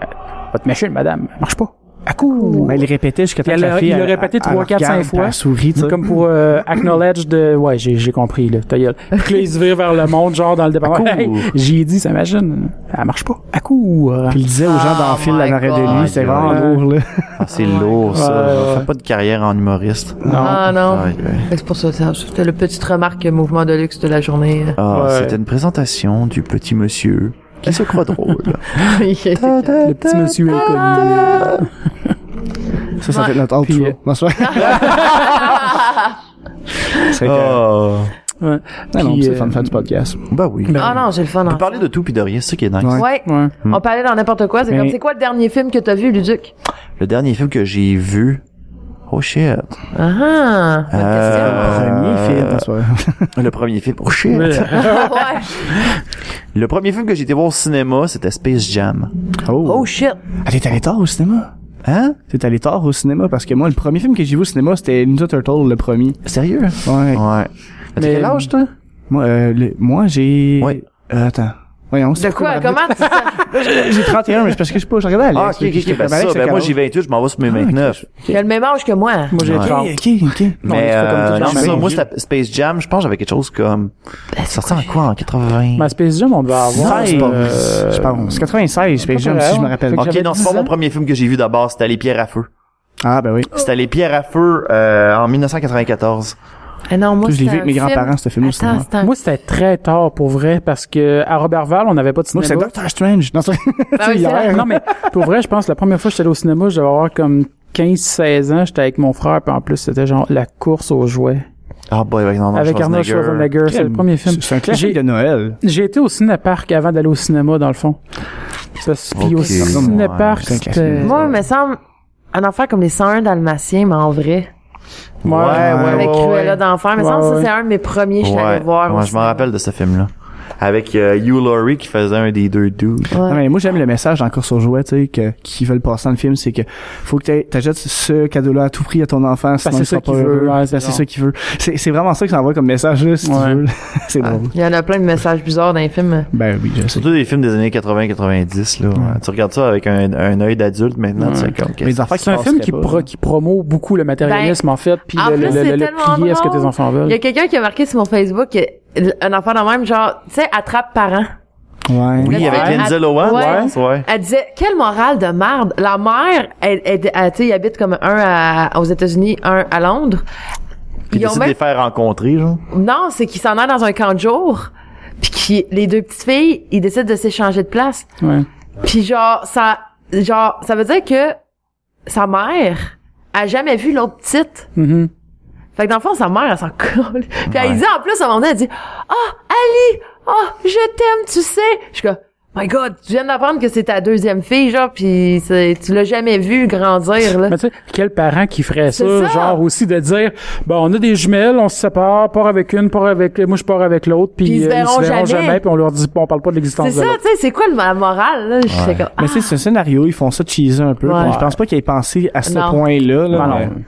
Speaker 3: votre machine madame, elle marche pas. À coup.
Speaker 6: Ben, il répétait jusqu'à temps
Speaker 3: Il
Speaker 6: que la
Speaker 3: l'a- il
Speaker 6: fille.
Speaker 3: l'a
Speaker 6: elle-
Speaker 3: répété
Speaker 6: elle-
Speaker 3: trois,
Speaker 6: elle
Speaker 3: quatre,
Speaker 6: regarde,
Speaker 3: cinq
Speaker 6: puis
Speaker 3: fois.
Speaker 6: Elle sourit, tu sais.
Speaker 3: comme pour euh, acknowledge de ouais j'ai j'ai compris là ta gueule Puis que là, il se vire vers le monde genre dans le départ
Speaker 1: À coup.
Speaker 3: j'ai dit ça machine elle marche pas à Ah, coup
Speaker 6: Puis il disait aux gens d'en
Speaker 4: Oh
Speaker 6: fil la
Speaker 4: my
Speaker 6: l'arrêt
Speaker 4: God.
Speaker 6: de lui, c'est vraiment
Speaker 3: Ouais.
Speaker 6: lourd, là.
Speaker 1: Ah, c'est lourd, ça.
Speaker 3: Ouais, ouais.
Speaker 1: Fais pas de carrière en humoriste.
Speaker 4: Ah non.
Speaker 1: Aïe, aïe.
Speaker 4: C'est pour ça, ça, c'était le petite remarque euh, mouvement de luxe de la journée.
Speaker 1: Ah,
Speaker 3: Ouais.
Speaker 1: c'était une présentation du petit monsieur qui se croit drôle.
Speaker 3: le petit monsieur inconnu
Speaker 6: Ça, ça
Speaker 4: Ouais.
Speaker 6: fait notre outro.
Speaker 3: Puis, euh,
Speaker 6: Bonsoir.
Speaker 1: *laughs*
Speaker 6: C'est que-
Speaker 1: Ah,
Speaker 3: ouais.
Speaker 6: Ah non,
Speaker 3: Puis,
Speaker 6: c'est
Speaker 3: euh,
Speaker 6: le fun de faire du podcast.
Speaker 1: bah oui.
Speaker 3: Ben,
Speaker 4: Ah non, j'ai le fun.
Speaker 1: On
Speaker 4: hein.
Speaker 1: peut parler de tout puis de rien, c'est ça qui est nice.
Speaker 6: Ouais.
Speaker 4: Ouais.
Speaker 3: ouais.
Speaker 4: On parlait dans n'importe quoi. C'est
Speaker 3: Mais-
Speaker 4: comme, c'est quoi le dernier film que t'as vu, Luduc?
Speaker 1: Le dernier film que j'ai vu... Oh shit.
Speaker 4: Ah, bonne
Speaker 6: *laughs*
Speaker 1: Euh,
Speaker 6: Premier film,
Speaker 1: *laughs*
Speaker 6: bonsoir.
Speaker 1: Le premier film... Oh shit.
Speaker 3: Ouais.
Speaker 4: question. Ouais.
Speaker 1: Le premier film que j'ai été voir au cinéma, c'était Space Jam.
Speaker 4: Oh shit.
Speaker 6: Ah, t'es allé tard au cinéma?
Speaker 1: Hein?
Speaker 6: T'es allé tard au cinéma parce que moi, le premier film que j'ai vu au cinéma, c'était Ninja Turtle, le premier.
Speaker 1: Sérieux?
Speaker 6: Ouais.
Speaker 1: Ouais. T'as
Speaker 3: Mais-
Speaker 1: quel âge, toi?
Speaker 6: Moi, euh, le- moi j'ai...
Speaker 1: Ouais.
Speaker 6: Euh, attends. Voyons,
Speaker 4: De
Speaker 6: c'est
Speaker 4: quoi?
Speaker 6: pourquoi je me rappelle-
Speaker 4: Comment tu sais?
Speaker 6: J'ai 31, mais c'est parce que je sais pas, je regardais Alex.
Speaker 1: Ah, ok, ok, ok.
Speaker 6: Comme
Speaker 1: Ben, ça,
Speaker 6: Alex,
Speaker 1: ben
Speaker 6: c'est
Speaker 1: moi,
Speaker 6: Carole.
Speaker 1: j'ai 28, je m'en vais sur mes 29.
Speaker 4: Il a le même âge que moi.
Speaker 3: moi j'ai
Speaker 1: Ouais.
Speaker 3: 30
Speaker 6: Ok, ok, ok. Non,
Speaker 1: Mais,
Speaker 6: c'est pas comme tout
Speaker 1: euh,
Speaker 6: le
Speaker 1: non,
Speaker 6: monde.
Speaker 1: mais ça, moi, c'était Space Jam, je pense, que j'avais quelque chose comme...
Speaker 4: Ben,
Speaker 1: Sorti en quoi, en 80?
Speaker 3: ma Space Jam on devait avoir
Speaker 1: c'est pas vrai.
Speaker 3: euh,
Speaker 6: Je pense. C'est 96, Space Jam, si je me rappelle.
Speaker 3: Fait que
Speaker 1: Ok,
Speaker 3: j'avais
Speaker 1: non, c'est
Speaker 3: 10
Speaker 1: pas mon
Speaker 3: ans.
Speaker 1: premier film que j'ai vu d'abord, c'était Les Pierres à Feu.
Speaker 4: Oh.
Speaker 6: Ah, ben oui.
Speaker 1: C'était Les Pierres à Feu euh, en 1994.
Speaker 4: Ah non, moi,
Speaker 6: Plus, je l'ai
Speaker 4: c'était
Speaker 6: vu avec
Speaker 4: un
Speaker 6: mes
Speaker 4: film-
Speaker 6: grands-parents, ce film au cinéma.
Speaker 4: Attends, c'était un-
Speaker 3: moi c'était très tard pour vrai parce que à Robertval on n'avait pas de
Speaker 6: Moi, c'est
Speaker 3: cinéma
Speaker 6: Doctor Strange. Non, c'est
Speaker 4: Ah oui, c'est
Speaker 6: hier.
Speaker 4: vrai.
Speaker 3: non, mais pour vrai, je pense que la première fois que j'étais allé au cinéma, je devais avoir comme 15-16 ans. J'étais avec mon frère, puis en plus, c'était genre la course aux jouets.
Speaker 1: Ah, boy, avec Arnold
Speaker 3: avec Arnold Schwarzenegger. C'est le premier film.
Speaker 6: C'est un classique
Speaker 3: J'ai-
Speaker 6: de Noël.
Speaker 3: J'ai été au cinéparc avant d'aller au cinéma, dans le fond. Ça, se- Puis au
Speaker 1: Ok.
Speaker 3: cinéparc,
Speaker 6: Ouais, c'est un
Speaker 3: c'était...
Speaker 4: Moi, il me semble, un affaire comme les 101 Dalmatiens, mais en vrai.
Speaker 1: Ouais, ouais, ouais.
Speaker 4: avec
Speaker 1: ouais,
Speaker 4: Cruella d'enfer. Mais
Speaker 3: Ouais,
Speaker 4: ça, me semble que
Speaker 3: ouais.
Speaker 4: c'est un de mes premiers que je suis allée
Speaker 1: Ouais, ouais,
Speaker 4: voir. au
Speaker 1: je m'en
Speaker 4: cinéma.
Speaker 1: rappelle de ce film-là. Avec euh, Hugh Laurie qui faisait un des deux dudes.
Speaker 4: Ouais.
Speaker 6: Non, mais moi, j'aime le message dans Course aux jouets, tu sais, que, qui veulent passer dans le film, c'est que, faut que t'aies- t'achètes ce cadeau-là à tout prix à ton enfant, sinon
Speaker 3: Ben, c'est
Speaker 6: il
Speaker 3: ça
Speaker 6: sera pas
Speaker 3: qu'il veut, ouais,
Speaker 6: heureux. Ben,
Speaker 3: c'est
Speaker 6: c'est
Speaker 3: genre.
Speaker 6: ça qu'il veut. C'est, c'est vraiment ça que ça envoie comme message, là, si tu
Speaker 3: Ouais.
Speaker 6: veux. *laughs* c'est drôle.
Speaker 4: Il y en a plein de messages bizarres dans les films.
Speaker 6: Ben oui, je sais.
Speaker 1: Surtout des films des années 80-90, là. Tu regardes ça avec un, un œil d'adulte maintenant, tu sais, comme...
Speaker 6: Mais des affaires
Speaker 3: C'est un film qui, pro,
Speaker 6: proc.
Speaker 3: qui promo beaucoup le matérialisme, en fait, puis
Speaker 4: Ben, en
Speaker 3: le, le,
Speaker 4: plus,
Speaker 3: le-
Speaker 4: c'est
Speaker 3: le
Speaker 4: tellement
Speaker 3: plier à ce que
Speaker 4: drôle.
Speaker 3: tes enfants
Speaker 4: Il y a
Speaker 3: veulent.
Speaker 4: quelqu'un qui a marqué sur mon Facebook euh, un enfant dans même, genre, tu sais, attrape parents.
Speaker 6: Ouais.
Speaker 1: Oui,
Speaker 4: Ouais.
Speaker 1: avec
Speaker 4: Ouais.
Speaker 1: Lindsay Lohan,
Speaker 4: Ouais.
Speaker 1: ouais. ouais.
Speaker 4: Elle disait, quelle morale de merde. La mère, elle, elle, elle- tu sais, ils habitent comme un à- aux États-Unis, un à Londres.
Speaker 1: Puis
Speaker 4: Ils ont
Speaker 1: décide de
Speaker 4: même-
Speaker 1: les faire rencontrer, genre.
Speaker 4: Non, c'est qu'ils s'en allent dans un camp de jour. Puis qui, les deux petites filles, ils décident de s'échanger de place.
Speaker 3: Ouais.
Speaker 4: Puis genre, ça, genre, ça veut dire que sa mère a jamais vu l'autre petite.
Speaker 3: Mhm.
Speaker 4: Fait que dans le fond, sa mère, elle s'en *laughs* colle. Puis elle
Speaker 1: Ouais.
Speaker 4: dit, en plus, à un moment donné, elle dit, « Ah, Ali! Ah, je t'aime, tu sais! » Je suis comme, « My God, tu viens d'apprendre que c'est ta deuxième fille, genre, puis c'est- tu l'as jamais vue grandir, là.
Speaker 3: Mais tu sais, quel parent qui ferait ça,
Speaker 4: C'est ça.
Speaker 3: genre aussi de dire, ben on a des jumelles, on se sépare, part avec une, part avec, moi je pars avec l'autre, puis
Speaker 4: Puis ils se
Speaker 3: euh,
Speaker 4: verront jamais.
Speaker 3: jamais, puis on leur dit, on parle pas de »
Speaker 4: C'est
Speaker 3: l'existence de
Speaker 4: ça,
Speaker 3: l'autre.
Speaker 4: tu sais, c'est quoi le- la morale, là? Je sais comme,
Speaker 6: Mais tu sais, c'est un scénario, ils font ça cheeser un peu.
Speaker 4: Ouais.
Speaker 6: puis Je pense pas qu'ils aient pensé à ce
Speaker 4: Non.
Speaker 6: point-là. là,
Speaker 3: Non,
Speaker 6: mais
Speaker 3: non. Hmm.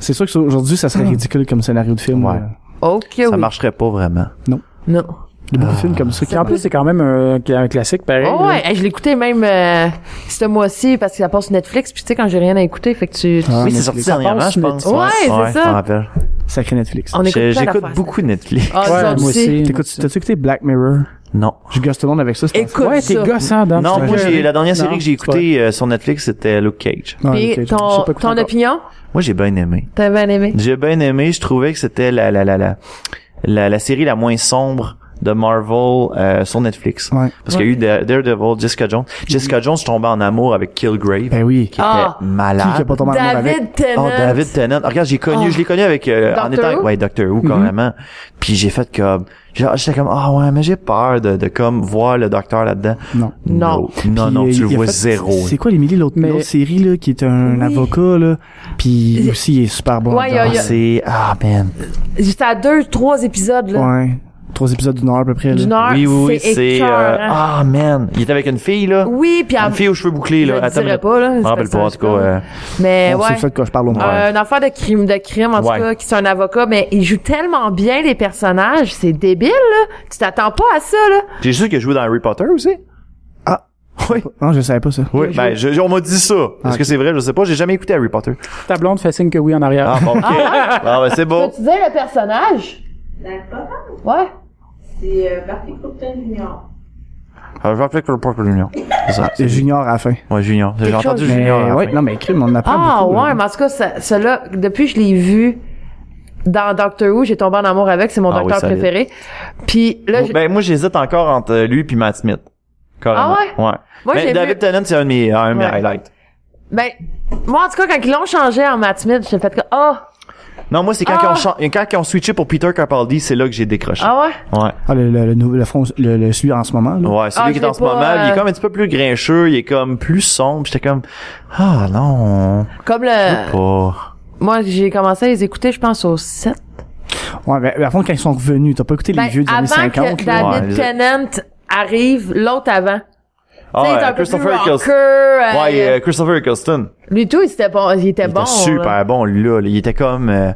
Speaker 6: C'est sûr qu'aujourd'hui, ça serait ridicule comme scénario de film. euh,
Speaker 1: Ouais.
Speaker 6: là.
Speaker 4: « ah, Ok,
Speaker 1: Ça
Speaker 4: Eh oui.
Speaker 1: marcherait pas vraiment.
Speaker 4: Non.
Speaker 6: Il y a beaucoup de films comme ça qui
Speaker 3: Puis en plus, c'est quand même un, un classique pareil.
Speaker 4: Oh
Speaker 3: là.
Speaker 4: ouais, hey, je l'écoutais même euh, ce mois-ci parce que ça passe sur Netflix, puis tu sais, quand j'ai rien à écouter, fait que tu... tu-
Speaker 6: Ah,
Speaker 1: Oui, c'est
Speaker 6: mais
Speaker 1: sorti
Speaker 3: ça
Speaker 1: dernièrement,
Speaker 3: passe
Speaker 1: je
Speaker 3: sur
Speaker 1: pense.
Speaker 4: Netflix. Ouais, c'est ça.
Speaker 1: Je m'en rappelle.
Speaker 6: Sacré Netflix.
Speaker 3: Ah,
Speaker 4: On écoute
Speaker 1: J'ai-
Speaker 4: plein
Speaker 1: J'écoute
Speaker 4: d'affaires.
Speaker 1: beaucoup Netflix.
Speaker 4: Ah,
Speaker 3: Ouais,
Speaker 4: nous autres
Speaker 3: moi aussi.
Speaker 6: T'écoutes- T'as-tu écouté Black Mirror?
Speaker 1: Non.
Speaker 6: Je gosse tout le monde avec ça, c'est
Speaker 4: Écoute
Speaker 3: Ouais, t'es
Speaker 4: ça.
Speaker 3: gossant dans
Speaker 1: Non,
Speaker 3: ce
Speaker 1: moi,
Speaker 3: jeu.
Speaker 1: j'ai, la dernière
Speaker 3: Non,
Speaker 1: série que j'ai
Speaker 3: c'est pas vrai.
Speaker 1: écoutée euh, sur Netflix, c'était Luke Cage.
Speaker 6: Non,
Speaker 4: Puis
Speaker 6: ok, hein, je-
Speaker 4: ton,
Speaker 6: j'ai pas écouté
Speaker 4: ton
Speaker 6: encore.
Speaker 4: opinion,
Speaker 1: Moi, j'ai bien aimé.
Speaker 4: t'as bien aimé?
Speaker 1: J'ai bien aimé. Je trouvais que c'était la, la, la, la, la, la, la série la moins sombre de Marvel euh, sur Netflix.
Speaker 6: Ouais.
Speaker 1: Parce qu'il y a eu Da- Daredevil, Jessica Jones. Jessica Jones tombait en amour avec Killgrave,
Speaker 6: Ben oui.
Speaker 1: qui
Speaker 4: Ah.
Speaker 1: était
Speaker 6: Qui
Speaker 1: malade.
Speaker 6: qui a pas tombé en amour avec?
Speaker 4: David Tennant.
Speaker 1: Oh, David Tennant. Regarde, j'ai connu,
Speaker 4: Oh.
Speaker 1: je l'ai connu avec, euh, en
Speaker 4: Doctor
Speaker 1: étant,
Speaker 4: Who?
Speaker 1: ouais, Doctor Who, carrément. Puis j'ai fait comme, genre, j'étais comme, ah ouais, mais j'ai peur de, de comme, voir le docteur là-dedans.
Speaker 6: Non.
Speaker 4: Non.
Speaker 1: Non,
Speaker 6: Puis,
Speaker 1: non,
Speaker 6: euh,
Speaker 1: tu le
Speaker 6: il a
Speaker 1: vois
Speaker 6: fait-
Speaker 1: zéro.
Speaker 6: C'est quoi, Émilie, l'autre
Speaker 3: Mais-
Speaker 6: l'autre série, là, qui est un
Speaker 4: Oui.
Speaker 6: avocat, là? Puis aussi, il est super bon.
Speaker 4: Ouais,
Speaker 6: dedans.
Speaker 1: Ah,
Speaker 4: il y a-
Speaker 1: c'est, ah, man.
Speaker 4: J'étais à deux, trois épisodes, là.
Speaker 6: Ouais. Trois épisodes d'une heure, à peu près, là.
Speaker 4: D'une heure.
Speaker 1: Oui, oui, oui, c'est, euh,
Speaker 4: Ah, écœurant.
Speaker 1: ah, man. Il était avec une fille, là.
Speaker 4: Oui, puis
Speaker 1: Une fille aux cheveux bouclés,
Speaker 4: je
Speaker 1: là.
Speaker 4: le
Speaker 1: Attends, une
Speaker 4: dirais
Speaker 1: minute.
Speaker 4: pas, là.
Speaker 1: je
Speaker 4: ce
Speaker 1: me rappelle pas, en tout cas,
Speaker 4: personnage-là.
Speaker 1: euh,
Speaker 4: Mais
Speaker 6: On sait
Speaker 4: ouais.
Speaker 6: de ça de quoi je parle au moins.
Speaker 4: Euh, une affaire de crime, de crime, en
Speaker 1: Ouais.
Speaker 4: tout cas, qui c'est un avocat, mais il joue tellement bien les personnages, c'est débile, là. Tu t'attends pas à ça, là.
Speaker 1: J'ai sûr qu'il a joué dans Harry Potter aussi.
Speaker 6: Ah.
Speaker 1: Oui.
Speaker 6: Non, je savais pas ça.
Speaker 1: Oui, ben, je- on m'a dit ça. Est-ce que c'est vrai? Je sais pas. J'ai jamais écouté Harry Potter.
Speaker 3: Ta blonde fait signe que oui en arrière.
Speaker 1: Ah, bon, ok. Ah, ben, c'est beau.
Speaker 4: Peux-tu dire le personnage? Ouais.
Speaker 1: Ah, Je rappelle que le propre Junior. C'est ça.
Speaker 6: C'est Junior à la fin.
Speaker 1: Ouais, Junior. J'ai
Speaker 4: Quelque
Speaker 1: entendu
Speaker 4: chose.
Speaker 6: Mais,
Speaker 1: Junior. à la
Speaker 6: ouais,
Speaker 1: fin.
Speaker 6: non, mais crime, on en apprend
Speaker 4: Ah,
Speaker 6: beaucoup.
Speaker 4: ouais,
Speaker 6: là.
Speaker 4: mais en tout cas, ça- cela, depuis que je l'ai vu dans Doctor Who, j'ai tombé en amour avec, c'est mon
Speaker 1: Ah oui,
Speaker 4: docteur
Speaker 1: solide.
Speaker 4: préféré. Puis là, je-
Speaker 1: Ben, moi, j'hésite encore entre lui puis Matt Smith. Carrément.
Speaker 4: Ah
Speaker 1: ouais?
Speaker 4: moi,
Speaker 1: mais
Speaker 4: j'ai
Speaker 1: ben, David
Speaker 4: vu,
Speaker 1: Tennant, c'est un de mes, un de mes
Speaker 4: Ouais.
Speaker 1: highlights.
Speaker 4: ben, moi, en tout cas, quand ils l'ont changé en Matt Smith, j'ai fait que, ah,
Speaker 1: Non, moi, c'est quand,
Speaker 4: Ah!
Speaker 1: ils ont chan- quand ils ont switché pour Peter Capaldi, c'est là que j'ai décroché.
Speaker 4: ah ouais?
Speaker 1: Ouais.
Speaker 6: Ah, le, le, le, nouveau- le, front- le, le celui en ce moment, là.
Speaker 1: Ouais, celui
Speaker 4: Ah,
Speaker 1: qui
Speaker 4: je
Speaker 1: est en
Speaker 4: l'ai
Speaker 1: ce
Speaker 4: pas,
Speaker 1: moment, il est
Speaker 4: euh,
Speaker 1: comme un petit peu plus grincheux, il est comme plus sombre. J'étais comme, ah, non.
Speaker 4: Comme le,
Speaker 1: Pas.
Speaker 4: moi, j'ai commencé à les écouter, je pense, au 7.
Speaker 1: Oh.
Speaker 6: Ouais, mais à fond, quand ils sont revenus, t'as pas écouté les
Speaker 4: Ben,
Speaker 6: vieux des
Speaker 4: avant
Speaker 6: années 50,
Speaker 4: que
Speaker 6: là.
Speaker 1: Ouais,
Speaker 4: David
Speaker 1: les-
Speaker 4: Tennant arrive, l'autre avant.
Speaker 1: Ah,
Speaker 4: tu sais, il est un peu plus
Speaker 1: Christopher
Speaker 4: rocker.
Speaker 1: Eccleston.
Speaker 4: euh,
Speaker 1: Ouais, euh, Christopher Eccleston.
Speaker 4: Lui tout, il était bon. Il était
Speaker 1: Il
Speaker 4: bon.
Speaker 1: était super
Speaker 4: là.
Speaker 1: bon, là. là. Il était comme, euh,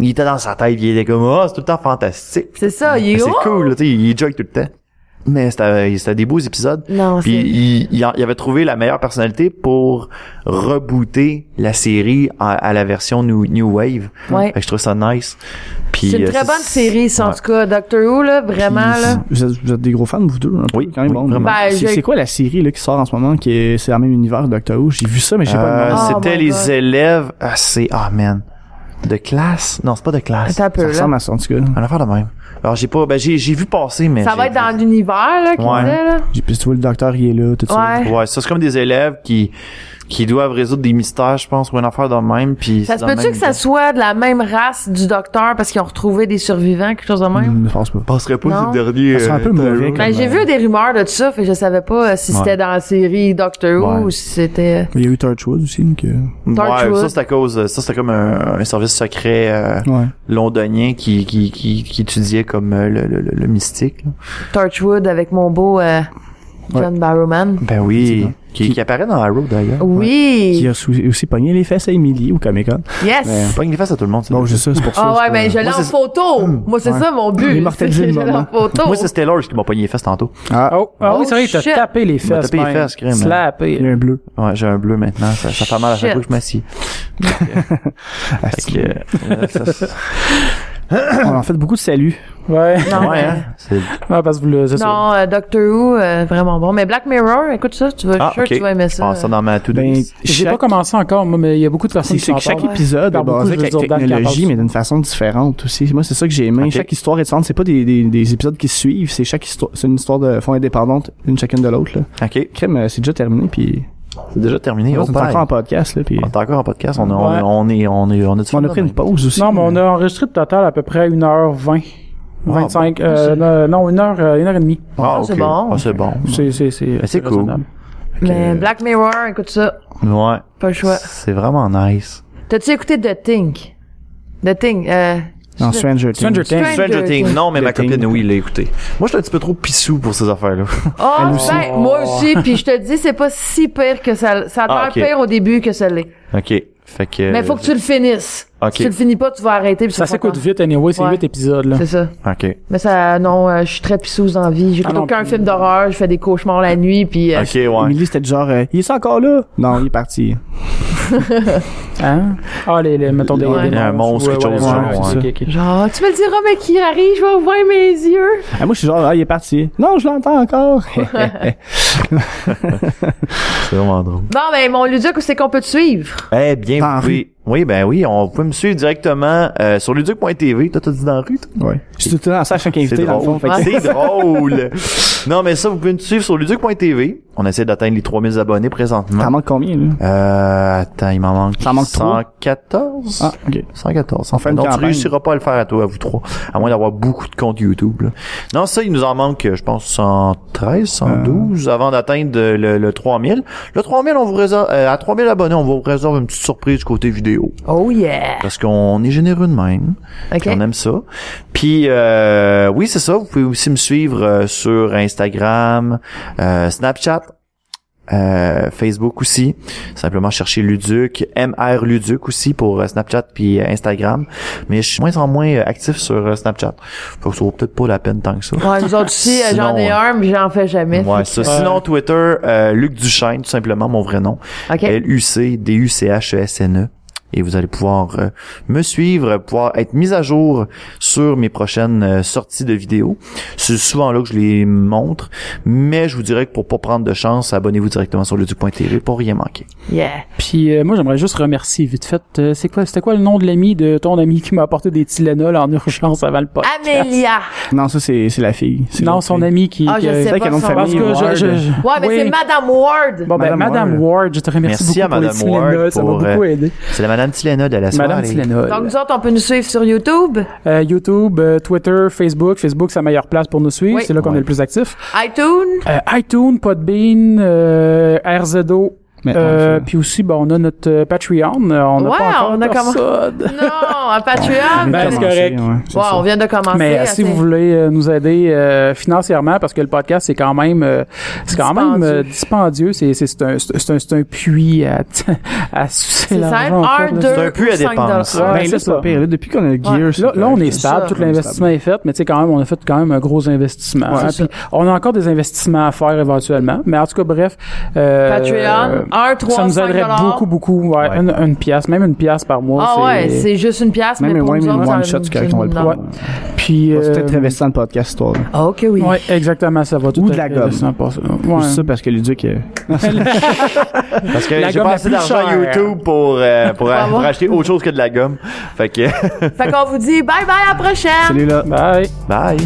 Speaker 1: il était dans sa tête, il était comme, ah, c'est tout le temps fantastique.
Speaker 4: C'est ça, il
Speaker 1: Mais
Speaker 4: est
Speaker 1: Ah, C'est
Speaker 4: oh!
Speaker 1: cool, là, tu sais, il joke tout le temps. Mais c'était c'était des beaux épisodes.
Speaker 4: Non,
Speaker 1: Puis
Speaker 4: Ah, c'est...
Speaker 1: il, il en- il avait trouvé la meilleure personnalité pour rebooter la série à, à la version New, new Wave.
Speaker 4: Ouais.
Speaker 1: Fait que je trouve ça nice. Puis,
Speaker 4: Eh. C'est une
Speaker 1: euh,
Speaker 4: très bonne série, ça, en
Speaker 1: ouais.
Speaker 4: tout cas. Doctor Who, là, vraiment,
Speaker 6: Puis,
Speaker 4: là.
Speaker 6: Vous êtes, vous êtes des gros fans, vous deux, un peu,
Speaker 1: Oui,
Speaker 6: quand même.
Speaker 1: oui,
Speaker 6: bon.
Speaker 1: vraiment.
Speaker 4: Ben,
Speaker 6: c'est
Speaker 4: j'ai-
Speaker 6: c'est quoi la série là, qui sort en ce moment, qui est, c'est dans le même univers de Doctor Who? J'ai vu ça, mais j'ai pas
Speaker 1: Euh,
Speaker 6: le nom.
Speaker 4: Oh
Speaker 1: C'était
Speaker 4: my
Speaker 1: les
Speaker 4: God.
Speaker 1: élèves. Ah, c'est. Ah, man. De classe? Non, c'est pas de classe.
Speaker 4: Attends un
Speaker 6: Ça
Speaker 4: peu, là.
Speaker 6: ressemble à ça, en tout cas.
Speaker 1: Un affaire de même. Alors, j'ai pas. Ben, j'ai j'ai vu passer, mais.
Speaker 4: Ça
Speaker 1: j'ai-
Speaker 4: va être dans l'univers, là, qu'il
Speaker 1: Ouais.
Speaker 4: disait, là.
Speaker 6: J'ai puis tu vois, le docteur, il est là, tout ça.
Speaker 4: Ouais.
Speaker 1: Ouais, ça, c'est comme des élèves qui. qui doivent résoudre des mystères, je pense, ou une affaire de même. Puis
Speaker 4: Ça
Speaker 1: c'est
Speaker 4: se
Speaker 1: dans le
Speaker 4: peut-tu
Speaker 1: même
Speaker 4: que ça
Speaker 1: genre.
Speaker 4: soit de la même race du docteur parce qu'ils ont retrouvé des survivants, quelque chose de
Speaker 1: Mm-hmm.
Speaker 4: même?
Speaker 6: Hum, Je pense pas.
Speaker 1: Je penserais pas
Speaker 4: Non.
Speaker 1: que c'est le dernier. euh,
Speaker 6: Ça sent un peu mauvais,
Speaker 4: Ben, j'ai vu des rumeurs de ça, fait que je savais pas euh, si c'était
Speaker 1: Ouais.
Speaker 4: dans la série Doctor Who
Speaker 1: Ouais.
Speaker 4: ou si c'était... euh,
Speaker 6: Il y a eu Torchwood aussi, donc, euh,
Speaker 1: Ouais,
Speaker 4: Torchwood.
Speaker 1: ça, c'est à cause. Ça, c'était comme un, un service secret euh,
Speaker 6: ouais.
Speaker 1: londonien qui, qui, qui, qui étudiait comme euh, le, le, le- le mystique. là.
Speaker 4: Torchwood avec mon beau euh, John Barrowman.
Speaker 1: Ben oui. Qui, qui apparaît dans Arrow, d'ailleurs.
Speaker 6: Qui
Speaker 4: Oui!
Speaker 6: a sou- aussi pogné les fesses à Emily au Comic Con.
Speaker 4: Yes!
Speaker 1: Il Euh, Pogne les fesses à tout le monde, Ben, ça.
Speaker 6: Bon, je sais, c'est pour ça.
Speaker 4: Ah
Speaker 6: c'est
Speaker 4: ouais,
Speaker 6: pas-
Speaker 4: mais je l'ai
Speaker 1: Moi,
Speaker 4: en
Speaker 1: c'est-
Speaker 4: photo. Moi, c'est
Speaker 6: Ouais.
Speaker 4: ça mon but.
Speaker 6: Il immortalisé
Speaker 4: C'est que
Speaker 6: le
Speaker 4: *laughs* je l'ai en
Speaker 6: moment.
Speaker 4: photo.
Speaker 1: Moi, c'est Taylor qui m'a pogné les fesses tantôt.
Speaker 6: Ah,
Speaker 3: Oh, ah oui, c'est vrai, il t'a
Speaker 4: Oh, shit.
Speaker 3: tapé les fesses.
Speaker 1: m'a tapé les
Speaker 3: man.
Speaker 1: fesses, crime. hein.
Speaker 6: il y
Speaker 3: Slappé.
Speaker 6: a un bleu.
Speaker 1: Ouais, j'ai un bleu maintenant. Ça, ça fait mal à chaque
Speaker 4: Shit.
Speaker 1: fois que je
Speaker 6: *laughs*
Speaker 1: m'assieds.
Speaker 6: Ah,
Speaker 1: Fait que, euh, ça, c'est-
Speaker 6: *coughs* On en fait beaucoup de saluts.
Speaker 3: Ouais.
Speaker 4: Non,
Speaker 1: ouais,
Speaker 4: mais-
Speaker 1: hein. C'est-
Speaker 3: Ah, parce que vous le, c'est ça.
Speaker 4: non euh, Doctor Who, euh, vraiment bon. Mais Black Mirror, écoute ça, tu vas, je
Speaker 1: Ah,
Speaker 4: suis sûr
Speaker 1: ok.
Speaker 4: que tu vas aimer ça.
Speaker 1: Ah, ça dans ma to do
Speaker 6: Ben,
Speaker 1: list.
Speaker 3: J'ai
Speaker 6: chaque-
Speaker 3: pas commencé encore, moi, mais il y a beaucoup de personnes qui
Speaker 6: C'est c'est
Speaker 3: s'en
Speaker 6: que chaque
Speaker 3: parlent.
Speaker 6: épisode
Speaker 3: Par
Speaker 6: est basé
Speaker 3: beaucoup,
Speaker 6: avec
Speaker 3: je veux
Speaker 6: la
Speaker 3: dire, dans le
Speaker 6: technologie,
Speaker 3: cadre.
Speaker 6: mais d'une façon différente aussi. Moi, c'est ça que j'ai aimé.
Speaker 1: Ok.
Speaker 6: Chaque histoire est différente. C'est pas des, des, des épisodes qui se suivent. C'est chaque histoire, c'est une histoire de fond indépendante, une chacune de l'autre. là.
Speaker 1: OK.
Speaker 6: Crème, euh, c'est déjà terminé, puis
Speaker 1: C'est déjà terminé.
Speaker 6: on
Speaker 1: Oh,
Speaker 6: est
Speaker 1: bye.
Speaker 6: encore en podcast, là, puis
Speaker 1: On est encore en podcast. On, a- on-
Speaker 3: Ouais.
Speaker 1: on est, on est, on est,
Speaker 6: on a pris une pause aussi.
Speaker 3: Non, mais on a enregistré le total à peu près 1h20. 25, euh, non, non, une heure, euh, une heure et demie.
Speaker 1: Ah,
Speaker 4: Ah, c'est
Speaker 1: ok.
Speaker 4: bon.
Speaker 1: Ah, c'est bon.
Speaker 3: C'est, c'est, c'est,
Speaker 1: Ben, c'est cool.
Speaker 3: raisonnable.
Speaker 4: Mais Black Mirror, écoute ça,
Speaker 1: Ouais.
Speaker 4: pas le choix.
Speaker 1: C'est vraiment nice.
Speaker 4: T'as-tu écouté The Think? The Think, euh,
Speaker 6: Dans Stranger Things.
Speaker 3: Stranger Things.
Speaker 4: Stranger
Speaker 1: Stranger Things.
Speaker 4: Things.
Speaker 1: Non, mais ma
Speaker 6: Things.
Speaker 1: copine, oui, l'a écouté. Moi, j'étais un petit peu trop pissou pour ces affaires-là.
Speaker 4: oh,
Speaker 6: Elle aussi.
Speaker 4: ben, moi aussi, puis je te dis, c'est pas si pire que ça. Ça a l'air
Speaker 1: Ah, ok.
Speaker 4: pire au début que ça l'est.
Speaker 1: OK. Fait que...
Speaker 4: Mais faut que tu le finisses.
Speaker 1: Ok.
Speaker 4: Si tu le finis pas, tu vas arrêter. puis tu
Speaker 3: Ça
Speaker 4: vas pas
Speaker 3: s'écoute
Speaker 4: t'en-
Speaker 3: vite, hein. anyway, c'est
Speaker 4: Ouais.
Speaker 3: 8 épisodes, là.
Speaker 4: C'est ça.
Speaker 1: OK.
Speaker 4: Mais ça, non, euh, je suis très pisseuse en vie. J'écoute
Speaker 3: Ah non,
Speaker 4: aucun
Speaker 3: puis-
Speaker 4: film d'horreur. Je fais des cauchemars la nuit, puis euh,
Speaker 1: OK, ouais.
Speaker 6: Emily, c'était du genre, euh, il est encore là? Non, il est parti.
Speaker 3: Hein? Ah, les, les, mettons des,
Speaker 4: Ouais.
Speaker 3: des
Speaker 1: Un monstre,
Speaker 3: ouais,
Speaker 1: quelque
Speaker 3: ouais,
Speaker 1: chose
Speaker 3: ouais,
Speaker 6: du genre,
Speaker 3: ouais,
Speaker 6: ouais.
Speaker 3: ok, ok.
Speaker 4: genre, tu me le diras, mais qui arrive, je vais ouvrir mes yeux.
Speaker 6: Ah, moi, je suis genre, ah, il est parti. Non, je l'entends
Speaker 4: *laughs*
Speaker 6: encore. *laughs*
Speaker 1: C'est vraiment drôle.
Speaker 4: Bon, ben, mon Luduc, où c'est qu'on peut te suivre?
Speaker 1: Eh bien,
Speaker 6: Dans
Speaker 1: vous
Speaker 6: la
Speaker 1: pouvez... Oui, ben oui, on peut me suivre directement euh, sur luduc.tv. Toi, t'as dit dans la rue, toi?
Speaker 6: Ouais. Je suis tout le temps à ça à chaque invité,
Speaker 1: C'est
Speaker 6: dans le fond.
Speaker 1: drôle.
Speaker 6: Fait que-
Speaker 1: C'est drôle. Non, mais ça, vous pouvez nous suivre sur luduc.tv. On essaie d'atteindre les 3000 abonnés présentement.
Speaker 6: T'en manques combien, là?
Speaker 1: Euh, attends, il m'en manque.
Speaker 6: T'en manques trois?
Speaker 1: 114?
Speaker 6: Ah, ok.
Speaker 1: 114.
Speaker 6: fait une
Speaker 1: non, tu
Speaker 6: campagne.
Speaker 1: réussiras pas à le faire à toi, à vous trois. À moins d'avoir beaucoup de comptes YouTube, là. Non, ça, il nous en manque, je pense, 113, 112 avant d'atteindre le, le 3000. Le 3000, on vous réserve, euh, à 3000 abonnés, on vous réserve une petite surprise du côté vidéo.
Speaker 4: Oh yeah!
Speaker 1: Parce qu'on est généreux de même.
Speaker 4: OK.
Speaker 1: Puis on aime ça. Puis euh, oui, c'est ça. Vous pouvez aussi me suivre euh, sur Instagram, euh, Snapchat, euh, Facebook aussi. Simplement chercher Luduc, MR Luduc aussi pour euh, Snapchat puis euh, Instagram. Mais je suis moins en moins euh, actif sur euh, Snapchat. Faut que ça vaut peut-être pas la peine tant que ça.
Speaker 4: Ouais, nous autres aussi, euh, j'en ai
Speaker 1: Sinon,
Speaker 4: un, mais j'en fais jamais.
Speaker 1: Ouais, ça. Sinon, Twitter, euh, Luc Duchesne, tout simplement, mon vrai nom.
Speaker 4: OK.
Speaker 1: L-U-C-D-U-C-H-E-S-N-E. E. Et vous allez pouvoir euh, me suivre, pouvoir être mis à jour sur mes prochaines euh, sorties de vidéos. C'est souvent là que je les montre, mais je vous dirais que pour pas prendre de chance, abonnez-vous directement sur leduc.tv pour rien manquer.
Speaker 4: Yeah.
Speaker 3: Puis euh, moi, j'aimerais juste remercier vite fait. euh, c'est quoi, c'était quoi le nom de l'ami de ton ami qui m'a apporté des Tylenol en urgence avant le podcast?
Speaker 4: Ah, Amélia!
Speaker 6: Non, ça, c'est, c'est la fille. C'est
Speaker 3: Non,
Speaker 6: l'autre
Speaker 3: son
Speaker 6: fille.
Speaker 3: ami qui.
Speaker 4: Ah, je
Speaker 3: qui-
Speaker 4: sais
Speaker 6: C'est
Speaker 4: pas
Speaker 6: qu'elle a une
Speaker 4: son
Speaker 3: Parce
Speaker 6: famille.
Speaker 3: que je, je- je-
Speaker 4: Ouais, mais
Speaker 3: oui.
Speaker 4: c'est Madame Ward!
Speaker 3: Bon, ben,
Speaker 6: Madame
Speaker 3: Madame
Speaker 6: Ward.
Speaker 3: Ward, je te remercie
Speaker 1: Merci à
Speaker 3: beaucoup
Speaker 1: Madame
Speaker 3: pour les
Speaker 1: Ward
Speaker 3: Tylenol, ça m'a
Speaker 1: pour, euh,
Speaker 3: beaucoup aidé.
Speaker 1: C'est la madame Tilena de la soirée.
Speaker 3: Madame Tylenol.
Speaker 4: Donc, nous autres, on peut nous suivre sur YouTube,
Speaker 3: Euh, YouTube, euh, Twitter, Facebook. Facebook, c'est la meilleure place pour nous suivre.
Speaker 4: Oui.
Speaker 3: C'est là qu'on
Speaker 1: Ouais.
Speaker 3: est le plus actif.
Speaker 4: iTunes.
Speaker 3: Euh, iTunes, Podbean, euh, RZO.
Speaker 6: Mais,
Speaker 3: euh,
Speaker 6: ouais,
Speaker 3: puis aussi, ben, on a notre euh, Patreon. Euh, On n'a
Speaker 4: Ouais,
Speaker 3: pas encore
Speaker 4: on a comm-
Speaker 3: personne.
Speaker 4: Non, à Patreon.
Speaker 6: c'est-
Speaker 3: Ben,
Speaker 6: c'est
Speaker 3: c'est correct.
Speaker 6: commencé, ouais, c'est
Speaker 4: Ouais,
Speaker 6: ça.
Speaker 4: on vient de commencer.
Speaker 3: Mais euh,
Speaker 4: à
Speaker 3: si
Speaker 4: faire-
Speaker 3: vous voulez euh, nous aider euh, financièrement, parce que le podcast c'est quand même, euh, c'est quand même euh, dispendieux. C'est c'est c'est un c'est c'est un c'est un puits à *laughs* à sucer
Speaker 4: C'est simple,
Speaker 3: l'argent. en fait,
Speaker 4: 1,
Speaker 3: là.
Speaker 4: 2,
Speaker 1: un puits à dépenses.
Speaker 3: Ouais,
Speaker 6: Ben,
Speaker 3: c'est
Speaker 6: là, c'est
Speaker 3: ça.
Speaker 6: pas pire. Là, depuis qu'on a Gear,
Speaker 4: Ouais.
Speaker 6: c'est
Speaker 3: Là, là, on
Speaker 6: correct.
Speaker 3: est stable,
Speaker 4: ça,
Speaker 3: tout
Speaker 6: on est
Speaker 3: l'investissement est fait, mais tu sais quand même, on a fait quand même un gros investissement.
Speaker 6: Ouais,
Speaker 3: hein,
Speaker 6: c'est
Speaker 3: puis on a encore des investissements à faire éventuellement, mais en tout cas bref, euh,
Speaker 4: Patreon, 1, 3,
Speaker 3: ça nous aiderait beaucoup beaucoup, ouais,
Speaker 1: Ouais.
Speaker 3: Une, une pièce, même une pièce par mois.
Speaker 4: Ah ouais, c'est juste une pièce,
Speaker 6: Même
Speaker 4: mais
Speaker 6: un
Speaker 4: pour
Speaker 6: one
Speaker 4: nous autres, ça-
Speaker 6: one shot, c'est correct, on va le
Speaker 4: non.
Speaker 6: prendre.
Speaker 3: puis
Speaker 6: C'est peut-être
Speaker 3: euh,
Speaker 6: investi dans le podcast, toi. là.
Speaker 4: Ah, Ok, oui.
Speaker 3: ouais, exactement, ça va tout
Speaker 6: Ou de
Speaker 3: être
Speaker 6: la gomme.
Speaker 3: intéressant pour ça.
Speaker 6: Ou
Speaker 3: Ouais.
Speaker 6: ça parce que Luduc, euh,
Speaker 1: Parce que
Speaker 3: La
Speaker 1: j'ai
Speaker 3: gomme
Speaker 1: pas
Speaker 3: la
Speaker 1: assez
Speaker 3: plus
Speaker 1: d'argent
Speaker 3: chère.
Speaker 1: YouTube pour, euh, pour,
Speaker 4: Ah bon?
Speaker 1: pour acheter autre chose que *laughs* de la gomme. Fait que,
Speaker 4: Fait qu'on vous dit bye bye à la prochaine!
Speaker 6: celui-là.
Speaker 3: Bye.
Speaker 1: bye!